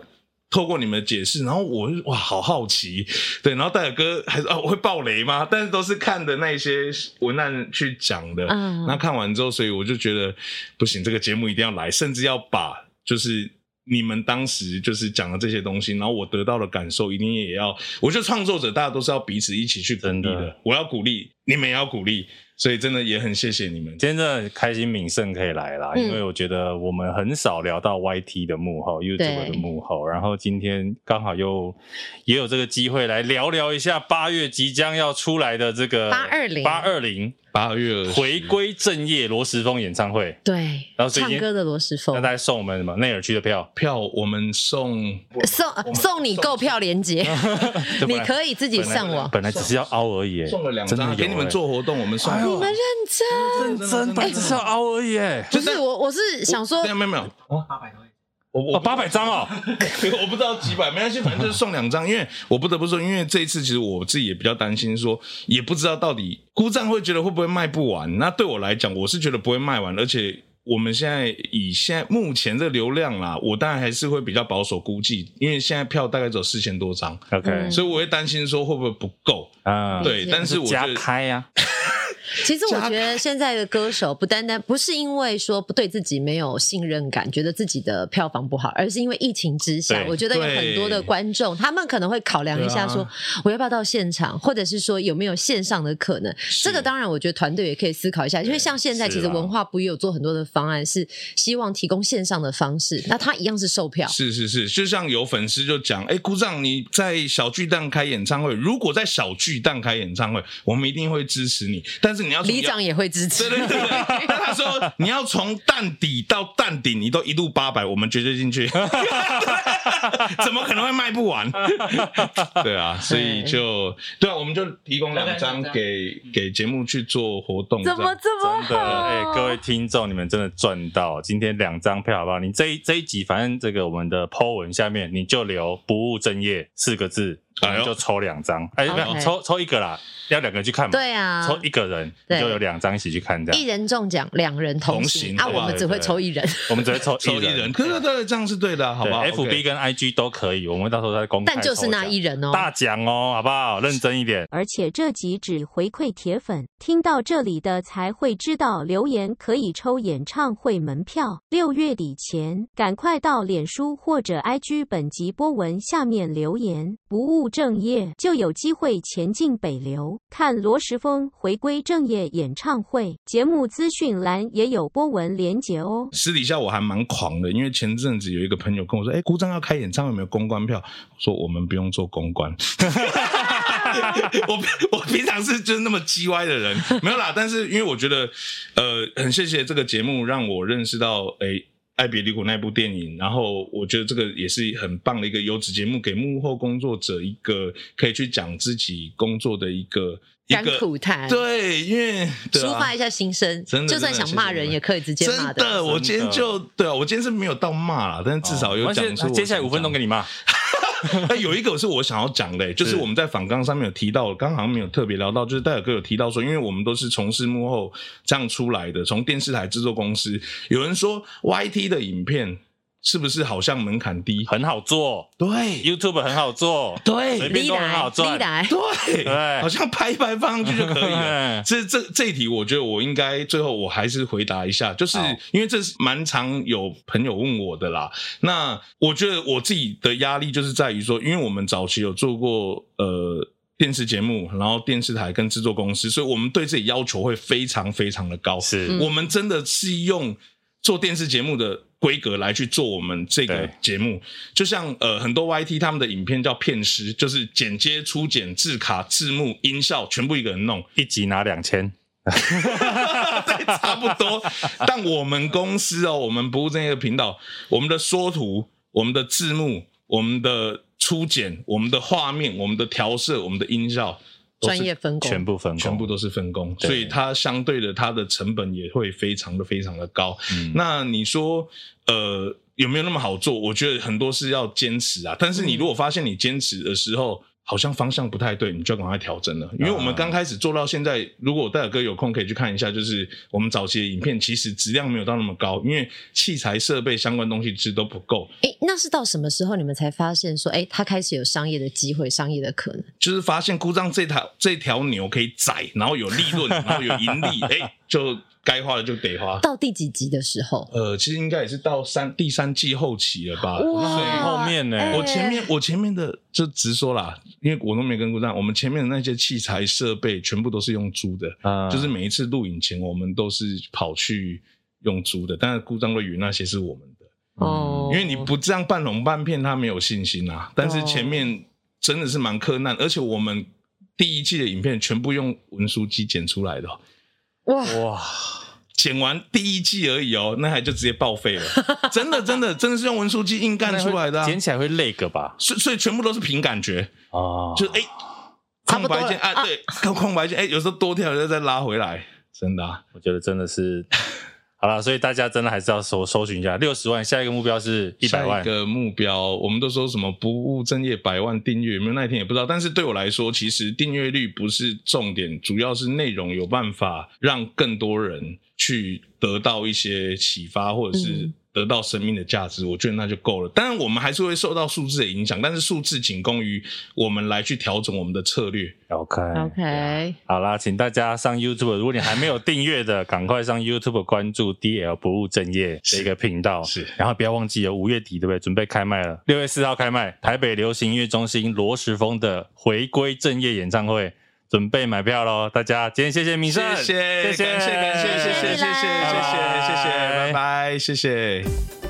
[SPEAKER 4] 透过你们的解释，然后我就哇，好好奇，对，然后戴尔哥还是啊，我会爆雷吗？但是都是看的那些文案去讲的，
[SPEAKER 3] 嗯
[SPEAKER 4] 那看完之后，所以我就觉得不行，这个节目一定要来，甚至要把就是你们当时就是讲的这些东西，然后我得到的感受，一定也要，我觉得创作者大家都是要彼此一起去鼓励
[SPEAKER 1] 真
[SPEAKER 4] 的
[SPEAKER 1] 的，
[SPEAKER 4] 我要鼓励，你们也要鼓励，所以真的也很谢谢你们，
[SPEAKER 1] 今天真的很开心敏盛可以来啦，
[SPEAKER 3] 嗯
[SPEAKER 1] 因为我觉得我们很少聊到 YT 的幕后、YouTube
[SPEAKER 3] 对
[SPEAKER 1] 的幕后，然后今天刚好又也有这个机会来聊聊一下八月即将要出来的这个
[SPEAKER 3] 820
[SPEAKER 1] 八二零
[SPEAKER 4] 八月20
[SPEAKER 1] 回归正业罗时峰演唱会，
[SPEAKER 3] 对，
[SPEAKER 1] 然后最
[SPEAKER 3] 唱
[SPEAKER 1] 近
[SPEAKER 3] 歌的罗时
[SPEAKER 1] 那
[SPEAKER 3] 丰
[SPEAKER 1] 大家送我们什么内尔区的票？
[SPEAKER 4] 票我们送，
[SPEAKER 3] 送送你购票链接，
[SPEAKER 1] 这本
[SPEAKER 3] 你
[SPEAKER 1] 来
[SPEAKER 3] 可以自己上网。
[SPEAKER 1] 本来只是要凹而已，
[SPEAKER 4] 送了两
[SPEAKER 1] 真的
[SPEAKER 4] 张
[SPEAKER 1] 有
[SPEAKER 4] 给你们
[SPEAKER 1] 欸
[SPEAKER 4] 做活动，我们送。
[SPEAKER 1] 哎呦
[SPEAKER 3] 你们认真？
[SPEAKER 1] 认真，本来只是要凹而已，哎
[SPEAKER 3] 不是我，我是想说
[SPEAKER 4] 没有没有没有，哦，八百多。我
[SPEAKER 1] 哦，
[SPEAKER 4] 我
[SPEAKER 1] 八百张哦，
[SPEAKER 4] 我不知道几百，没关系，反正就是送两张。因为我不得不说，因为这一次其实我自己也比较担心说，也不知道到底孤站会觉得会不会卖不完。那对我来讲，我是觉得不会卖完，而且我们现在以现在目前这流量啦，我当然还是会比较保守估计，因为现在票大概只有四千多张，
[SPEAKER 1] ，OK，
[SPEAKER 4] 所以我会担心说会不会不够。
[SPEAKER 1] 啊，
[SPEAKER 3] 嗯
[SPEAKER 4] 对，但是我觉
[SPEAKER 1] 加
[SPEAKER 4] 得
[SPEAKER 1] 开呀，
[SPEAKER 3] 其实我觉得现在的歌手不单单不是因为说不对自己没有信任感，觉得自己的票房不好，而是因为疫情之下
[SPEAKER 1] 对，
[SPEAKER 3] 我觉得有很多的观众，他们可能会考量一下
[SPEAKER 4] 对啊
[SPEAKER 3] 说，我要不要到现场，或者是说有没有线上的可能。这个当然，我觉得团队也可以思考一下，因为像现在
[SPEAKER 1] 是啊
[SPEAKER 3] 其实文化部也有做很多的方案，是希望提供线上的方式，那它一样是售票。
[SPEAKER 4] 是是是，就像有粉丝就讲，哎、姑丈你在小巨蛋开演唱会，如果在小巨蛋开演唱会，我们一定会支持你。啊但是你要从
[SPEAKER 3] 里长也会支持
[SPEAKER 4] 对，对对对，但他说你要从蛋底到蛋顶，你都一路八百，我们绝对进去， 怎么可能会卖不完？ 对啊，所以就对啊，我们就提供两张给给节目去做活动，
[SPEAKER 2] 怎么
[SPEAKER 4] 这样
[SPEAKER 2] 这么
[SPEAKER 1] 真的，
[SPEAKER 2] 好？
[SPEAKER 1] 哎、各位听众，你们真的赚到！今天两张票好不好？你这一这一集，反正这个我们的 Po 文下面你就留“不务正业”四个字，我
[SPEAKER 4] 哎呦
[SPEAKER 1] 们就抽两张。哎、没有
[SPEAKER 3] OK
[SPEAKER 1] 抽抽一个啦，要两个人去看嘛。、
[SPEAKER 3] 对啊，
[SPEAKER 1] 抽一个人，你
[SPEAKER 3] 对
[SPEAKER 1] 就有两张一起去看这
[SPEAKER 3] 一
[SPEAKER 1] 样。
[SPEAKER 3] 人中奖，两人同
[SPEAKER 4] 同
[SPEAKER 3] 行
[SPEAKER 4] 行
[SPEAKER 3] 啊，
[SPEAKER 4] 对吧
[SPEAKER 3] 我们只会抽一人。
[SPEAKER 1] 我们只会抽
[SPEAKER 4] 抽一人，对对对，这样是对的啊，好
[SPEAKER 1] 对
[SPEAKER 4] 不好
[SPEAKER 1] f
[SPEAKER 4] OK
[SPEAKER 1] b 跟 IG 都可以，我们到时候再公开
[SPEAKER 3] 但就是那
[SPEAKER 1] 抽奖
[SPEAKER 3] 一人哦，
[SPEAKER 1] 大奖哦，好不好？认真一点。
[SPEAKER 7] 而且这集只回馈铁粉，听到这里的才会知道留言可以抽演唱会门票。六月底前，赶快到脸书或者 IG 本集波文下面留言，不务正业就有机会前进北流，看罗时丰回归正业演唱会。节目资讯栏也有波文连结哦。
[SPEAKER 4] 私底下我还蛮狂的，因为前阵子有一个朋友跟我说：“哎、姑丈要开演唱会，有没有公关票？”我说：“我们不用做公关。” 我我平常是就是那么叽歪的人，没有啦。但是因为我觉得，呃，很谢谢这个节目让我认识到，哎、艾别离苦》那部电影，然后我觉得这个也是很棒的一个优质节目，给幕后工作者一个可以去讲自己工作的一个一
[SPEAKER 3] 甘
[SPEAKER 4] 个
[SPEAKER 3] 苦谈，
[SPEAKER 4] 对，因为对啊
[SPEAKER 3] 抒发一下心声，
[SPEAKER 4] 真的
[SPEAKER 3] 就算
[SPEAKER 4] 真的
[SPEAKER 3] 想骂
[SPEAKER 4] 谢谢你
[SPEAKER 3] 人
[SPEAKER 4] 们
[SPEAKER 3] 也可以直接
[SPEAKER 4] 真
[SPEAKER 3] 骂
[SPEAKER 4] 的，我今天
[SPEAKER 1] 真的哦
[SPEAKER 4] 就对啊，我今天是没有到骂啦，但是至少有
[SPEAKER 1] 而且啊
[SPEAKER 4] 讲出我想讲的。
[SPEAKER 1] 接下来五分钟 给你骂。
[SPEAKER 4] 那有一个是我想要讲的、哎就是
[SPEAKER 1] 是
[SPEAKER 4] 我们在访纲上面有提到，刚好像没有特别聊到，就是戴尔哥有提到说，因为我们都是从事幕后这样出来的，从电视台制作公司，有人说 YT 的影片是不是好像门槛低？
[SPEAKER 1] 很好做
[SPEAKER 4] 对，
[SPEAKER 1] ，YouTube 很好做，随
[SPEAKER 4] 对，
[SPEAKER 1] 便都很好赚
[SPEAKER 3] 李。来，
[SPEAKER 4] 对，
[SPEAKER 1] 对
[SPEAKER 4] 好像拍一拍放上去就可 以了。
[SPEAKER 1] 嗯
[SPEAKER 4] 这这这一题，我觉得我应该最后我还是回答一下，就是
[SPEAKER 1] 好
[SPEAKER 4] 因为这是蛮常有朋友问我的啦。那我觉得我自己的压力就是在于说，因为我们早期有做过呃电视节目，然后电视台跟制作公司，所以我们对自己要求会非常非常的高。
[SPEAKER 1] 是，
[SPEAKER 4] 我们真的是用做电视节目的规格来去做我们这个
[SPEAKER 1] 对
[SPEAKER 4] 节目，就像呃很多 YT 他们的影片叫片师，就是剪接、初剪、字卡、字幕、音效，全部一个人弄。
[SPEAKER 1] 一集拿两千，
[SPEAKER 4] 对， 差不多。但我们公司哦，我们不务正业的频道，我们的缩图、我们的字幕、我们的初剪、我们的画面、我们的调色、我们的音效，都是
[SPEAKER 5] 专业分工，
[SPEAKER 1] 全部分工，
[SPEAKER 4] 全部都是分工，
[SPEAKER 1] 哦对
[SPEAKER 4] 所以它相对的它的成本也会非常的非常的高。
[SPEAKER 1] 嗯
[SPEAKER 4] 那你说，呃，有没有那么好做？我觉得很多是要坚持啊。但是
[SPEAKER 1] 嗯
[SPEAKER 4] 你如果发现你坚持的时候，好像方向不太对，你就要赶快调整了。因为我
[SPEAKER 1] 啊
[SPEAKER 4] 们刚开始做到现在，如果戴尔哥有空可以去看一下，就是我们早期的影片其实质量没有到那么高，因为器材设备相关东西其实都不够。
[SPEAKER 5] 哎，那是到什么时候你们才发现说，哎，他开始有商业的机会、商业的可能？
[SPEAKER 4] 就是发现故障这条这条牛可以宰，然后有利润，然后有 盈利，哎、就该花的就得花。
[SPEAKER 5] 到第几集的时候？
[SPEAKER 4] 呃，其实应该也是到三第三季后期了吧？
[SPEAKER 1] 所以后面呢，
[SPEAKER 4] 我前面我前面的就直说啦，因为我都没跟故障，我们前面的那些器材设备全部都是用租的，
[SPEAKER 1] 啊
[SPEAKER 4] 就是每一次录影前我们都是跑去用租的，但是故障瑞宇那些是我们的，
[SPEAKER 1] 哦
[SPEAKER 3] 哎
[SPEAKER 5] 哦，
[SPEAKER 4] 因为你不这样半哄半骗，他没有信心啊。但是前面真的是蛮困难，而且我们第一季的影片全部用文书机剪出来的哦、
[SPEAKER 5] 哇，
[SPEAKER 1] 哇，
[SPEAKER 4] 剪完第一季而已哦，那还就直接报废 了，真的真的真的是用文书机硬干出来的、啊，
[SPEAKER 1] 捡起来会累个吧？
[SPEAKER 4] 所以所以全部都是凭感觉，
[SPEAKER 1] 啊，
[SPEAKER 4] 就是哎、
[SPEAKER 5] 哦差
[SPEAKER 4] 空
[SPEAKER 5] 不多
[SPEAKER 4] 白键啊，对，空空白键，哎、有时候多跳一下再拉回来，真的、啊，
[SPEAKER 1] 我觉得真的是好了，所以大家真的还是要搜搜寻一下六十万，下一个目标是一百
[SPEAKER 4] 下
[SPEAKER 1] 万
[SPEAKER 4] 一。个目标，我们都说什么不务正业百万订阅，有没有那一天也不知道。但是对我来说，其实订阅率不是重点，主要是内容有办法让更多人去得到一些启发，或者是
[SPEAKER 5] 嗯
[SPEAKER 4] 得到生命的价值，我觉得那就够了。当然，我们还是会受到数字的影响，但是数字仅供于我们来去调整我们的策略。
[SPEAKER 1] OK
[SPEAKER 5] OK，
[SPEAKER 1] 好啦，请大家上 YouTube，如果你还没有订阅的， 赶快上 YouTube 关注 DL 不务正业这个频道。
[SPEAKER 4] 是
[SPEAKER 1] 然后不要忘记有五月底对不对？准备开卖了，六月四号开卖，台北流行音乐中心罗时峰的回归正业演唱会，准备买票喽！大家今天谢谢米胜，
[SPEAKER 4] 谢
[SPEAKER 1] 谢
[SPEAKER 4] 谢，
[SPEAKER 1] 谢，
[SPEAKER 4] 感谢，感谢，谢谢，谢谢，谢谢，谢谢，拜拜，谢谢。